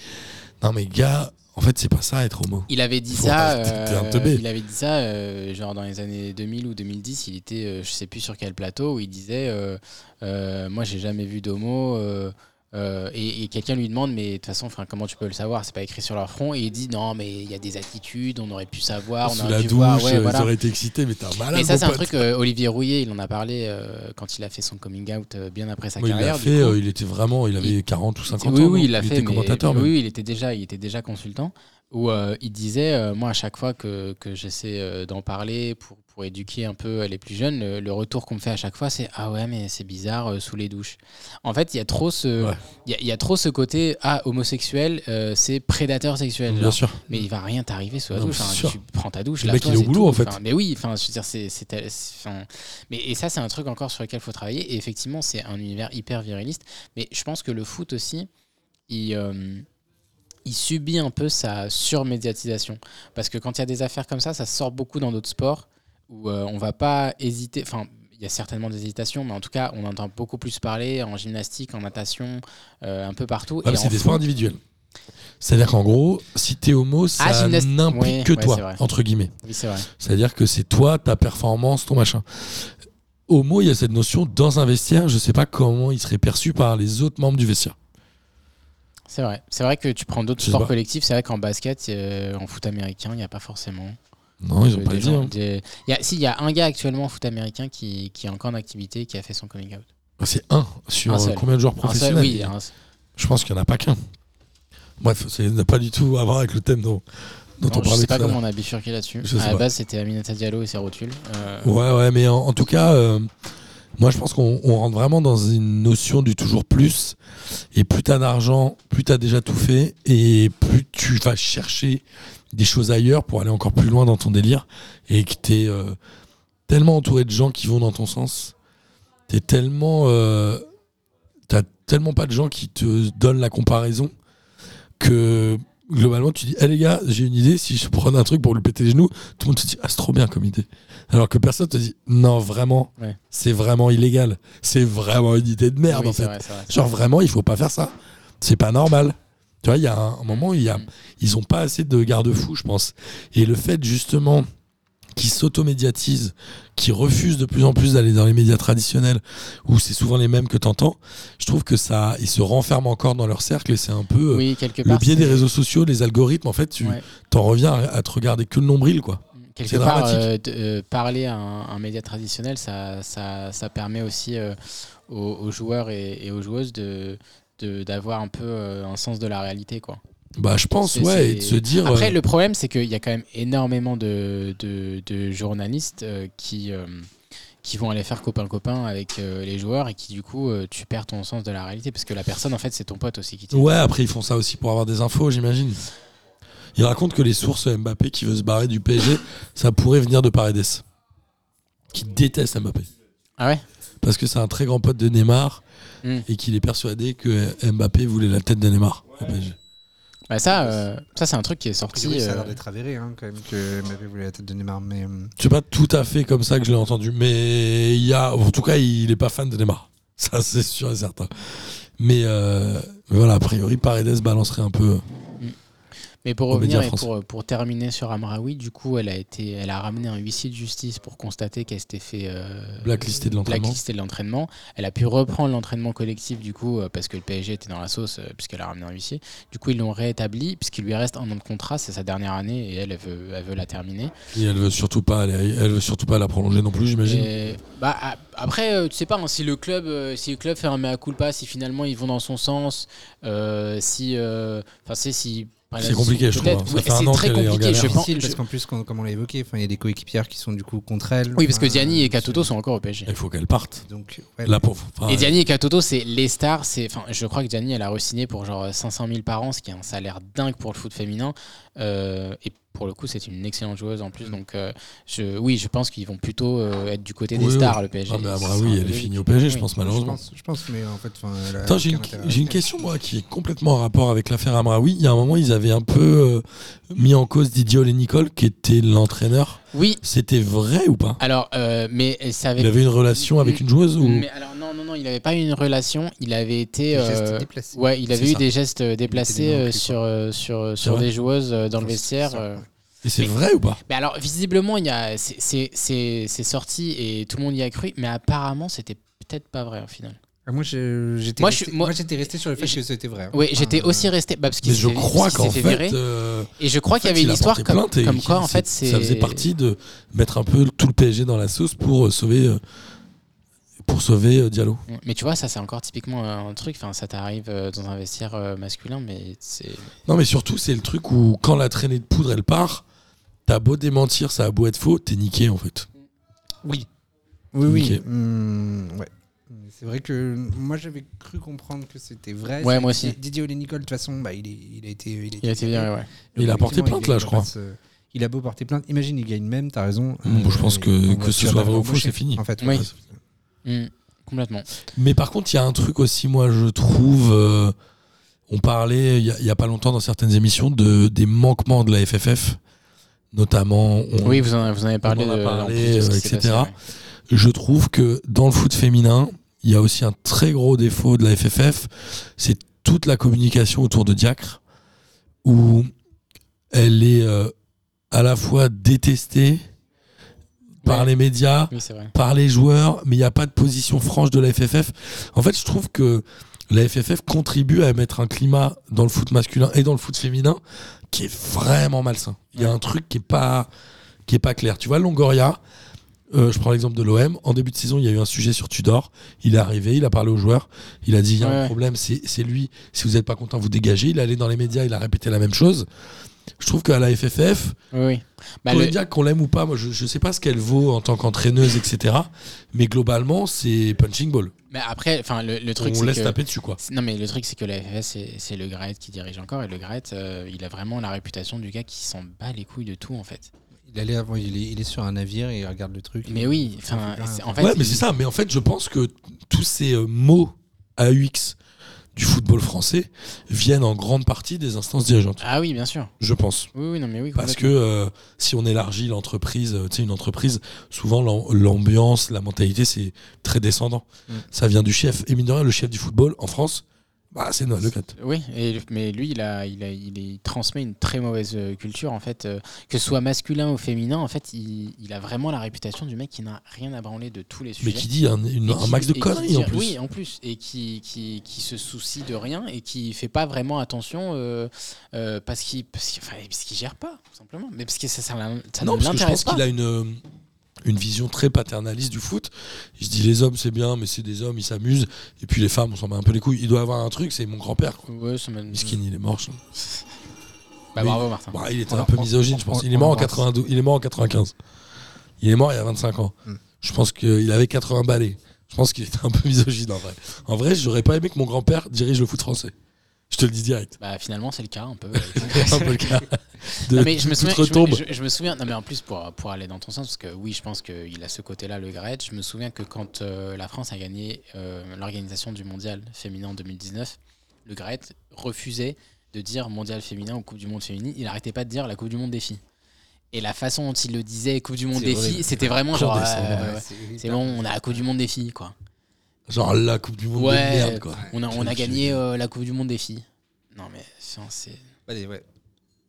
[SPEAKER 4] non mais gars, en fait c'est pas ça être homo.
[SPEAKER 3] Il avait dit
[SPEAKER 4] Faut
[SPEAKER 3] ça.
[SPEAKER 4] arrêter, bah, t'es
[SPEAKER 3] euh,
[SPEAKER 4] un teubé.
[SPEAKER 3] il avait dit ça euh, genre dans les années 2000 ou 2010. Il était, euh, je sais plus sur quel plateau, où il disait, euh, euh, moi j'ai jamais vu d'homo. euh, euh, et et quelqu'un lui demande, mais de toute façon, enfin, comment tu peux le savoir C'est pas écrit sur leur front. Et il dit, non, mais il y a des attitudes, on aurait pu savoir, Ah, on
[SPEAKER 4] Sous
[SPEAKER 3] aurait
[SPEAKER 4] la
[SPEAKER 3] pu
[SPEAKER 4] douche,
[SPEAKER 3] voir. Ouais,
[SPEAKER 4] euh,
[SPEAKER 3] voilà.
[SPEAKER 4] ils auraient été excités, mais t'es un malade.
[SPEAKER 3] Mais ça,
[SPEAKER 4] mon
[SPEAKER 3] c'est un
[SPEAKER 4] pote.
[SPEAKER 3] truc, euh, Olivier Rouillet, il en a parlé euh, quand il a fait son coming out euh, bien après sa
[SPEAKER 4] Moi, il l'a
[SPEAKER 3] carrière. du
[SPEAKER 4] fait,
[SPEAKER 3] coup.
[SPEAKER 4] euh, il était vraiment, il avait 40 ou 50
[SPEAKER 3] oui,
[SPEAKER 4] ans.
[SPEAKER 3] oui,
[SPEAKER 4] non
[SPEAKER 3] il l'a fait.
[SPEAKER 4] était
[SPEAKER 3] mais-
[SPEAKER 4] commentateur.
[SPEAKER 3] oui,
[SPEAKER 4] même.
[SPEAKER 3] oui, il était déjà, il était déjà consultant. où euh, il disait, euh, moi à chaque fois que, que j'essaie euh, d'en parler pour, pour éduquer un peu les plus jeunes, le, le retour qu'on me fait à chaque fois, c'est ah ouais mais c'est bizarre euh, sous les douches. En fait, il y a trop ce,
[SPEAKER 4] Ouais.
[SPEAKER 3] il y a- il y, a trop ce côté ah homosexuel, euh, c'est prédateur sexuel.
[SPEAKER 4] Bien
[SPEAKER 3] genre.
[SPEAKER 4] sûr.
[SPEAKER 3] Mais il va rien t'arriver sous la
[SPEAKER 4] Non,
[SPEAKER 3] douche.
[SPEAKER 4] mais
[SPEAKER 3] hein.
[SPEAKER 4] c'est sûr.
[SPEAKER 3] Tu prends ta douche.
[SPEAKER 4] Le mec,
[SPEAKER 3] lave-toi,
[SPEAKER 4] il est au
[SPEAKER 3] c'est
[SPEAKER 4] boulot,
[SPEAKER 3] tout.
[SPEAKER 4] en fait.
[SPEAKER 3] Enfin, mais oui, enfin, je veux dire, c'est. c'est- enfin, mais, et ça, c'est un truc encore sur lequel il faut travailler. Et effectivement, c'est un univers hyper viriliste. Mais je pense que le foot aussi, il. euh, il subit un peu sa surmédiatisation. Parce que quand il y a des affaires comme ça, ça sort beaucoup dans d'autres sports où euh, on va pas hésiter. Enfin, il y a certainement des hésitations, mais en tout cas, on entend beaucoup plus parler en gymnastique, en natation, euh, un peu partout.
[SPEAKER 4] Ouais, Ah, mais
[SPEAKER 3] Et en
[SPEAKER 4] c'est des sports
[SPEAKER 3] foot-
[SPEAKER 4] individuels. C'est-à-dire qu'en gros, si t'es homo, ça
[SPEAKER 3] Ah, gymnastique.
[SPEAKER 4] n'implique
[SPEAKER 3] Ouais,
[SPEAKER 4] que
[SPEAKER 3] ouais,
[SPEAKER 4] toi,
[SPEAKER 3] c'est vrai.
[SPEAKER 4] entre guillemets.
[SPEAKER 3] Oui, c'est vrai.
[SPEAKER 4] C'est-à-dire que c'est toi, ta performance, ton machin. Homo, il y a cette notion dans un vestiaire, je sais pas comment il serait perçu par les autres membres du vestiaire.
[SPEAKER 3] C'est vrai. C'est vrai que tu prends d'autres
[SPEAKER 4] Je sais
[SPEAKER 3] sports
[SPEAKER 4] pas.
[SPEAKER 3] collectifs. C'est vrai qu'en basket, euh, en foot américain, il n'y a pas forcément.
[SPEAKER 4] Non, ils ont
[SPEAKER 3] euh,
[SPEAKER 4] pas
[SPEAKER 3] des
[SPEAKER 4] dit.
[SPEAKER 3] gens-
[SPEAKER 4] hein.
[SPEAKER 3] des- il y a, si, il y a un gars actuellement en foot américain qui, qui est encore en activité, qui a fait son coming out.
[SPEAKER 4] hein. C'est un sur
[SPEAKER 3] Un seul.
[SPEAKER 4] combien de joueurs
[SPEAKER 3] Un seul-
[SPEAKER 4] professionnels
[SPEAKER 3] oui, hein. un-
[SPEAKER 4] Je pense qu'il n'y en a pas qu'un. Bref, ça n'a pas du tout à voir avec le thème dont,
[SPEAKER 3] non,
[SPEAKER 4] dont on
[SPEAKER 3] je
[SPEAKER 4] parlait
[SPEAKER 3] sais
[SPEAKER 4] tout à
[SPEAKER 3] pas
[SPEAKER 4] l'heure.
[SPEAKER 3] comment on a bifurqué là-dessus.
[SPEAKER 4] Je sais
[SPEAKER 3] À la
[SPEAKER 4] pas. Oh,
[SPEAKER 3] base, c'était Aminata Diallo et ses rotules. Euh,
[SPEAKER 4] Ouais, ouais, mais en, en tout cas, euh, moi je pense qu'on on rentre vraiment dans une notion du toujours plus. Et plus t'as d'argent, plus t'as déjà tout fait, et plus tu vas chercher des choses ailleurs pour aller encore plus loin dans ton délire, et que t'es euh, tellement entouré de gens qui vont dans ton sens, t'es tellement, euh, t'as tellement pas de gens qui te donnent la comparaison que globalement tu dis, Eh les gars, j'ai une idée, si je prends un truc pour lui péter les genoux, tout le monde te dit, ah c'est trop bien comme idée. Alors que personne te dit, non vraiment,
[SPEAKER 3] Ouais.
[SPEAKER 4] c'est vraiment illégal, c'est vraiment une idée de merde
[SPEAKER 3] oui,
[SPEAKER 4] en
[SPEAKER 3] c'est
[SPEAKER 4] fait.
[SPEAKER 3] vrai, c'est vrai.
[SPEAKER 4] Genre vraiment, il faut pas faire ça. C'est pas normal. Tu vois, il y a un, un moment où il y a,
[SPEAKER 3] Mm.
[SPEAKER 4] ils ont pas assez de garde-fous, je pense. Et le fait justement qu'ils s'automédiatisent, qu'ils refusent de plus en plus d'aller dans les médias traditionnels, où c'est souvent les mêmes que t'entends, je trouve que ça, ils se renferment encore dans leur cercle et c'est un peu euh,
[SPEAKER 3] Oui, quelque
[SPEAKER 4] le
[SPEAKER 3] part.
[SPEAKER 4] biais des
[SPEAKER 3] c'est-
[SPEAKER 4] réseaux sociaux, les algorithmes. En fait, tu
[SPEAKER 3] Ouais.
[SPEAKER 4] t'en reviens à, à te regarder que le nombril, quoi.
[SPEAKER 3] Quelque
[SPEAKER 4] C'est
[SPEAKER 3] part,
[SPEAKER 4] dramatique.
[SPEAKER 3] euh, de- euh, parler à un, un média traditionnel, ça, ça, ça permet aussi euh, aux, aux joueurs et, et aux joueuses de de- d'avoir un peu euh, un sens de la réalité quoi.
[SPEAKER 4] Bah, je pense,
[SPEAKER 3] C'est-
[SPEAKER 4] ouais,
[SPEAKER 3] c'est-
[SPEAKER 4] et de se dire.
[SPEAKER 3] Après,
[SPEAKER 4] euh,
[SPEAKER 3] le problème, c'est qu'il y a quand même énormément de, de- de journalistes euh, qui, euh, qui vont aller faire copain-copain avec euh, les joueurs et qui, du coup, euh, tu perds ton sens de la réalité parce que la personne, en fait, c'est ton pote aussi qui t'y-
[SPEAKER 4] Ouais, après ils font ça aussi pour avoir des infos, j'imagine. Il raconte que les sources Mbappé qui veut se barrer du PSG, ça pourrait venir de Paredes, qui déteste Mbappé.
[SPEAKER 3] Ah ouais
[SPEAKER 4] Parce que c'est un très grand pote de Neymar
[SPEAKER 3] Mm.
[SPEAKER 4] et qu'il est persuadé que Mbappé voulait la tête de Neymar au PSG.
[SPEAKER 3] bah, Ça, euh, ça c'est un truc qui est sorti.
[SPEAKER 5] ça a
[SPEAKER 3] euh,
[SPEAKER 5] l'air d'être avéré hein, quand même que Mbappé voulait la tête de Neymar, mais euh,
[SPEAKER 4] C'est pas tout à fait comme ça que je l'ai entendu, mais il y a, en tout cas, il est pas fan de Neymar. Ça, c'est sûr et certain. Mais euh, voilà, a priori, Paredes balancerait un peu. euh,
[SPEAKER 3] Mais pour
[SPEAKER 4] aux
[SPEAKER 3] revenir
[SPEAKER 4] médias
[SPEAKER 3] et pour, euh, pour terminer sur Amraoui, du coup, elle a, été, elle a ramené un huissier de justice pour constater qu'elle s'était fait euh,
[SPEAKER 4] Blacklister de l'entraînement.
[SPEAKER 3] blacklister de l'entraînement. Elle a pu reprendre l'entraînement collectif, du coup, euh, parce que le PSG était dans la sauce, euh, puisqu'elle a ramené un huissier. Du coup, ils l'ont réétabli, puisqu'il lui reste un an de contrat, c'est sa dernière année, et elle, elle veut, elle veut la terminer.
[SPEAKER 4] Et elle veut surtout pas, aller- elle veut surtout pas la prolonger non plus, j'imagine.
[SPEAKER 3] Et, bah, a- après, euh, tu sais pas, hein, si, le club, euh, si le club fait un mea culpa, si finalement ils vont dans son sens, euh, si. euh, Enfin, c'est si.
[SPEAKER 4] C'est compliqué, je trouve,
[SPEAKER 3] Peut-être,
[SPEAKER 4] hein. Ça
[SPEAKER 3] oui,
[SPEAKER 4] fait un
[SPEAKER 3] c'est
[SPEAKER 4] an
[SPEAKER 3] très
[SPEAKER 4] qu'elle est en
[SPEAKER 3] compliqué. Je
[SPEAKER 4] galère.
[SPEAKER 3] pense,
[SPEAKER 5] difficile, parce
[SPEAKER 3] je-
[SPEAKER 5] qu'en plus, quand- comme on l'a évoqué, enfin, il y a des coéquipières qui sont du coup contre elle.
[SPEAKER 3] Oui, parce que
[SPEAKER 5] Enfin, euh,
[SPEAKER 3] Diani et Katoto sont encore au PSG.
[SPEAKER 4] Il faut qu'elle parte.
[SPEAKER 5] Donc, ouais,
[SPEAKER 4] La pauvre. Enfin,
[SPEAKER 3] Et Diani et Katoto, c'est les stars. C'est, enfin, je crois que Diani, elle a re-signé pour genre euh, 500 000 par an, ce qui est un salaire dingue pour le foot féminin. Euh, et pour le coup, c'est une excellente joueuse en plus. Donc, euh, je, oui, je pense qu'ils vont plutôt euh, être du côté des
[SPEAKER 4] Oui,
[SPEAKER 3] stars,
[SPEAKER 4] oui.
[SPEAKER 3] le PSG.
[SPEAKER 4] Ah, mais
[SPEAKER 3] Ça
[SPEAKER 4] Amraoui,
[SPEAKER 3] sera un peu
[SPEAKER 4] elle est
[SPEAKER 3] logique.
[SPEAKER 4] finie au PSG, je
[SPEAKER 3] Oui.
[SPEAKER 4] pense,
[SPEAKER 5] je
[SPEAKER 4] malheureusement.
[SPEAKER 5] pense, je pense, mais en fait, enfin, elle a
[SPEAKER 4] Attends, j'ai
[SPEAKER 5] aucun
[SPEAKER 4] une,
[SPEAKER 5] intérêt.
[SPEAKER 4] j'ai une question, moi, qui est complètement en rapport avec l'affaire Amraoui. Il y a un moment, ils avaient un peu euh, mis en cause Didier et Nicole, qui était l'entraîneur.
[SPEAKER 3] Oui,
[SPEAKER 4] C'était vrai ou pas
[SPEAKER 3] alors, euh, mais ça avait.
[SPEAKER 4] Il avait une relation avec une joueuse ou
[SPEAKER 3] Mais alors, non, non, non, il n'avait pas eu une relation. Il avait été.
[SPEAKER 5] Des gestes
[SPEAKER 3] euh,
[SPEAKER 5] déplacés.
[SPEAKER 3] Ouais, il avait
[SPEAKER 4] C'est
[SPEAKER 3] eu
[SPEAKER 4] ça.
[SPEAKER 3] des gestes euh,
[SPEAKER 5] Il
[SPEAKER 3] déplacés
[SPEAKER 5] était
[SPEAKER 3] euh,
[SPEAKER 5] dénoncé, quoi.
[SPEAKER 3] sur, euh, sur, sur
[SPEAKER 4] vrai
[SPEAKER 3] des joueuses euh, dans le
[SPEAKER 5] Enfin, c'est
[SPEAKER 3] vestiaire.
[SPEAKER 5] ça,
[SPEAKER 3] euh.
[SPEAKER 5] ouais.
[SPEAKER 4] Et c'est
[SPEAKER 3] mais-
[SPEAKER 4] vrai ou pas
[SPEAKER 3] Mais alors, visiblement, il y a- c'est- c'est c'est- c'est sorti et tout le monde y a cru, mais apparemment, c'était peut-être pas vrai au final.
[SPEAKER 5] Ah, Moi, je- j'étais
[SPEAKER 3] Moi, je
[SPEAKER 5] resté,
[SPEAKER 3] suis- moi-
[SPEAKER 5] moi, j'étais resté sur le fait
[SPEAKER 3] je-
[SPEAKER 5] que c'était vrai.
[SPEAKER 3] Oui,
[SPEAKER 5] Enfin,
[SPEAKER 3] j'étais
[SPEAKER 5] euh,
[SPEAKER 3] aussi resté. Bah, parce qu'il
[SPEAKER 4] Ah. Mais je
[SPEAKER 3] s'est fait-
[SPEAKER 4] crois
[SPEAKER 3] parce qu'il
[SPEAKER 4] qu'en
[SPEAKER 3] s'est
[SPEAKER 4] fait,
[SPEAKER 3] fait virer.
[SPEAKER 4] euh,
[SPEAKER 3] Et je
[SPEAKER 4] en
[SPEAKER 3] crois qu'il y
[SPEAKER 4] fait,
[SPEAKER 3] avait
[SPEAKER 4] il
[SPEAKER 3] une
[SPEAKER 4] a
[SPEAKER 3] histoire
[SPEAKER 4] porté
[SPEAKER 3] comme,
[SPEAKER 4] plainte et
[SPEAKER 3] comme
[SPEAKER 4] qu'il-
[SPEAKER 3] quoi, en fait, c'est.
[SPEAKER 4] ça faisait partie de mettre un peu tout le PSG dans la sauce pour euh, sauver euh, pour sauver euh, Diallo.
[SPEAKER 3] Ouais. Mais tu vois, ça c'est encore typiquement euh, un truc. Enfin, ça t'arrive euh, dans un vestiaire euh, masculin, mais c'est.
[SPEAKER 4] Non, mais surtout, c'est le truc où quand la traînée de poudre elle part, t'as beau démentir, ça a beau être faux, t'es niqué en fait.
[SPEAKER 5] Oui, oui.
[SPEAKER 4] Ok.
[SPEAKER 5] Hmm, ouais. Mais C'est vrai que moi j'avais cru comprendre que c'était vrai.
[SPEAKER 3] Ouais,
[SPEAKER 5] C'est
[SPEAKER 3] moi
[SPEAKER 5] que
[SPEAKER 3] aussi.
[SPEAKER 5] Didier Olénicole, de toute façon, bah, il, est- il a été. Il,
[SPEAKER 3] Il a été viré, ouais.
[SPEAKER 5] Donc,
[SPEAKER 4] Il a porté
[SPEAKER 5] effectivement,
[SPEAKER 4] plainte,
[SPEAKER 5] il-
[SPEAKER 4] là,
[SPEAKER 5] il
[SPEAKER 4] je
[SPEAKER 5] va
[SPEAKER 4] crois.
[SPEAKER 5] se- Il a beau porter plainte. Imagine, il gagne même, t'as raison.
[SPEAKER 4] Bon,
[SPEAKER 5] Euh,
[SPEAKER 4] je pense que-
[SPEAKER 5] on va
[SPEAKER 4] que
[SPEAKER 5] se
[SPEAKER 4] ce
[SPEAKER 5] faire
[SPEAKER 4] soit vrai ou
[SPEAKER 5] embaucher,
[SPEAKER 4] faux, c'est fini.
[SPEAKER 5] En fait,
[SPEAKER 3] Oui.
[SPEAKER 5] ouais.
[SPEAKER 3] Mm, complètement.
[SPEAKER 4] Mais par contre, il y a un truc aussi, moi, je trouve. euh, on parlait il y a- il y a, pas longtemps dans certaines émissions de, des manquements de la FFF, notamment. on-
[SPEAKER 3] oui, vous en, vous en avez parlé,
[SPEAKER 4] en a
[SPEAKER 3] de-
[SPEAKER 4] parlé,
[SPEAKER 3] en plus de ce qui
[SPEAKER 4] euh,
[SPEAKER 3] s'est passé,
[SPEAKER 4] etc.
[SPEAKER 3] ouais.
[SPEAKER 4] Je trouve que dans le foot féminin, il y a aussi un très gros défaut de la FFF, c'est toute la communication autour de Diacre, où elle est euh, à la fois détestée par
[SPEAKER 3] Ouais.
[SPEAKER 4] les médias,
[SPEAKER 3] Oui, c'est vrai.
[SPEAKER 4] par les joueurs, mais il n'y a pas de position franche de la FFF. En fait, je trouve que la FFF contribue à mettre un climat dans le foot masculin et dans le foot féminin qui est vraiment malsain. Il y a un truc qui est pas qui est pas clair. Tu vois, Longoria, euh, je prends l'exemple de l'OM. En début de saison, il y a eu un sujet sur Tudor. Il est arrivé, il a parlé aux joueurs, il a dit il y a
[SPEAKER 3] Ouais,
[SPEAKER 4] un
[SPEAKER 3] ouais.
[SPEAKER 4] problème, c'est c'est lui. Si vous n'êtes pas content, vous dégagez. Il est allé dans les médias, il a répété la même chose. Je trouve qu'à la FFF,
[SPEAKER 3] Oui, oui. Bah,
[SPEAKER 4] qu'on
[SPEAKER 3] le-
[SPEAKER 4] le diable, qu'on l'aime ou pas, moi je, je sais pas ce qu'elle vaut en tant qu'entraîneuse, etc. Mais globalement, c'est punching ball.
[SPEAKER 3] Mais après, enfin, le, le truc,
[SPEAKER 4] On
[SPEAKER 3] c'est
[SPEAKER 4] laisse
[SPEAKER 3] que.
[SPEAKER 4] taper dessus, quoi.
[SPEAKER 3] c'est- Non, mais le truc, c'est que la FFS, c'est- c'est le Graet qui dirige encore. Et le Graet, euh, il a vraiment la réputation du gars qui s'en bat les couilles de tout, en fait.
[SPEAKER 5] Il, allait avant- il, est, il est sur un navire et il regarde le truc.
[SPEAKER 3] Mais oui, enfin,
[SPEAKER 5] Ouais.
[SPEAKER 3] c'est- en fait.
[SPEAKER 4] Ouais, mais
[SPEAKER 3] il-
[SPEAKER 4] c'est ça. Mais en fait, je pense que tous ces euh, mots AUX du football français viennent en grande partie des instances dirigeantes,
[SPEAKER 3] Ah oui, bien sûr.
[SPEAKER 4] je pense.
[SPEAKER 3] Oui, oui, non, mais oui.
[SPEAKER 4] Parce
[SPEAKER 3] complètement.
[SPEAKER 4] que euh, si on élargit l'entreprise, euh, tu sais, une entreprise, souvent l'am- l'ambiance, la mentalité, c'est très descendant.
[SPEAKER 5] Mm.
[SPEAKER 4] Ça vient du chef. Et mine de rien, le chef du football en France, bah, c'est Noël Le Graët.
[SPEAKER 3] Oui, et, mais lui, il, a, il, a- il, est- il transmet une très mauvaise euh, culture, en fait. euh, que ce soit masculin ou féminin, en fait, il, il a vraiment la réputation du mec qui n'a rien à branler de tous les
[SPEAKER 4] Mais
[SPEAKER 3] sujets.
[SPEAKER 4] qui dit un, une-
[SPEAKER 3] Et
[SPEAKER 4] un
[SPEAKER 3] qui-
[SPEAKER 4] max de
[SPEAKER 3] et qui
[SPEAKER 4] conneries
[SPEAKER 3] tient-
[SPEAKER 4] en plus.
[SPEAKER 3] Oui, en plus. Et qui, qui, qui se soucie de rien et qui fait pas vraiment attention euh, euh, parce qu'il parce qu'il- enfin, parce qu'il gère pas, tout simplement. Mais parce que ça, ça, l'in- ça
[SPEAKER 4] non,
[SPEAKER 3] ne
[SPEAKER 4] parce que je
[SPEAKER 3] l'intéresse
[SPEAKER 4] pense
[SPEAKER 3] pas.
[SPEAKER 4] qu'il a une, euh, une vision très paternaliste du foot. Je dis les hommes, c'est bien, mais c'est des hommes, ils s'amusent. Et puis les femmes, on s'en bat un peu les couilles. Il doit avoir un truc, c'est mon grand-père. quoi.
[SPEAKER 3] Ouais, ça m'a-
[SPEAKER 4] Miskin, il est mort. je-
[SPEAKER 3] Bah,
[SPEAKER 4] Oui.
[SPEAKER 3] bravo, Martin.
[SPEAKER 4] Bah, il était
[SPEAKER 5] On
[SPEAKER 4] un
[SPEAKER 5] l'a-
[SPEAKER 4] peu
[SPEAKER 5] on-
[SPEAKER 4] misogyne,
[SPEAKER 5] on-
[SPEAKER 4] je pense.
[SPEAKER 5] on-
[SPEAKER 4] Il est mort
[SPEAKER 5] on
[SPEAKER 4] en
[SPEAKER 5] l'embrasse.
[SPEAKER 4] 92, il est mort en 95. Il est mort il y a 25 ans.
[SPEAKER 5] Hmm.
[SPEAKER 4] Je pense qu'il avait 80 balais. Je pense qu'il était un peu misogyne en vrai. En vrai, j'aurais pas aimé que mon grand-père dirige le foot français. Je te le dis direct.
[SPEAKER 3] Bah, finalement, c'est le cas un peu.
[SPEAKER 4] C'est un peu le cas. De
[SPEAKER 3] Non, mais je me
[SPEAKER 4] toute
[SPEAKER 3] souviens,
[SPEAKER 4] retombe.
[SPEAKER 3] je, me- je- je me souviens- non mais en plus pour, pour aller dans ton sens, parce que oui, je pense qu'il a ce côté-là, le Graet, je me souviens que quand euh, la France a gagné euh, l'organisation du mondial féminin en 2019, le Graet refusait de dire mondial féminin ou Coupe du Monde féminine, il arrêtait pas de dire la Coupe du Monde des filles. Et la façon dont il le disait, Coupe du Monde
[SPEAKER 4] C'est
[SPEAKER 3] des
[SPEAKER 4] horrible.
[SPEAKER 3] filles, c'était vraiment genre,
[SPEAKER 4] Condescendant.
[SPEAKER 5] bah,
[SPEAKER 3] euh, ouais, c'est bon, on a la Coupe du Monde des filles, quoi.
[SPEAKER 4] Genre la Coupe du Monde de
[SPEAKER 3] Ouais,
[SPEAKER 4] merde, quoi.
[SPEAKER 3] on a, on a gagné euh, la Coupe du Monde des filles. Non mais ça, c'est...
[SPEAKER 5] Bah, des- ouais.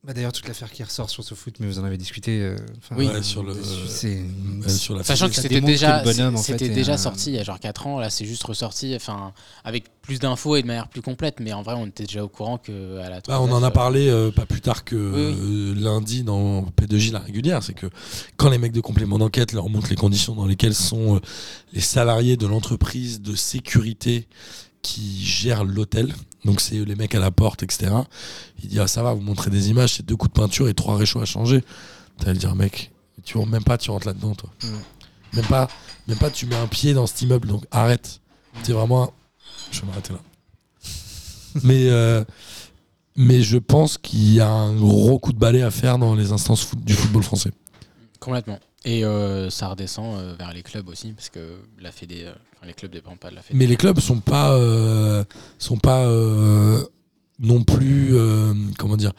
[SPEAKER 5] Bah, D'ailleurs, toute l'affaire qui ressort sur ce foot, mais vous en avez discuté. euh, enfin,
[SPEAKER 4] Oui.
[SPEAKER 5] euh,
[SPEAKER 4] Ouais, sur le-
[SPEAKER 5] dessus, c'est-
[SPEAKER 4] Euh, sur la
[SPEAKER 3] Sachant
[SPEAKER 5] Ça
[SPEAKER 3] que c'était
[SPEAKER 5] démontre
[SPEAKER 3] déjà,
[SPEAKER 5] que le bonhomme, en
[SPEAKER 3] c'était
[SPEAKER 5] fait, est
[SPEAKER 3] déjà
[SPEAKER 5] un-
[SPEAKER 3] sorti il y a genre 4 ans, là c'est juste ressorti, enfin avec plus d'infos et de manière plus complète, mais en vrai on était déjà au courant que à la
[SPEAKER 4] Bah, on en a
[SPEAKER 3] 39,
[SPEAKER 4] parlé euh, pas plus tard que
[SPEAKER 3] oui.
[SPEAKER 4] euh, lundi dans P2J la régulière. C'est que quand les mecs de complément d'enquête leur montrent les conditions dans lesquelles sont euh, les salariés de l'entreprise de sécurité qui gère l'hôtel, donc c'est les mecs à la porte, etc. Il dit ah ça va, vous montrez des images, c'est deux coups de peinture et trois réchauds à changer. T'allais dire mec, tu rentres même pas, tu rentres là-dedans toi.
[SPEAKER 3] Mm.
[SPEAKER 4] Même pas, même pas, tu mets un pied dans cet immeuble, donc arrête.
[SPEAKER 3] Mm.
[SPEAKER 4] C'est vraiment, un- je vais m'arrêter là. Mais euh, mais je pense qu'il y a un gros coup de balai à faire dans les instances foot- du football français.
[SPEAKER 3] Complètement. Et euh, ça redescend euh, vers les clubs aussi, parce que la Fédé, euh, enfin, les clubs dépendent pas de la Fédé.
[SPEAKER 4] Mais les clubs sont pas euh, sont pas euh, non plus euh, comment dire,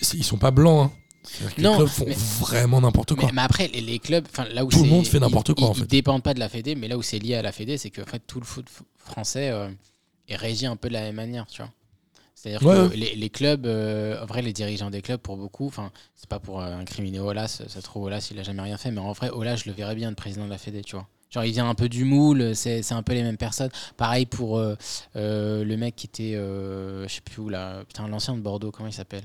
[SPEAKER 4] c'est- ils sont pas blancs. hein. C'est-à-dire que
[SPEAKER 3] Non,
[SPEAKER 4] les clubs font
[SPEAKER 3] mais-
[SPEAKER 4] vraiment n'importe quoi.
[SPEAKER 3] Mais, mais après, les, les clubs, enfin, là où
[SPEAKER 4] Tout le
[SPEAKER 3] c'est-
[SPEAKER 4] monde fait n'importe
[SPEAKER 3] ils-
[SPEAKER 4] quoi,
[SPEAKER 3] ils-
[SPEAKER 4] en fait.
[SPEAKER 3] Ils dépendent pas de la Fédé, mais là où c'est lié à la Fédé, c'est que en fait, tout le foot f- français euh, est régi un peu de la même manière, tu vois. C'est-à-dire
[SPEAKER 4] Ouais,
[SPEAKER 3] que les, les clubs, euh, en vrai, les dirigeants des clubs, pour beaucoup, enfin, c'est pas pour euh, incriminer Olas, ça se trouve Olas, il a jamais rien fait, mais en vrai, Olas, je le verrais bien, le président de la Fédé, tu vois. Genre, il vient un peu du moule, c'est c'est un peu les mêmes personnes. Pareil pour euh, euh, le mec qui était, euh, je sais plus où là, putain, l'ancien de Bordeaux, comment il s'appelle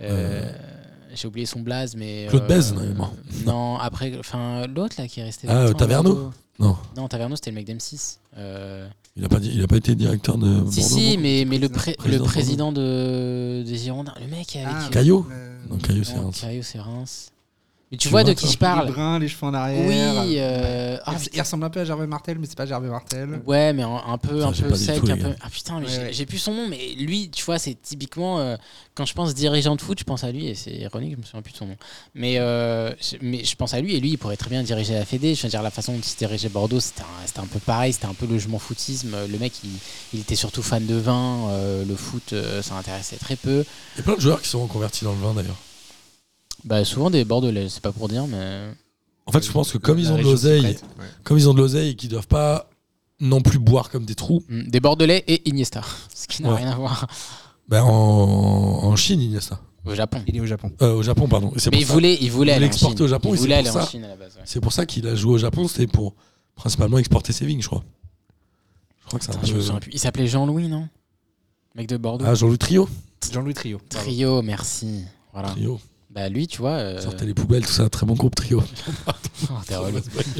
[SPEAKER 3] Euh, J'ai oublié son blaze, mais. euh,
[SPEAKER 4] Claude Bèze, normalement.
[SPEAKER 3] Non, après, enfin, l'autre là qui est resté.
[SPEAKER 4] Ah,
[SPEAKER 3] longtemps à
[SPEAKER 4] Taverneau
[SPEAKER 3] Bordeaux.
[SPEAKER 4] Non.
[SPEAKER 3] Non, Taverneau, c'était le mec d'M6. Euh,
[SPEAKER 4] Il a pas, dit- il a pas été directeur de.
[SPEAKER 3] si,
[SPEAKER 4] Bordeaux,
[SPEAKER 3] si,
[SPEAKER 4] non
[SPEAKER 3] mais, mais le, pré-
[SPEAKER 4] Président
[SPEAKER 3] le président de, des Girondins, le mec avec.
[SPEAKER 5] Ah,
[SPEAKER 4] Caillot
[SPEAKER 5] euh,
[SPEAKER 4] Non, Caillot, c'est
[SPEAKER 3] Non,
[SPEAKER 4] un.
[SPEAKER 3] Caillou, c'est Reims. Mais tu,
[SPEAKER 4] Tu
[SPEAKER 3] vois,
[SPEAKER 4] vois,
[SPEAKER 3] de qui
[SPEAKER 4] toi
[SPEAKER 3] je parle
[SPEAKER 5] Les bruns, les cheveux en arrière.
[SPEAKER 3] Oui.
[SPEAKER 5] Ouais.
[SPEAKER 3] euh, ah,
[SPEAKER 5] Il res- il ressemble un peu à Gervais Martel, mais c'est pas Gervais Martel.
[SPEAKER 3] Ouais, mais un, un peu,
[SPEAKER 4] Ça,
[SPEAKER 3] un
[SPEAKER 4] j'ai
[SPEAKER 3] peu
[SPEAKER 4] pas du
[SPEAKER 3] sec,
[SPEAKER 4] tout, les
[SPEAKER 3] un peu.
[SPEAKER 4] gars.
[SPEAKER 3] Ah putain, mais
[SPEAKER 5] Ouais,
[SPEAKER 3] j'ai-
[SPEAKER 5] ouais.
[SPEAKER 3] j'ai plus son nom, mais lui, tu vois, c'est typiquement euh, quand je pense dirigeant de foot, je pense à lui et c'est ironique, je me souviens plus de son nom. Mais euh, je- mais je pense à lui et lui, il pourrait très bien diriger la Fédé. Je veux dire, la façon dont il dirigeait Bordeaux, c'était un, c'était un peu pareil, c'était un peu le je m'en foutisme. Le mec, il, il était surtout fan de vin, euh, le foot, euh, ça intéressait très peu.
[SPEAKER 4] Il y a plein de joueurs qui sont reconvertis dans le vin d'ailleurs.
[SPEAKER 3] Bah souvent des Bordelais, c'est pas pour dire, mais
[SPEAKER 4] En fait, je pense que comme ils
[SPEAKER 3] La
[SPEAKER 4] ont de
[SPEAKER 3] région
[SPEAKER 4] l'oseille,
[SPEAKER 3] secrète.
[SPEAKER 4] comme ils ont de l'oseille et qu'ils doivent pas non plus boire comme des trous,
[SPEAKER 3] Mm, des Bordelais et Iniesta, ce qui n'a
[SPEAKER 4] Ouais.
[SPEAKER 3] rien à voir
[SPEAKER 4] ben en, en Chine, il y a ça.
[SPEAKER 3] au Japon.
[SPEAKER 5] Il est au Japon.
[SPEAKER 4] Euh, au Japon, pardon. Et c'est
[SPEAKER 3] Mais
[SPEAKER 4] pour
[SPEAKER 3] il
[SPEAKER 4] ça-
[SPEAKER 3] voulait, il voulait
[SPEAKER 4] il
[SPEAKER 3] aller en
[SPEAKER 4] l'exporte
[SPEAKER 3] Chine.
[SPEAKER 4] au Japon,
[SPEAKER 3] il
[SPEAKER 4] et c'est
[SPEAKER 3] voulait aller
[SPEAKER 4] pour
[SPEAKER 3] en
[SPEAKER 4] ça.
[SPEAKER 3] Chine à la base. ouais.
[SPEAKER 4] C'est pour ça qu'il a joué au Japon, c'était pour principalement exporter ses vignes, je crois. Je crois que c'est un
[SPEAKER 3] Putain, je me
[SPEAKER 4] peu-
[SPEAKER 3] souviens plus. Il s'appelait Jean-Louis, non Mec de Bordeaux.
[SPEAKER 4] Ah, Jean-Louis Trio.
[SPEAKER 5] Jean-Louis Trio. Pardon.
[SPEAKER 3] Trio, merci. Voilà.
[SPEAKER 4] Trio.
[SPEAKER 3] Bah lui, tu vois. euh,
[SPEAKER 4] Sortez les poubelles, tout ça. Très bon groupe, Trio.
[SPEAKER 3] oh, t'es relou.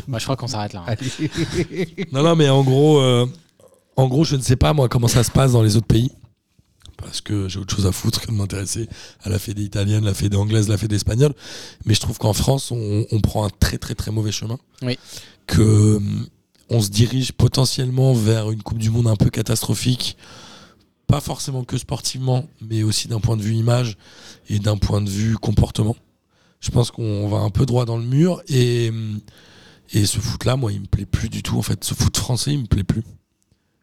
[SPEAKER 3] Moi, je crois qu'on s'arrête là. hein.
[SPEAKER 5] Allez.
[SPEAKER 4] Non, non, mais en gros, euh, en gros, je ne sais pas moi comment ça se passe dans les autres pays. Parce que j'ai autre chose à foutre que de m'intéresser à la fédé italienne, la fédé anglaise, la fédé espagnole. Mais je trouve qu'en France, on, on prend un très très très mauvais chemin.
[SPEAKER 3] Oui.
[SPEAKER 4] Que hum, on se dirige potentiellement vers une Coupe du Monde un peu catastrophique. Pas forcément que sportivement, mais aussi d'un point de vue image et d'un point de vue comportement. Je pense qu'on va un peu droit dans le mur et. hum, et ce foot-là, moi, il me plaît plus du tout. En fait, ce foot français, il me plaît plus.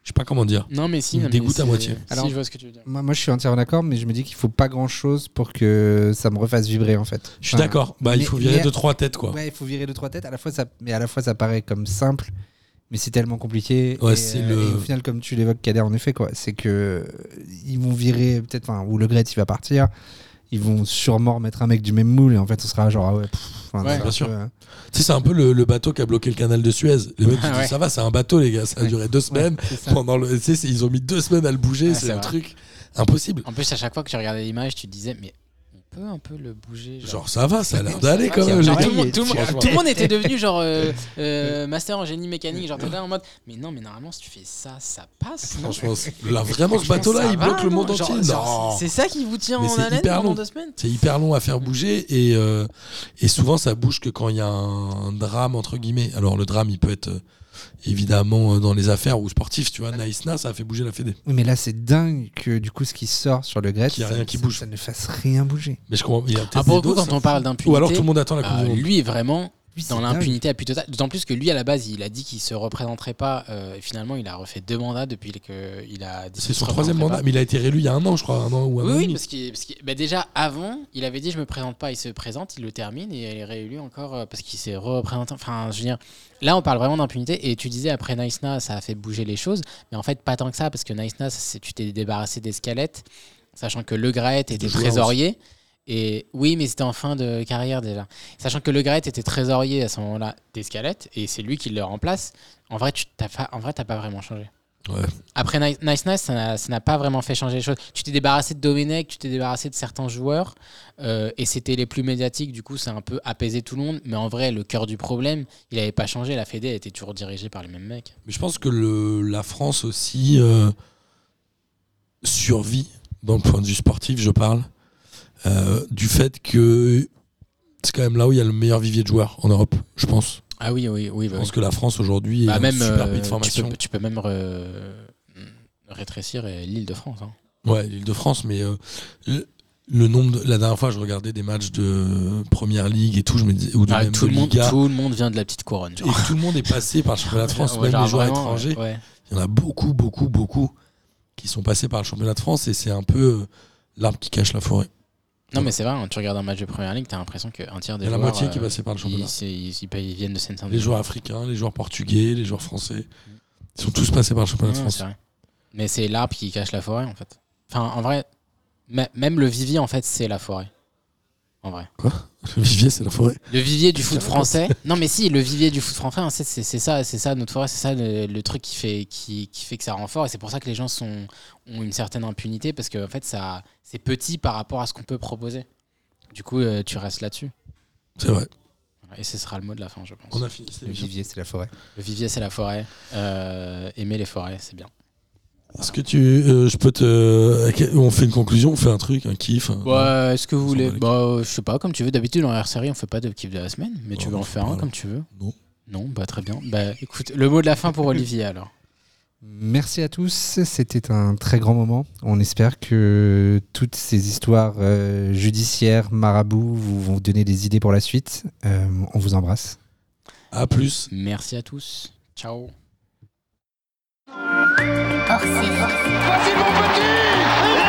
[SPEAKER 4] Je sais pas comment dire.
[SPEAKER 3] Non, mais si.
[SPEAKER 4] Il me
[SPEAKER 3] non, mais
[SPEAKER 4] dégoûte à
[SPEAKER 3] c'est-
[SPEAKER 4] moitié.
[SPEAKER 3] Si,
[SPEAKER 5] Alors-
[SPEAKER 3] je vois ce que tu veux dire.
[SPEAKER 5] Moi, moi, je suis entièrement d'accord, mais je me dis qu'il faut pas grand chose pour que ça me refasse vibrer en fait.
[SPEAKER 4] Je suis
[SPEAKER 5] Enfin,
[SPEAKER 4] d'accord. Bah, il
[SPEAKER 5] mais-
[SPEAKER 4] faut virer
[SPEAKER 5] mais-
[SPEAKER 4] deux trois têtes, quoi. Ouais,
[SPEAKER 5] Ouais, il faut virer deux trois têtes. À la fois, ça, mais à la fois, ça paraît comme simple, mais c'est tellement compliqué.
[SPEAKER 4] Ouais,
[SPEAKER 5] et,
[SPEAKER 4] c'est
[SPEAKER 5] euh,
[SPEAKER 4] le-
[SPEAKER 5] et au final, comme tu l'évoques, Kader, en effet, quoi, c'est que euh, ils vont virer peut-être, enfin, ou le Gret, il va partir. Ils vont sûrement remettre un mec du même moule et en fait, on sera genre ah ouais. pff, enfin,
[SPEAKER 3] Ouais,
[SPEAKER 5] c'est un
[SPEAKER 4] bien
[SPEAKER 5] peu,
[SPEAKER 4] sûr.
[SPEAKER 5] hein.
[SPEAKER 4] Tu sais, c'est un peu le, le bateau qui a bloqué le canal de Suez. Les mecs, ils
[SPEAKER 3] Ouais.
[SPEAKER 4] disent, ça va, c'est un bateau, les gars. Ça a
[SPEAKER 5] Ouais.
[SPEAKER 4] duré deux semaines.
[SPEAKER 5] Ouais, c'est ça.
[SPEAKER 4] Pendant le, tu sais, c'est- ils ont mis deux semaines à le bouger.
[SPEAKER 3] Ouais,
[SPEAKER 4] c'est
[SPEAKER 3] c'est
[SPEAKER 4] un
[SPEAKER 3] vrai.
[SPEAKER 4] truc impossible.
[SPEAKER 3] En plus, à chaque fois que tu regardais l'image, tu te disais, mais on peut un peu le bouger. Genre.
[SPEAKER 4] Genre, ça va, ça a l'air d'aller quand
[SPEAKER 3] Genre,
[SPEAKER 4] même. les
[SPEAKER 3] tout,
[SPEAKER 4] gars.
[SPEAKER 3] le monde, tout le monde-
[SPEAKER 4] Franchement.
[SPEAKER 3] tout le monde était devenu genre euh, euh, master en génie mécanique, genre t'es là en mode mais non mais normalement si tu fais ça ça passe. non
[SPEAKER 4] Franchement, c'est- là, vraiment, ce
[SPEAKER 3] Franchement,
[SPEAKER 4] bateau-là,
[SPEAKER 3] ça
[SPEAKER 4] il
[SPEAKER 3] va,
[SPEAKER 4] bloque le
[SPEAKER 3] non
[SPEAKER 4] monde
[SPEAKER 3] Genre-
[SPEAKER 4] entier.
[SPEAKER 3] genre,
[SPEAKER 4] Non.
[SPEAKER 3] C'est ça qui vous tient
[SPEAKER 4] Mais
[SPEAKER 3] en
[SPEAKER 4] c'est
[SPEAKER 3] haleine
[SPEAKER 4] hyper
[SPEAKER 3] pendant
[SPEAKER 4] long.
[SPEAKER 3] deux semaines.
[SPEAKER 4] C'est hyper long à faire bouger et, euh, et souvent ça bouge que quand il y a un drame entre guillemets. Alors le drame il peut être euh, évidemment euh, dans les affaires ou sportif, tu vois. Naïsna ça a fait bouger la Fédé.
[SPEAKER 5] Oui, mais là, c'est dingue que du coup, ce qui sort sur le Gret,
[SPEAKER 4] Qu'il y a rien qui
[SPEAKER 5] ça-
[SPEAKER 4] bouge.
[SPEAKER 5] ça ne fasse rien bouger.
[SPEAKER 4] Mais je comprends. il y a peut-être
[SPEAKER 3] Ah, pour le
[SPEAKER 4] des
[SPEAKER 3] coup,
[SPEAKER 4] doses,
[SPEAKER 3] quand on parle
[SPEAKER 4] Ou alors tout
[SPEAKER 3] d'impunité,
[SPEAKER 4] le monde attend la Coupe
[SPEAKER 3] euh,
[SPEAKER 4] du Monde.
[SPEAKER 3] lui vraiment
[SPEAKER 5] Lui, c'est
[SPEAKER 3] dans
[SPEAKER 5] dingue.
[SPEAKER 3] l'impunité à plus totale. D'autant plus que lui, à la base, il a dit qu'il se représenterait pas. euh, et finalement, il a refait deux mandats depuis que il a. dit
[SPEAKER 4] C'est
[SPEAKER 3] qu'il se
[SPEAKER 4] son troisième
[SPEAKER 3] représenterait
[SPEAKER 4] mandat, mais il a été réélu il y a un an, je crois, un an ou
[SPEAKER 3] pas. Oui,
[SPEAKER 4] un an. et
[SPEAKER 3] oui,
[SPEAKER 4] demi.
[SPEAKER 3] parce que déjà avant, il avait dit je me présente pas, il se présente, il le termine et il est réélu encore euh, parce qu'il s'est représenté. Enfin, je veux dire, là on parle vraiment d'impunité et tu disais après Naïsna ça a fait bouger les choses, mais en fait pas tant que ça parce que Naïsna ça, c'est- tu t'es débarrassé d'Escalette, sachant que Le Graet était
[SPEAKER 4] De joueurs
[SPEAKER 3] trésorier et oui mais c'était en fin de carrière déjà, sachant que Le Graet était trésorier à ce moment-là d'Escalette et c'est lui qui le remplace. En vrai, tu t'as pas, en vrai t'as pas vraiment changé.
[SPEAKER 4] Ouais.
[SPEAKER 3] Après Ni- Nice Nice, ça n'a- ça n'a pas vraiment fait changer les choses. Tu t'es débarrassé de Domenech, tu t'es débarrassé de certains joueurs, euh, et c'était les plus médiatiques, du coup, ça a un peu apaisé tout le monde. Mais en vrai, le cœur du problème, il n'avait pas changé. La Fédé elle était toujours dirigée par les mêmes mecs.
[SPEAKER 4] Mais je pense que le, la France aussi euh, survit, d'un point de vue sportif, je parle, euh, du fait que c'est quand même là où il y a le meilleur vivier de joueurs en Europe, je pense.
[SPEAKER 3] Ah oui, oui, oui.
[SPEAKER 4] Je pense que la France aujourd'hui est
[SPEAKER 3] Bah,
[SPEAKER 4] un
[SPEAKER 3] même,
[SPEAKER 4] super
[SPEAKER 3] euh,
[SPEAKER 4] pays de
[SPEAKER 3] tu
[SPEAKER 4] formation.
[SPEAKER 3] peux- Tu peux, même euh, rétrécir euh, l'île de France. hein.
[SPEAKER 4] Ouais, l'Île-de-France, mais euh, le, le nombre. De, la dernière fois, je regardais des matchs de première ligue et tout, je me disais, ou de
[SPEAKER 3] Ah,
[SPEAKER 4] même
[SPEAKER 3] tout,
[SPEAKER 4] de
[SPEAKER 3] le monde,
[SPEAKER 4] Liga,
[SPEAKER 3] tout le monde vient de la petite couronne. genre.
[SPEAKER 4] et tout le monde est passé par le championnat de France,
[SPEAKER 3] Ouais,
[SPEAKER 4] même
[SPEAKER 3] genre
[SPEAKER 4] les joueurs
[SPEAKER 3] vraiment,
[SPEAKER 4] étrangers.
[SPEAKER 3] ouais, ouais.
[SPEAKER 4] Il y en a beaucoup, beaucoup, beaucoup qui sont passés par le championnat de France et c'est un peu euh, l'arbre qui cache la forêt.
[SPEAKER 3] Non, mais c'est vrai, hein, tu regardes un match de première ligue, t'as l'impression qu'un tiers
[SPEAKER 4] Il
[SPEAKER 3] des
[SPEAKER 4] y en a
[SPEAKER 3] joueurs.
[SPEAKER 4] la moitié qui est
[SPEAKER 3] euh,
[SPEAKER 4] passée par le championnat.
[SPEAKER 3] ils, c'est- ils- ils- ils viennent de Seine-Saint-Denis.
[SPEAKER 4] Les joueurs africains, les joueurs portugais, les joueurs français, ils sont tous passés par le championnat de
[SPEAKER 3] Ouais,
[SPEAKER 4] France.
[SPEAKER 3] c'est vrai. Mais c'est l'arbre qui cache la forêt en fait. Enfin, en vrai, mè- même le vivier en fait, c'est la forêt. En vrai.
[SPEAKER 4] Le vivier, c'est la forêt.
[SPEAKER 3] Le vivier du foot français. Non, mais si, le vivier du foot français, hein, c'est c'est- c'est ça, c'est ça notre forêt, c'est ça le, le truc qui fait, qui, qui fait que ça rend fort. Et c'est pour ça que les gens sont, ont une certaine impunité parce que en fait, ça c'est petit par rapport à ce qu'on peut proposer. Du coup, euh, tu restes là-dessus.
[SPEAKER 4] C'est vrai.
[SPEAKER 3] Et ce sera le mot de la fin, je pense.
[SPEAKER 4] On a fini.
[SPEAKER 5] Le vivier, c'est la forêt.
[SPEAKER 3] Le vivier, c'est la forêt. Euh, aimer les forêts, c'est bien.
[SPEAKER 4] Est-ce que tu, euh, je peux te, euh, on fait une conclusion, on fait un truc, un kiff. un-
[SPEAKER 3] Ouais, est-ce que vous
[SPEAKER 4] s'en
[SPEAKER 3] voulez
[SPEAKER 4] bat les
[SPEAKER 3] bah, euh, Je sais pas, comme tu veux. D'habitude, en R-Série, on fait pas de kiff de la semaine, mais tu
[SPEAKER 4] Ouais,
[SPEAKER 3] veux en
[SPEAKER 4] on
[SPEAKER 3] faire
[SPEAKER 4] fait
[SPEAKER 3] un
[SPEAKER 4] pas,
[SPEAKER 3] comme tu veux
[SPEAKER 4] Non.
[SPEAKER 3] Non, bah très bien. Bah écoute, le mot de la fin pour Olivier alors.
[SPEAKER 5] Merci à tous, c'était un très grand moment. On espère que toutes ces histoires euh, judiciaires, marabouts, vous vont donner des idées pour la suite. Euh, on vous embrasse.
[SPEAKER 4] À plus.
[SPEAKER 3] Merci à tous. Ciao.
[SPEAKER 1] Orsi.
[SPEAKER 2] Vas-y, mon petit Et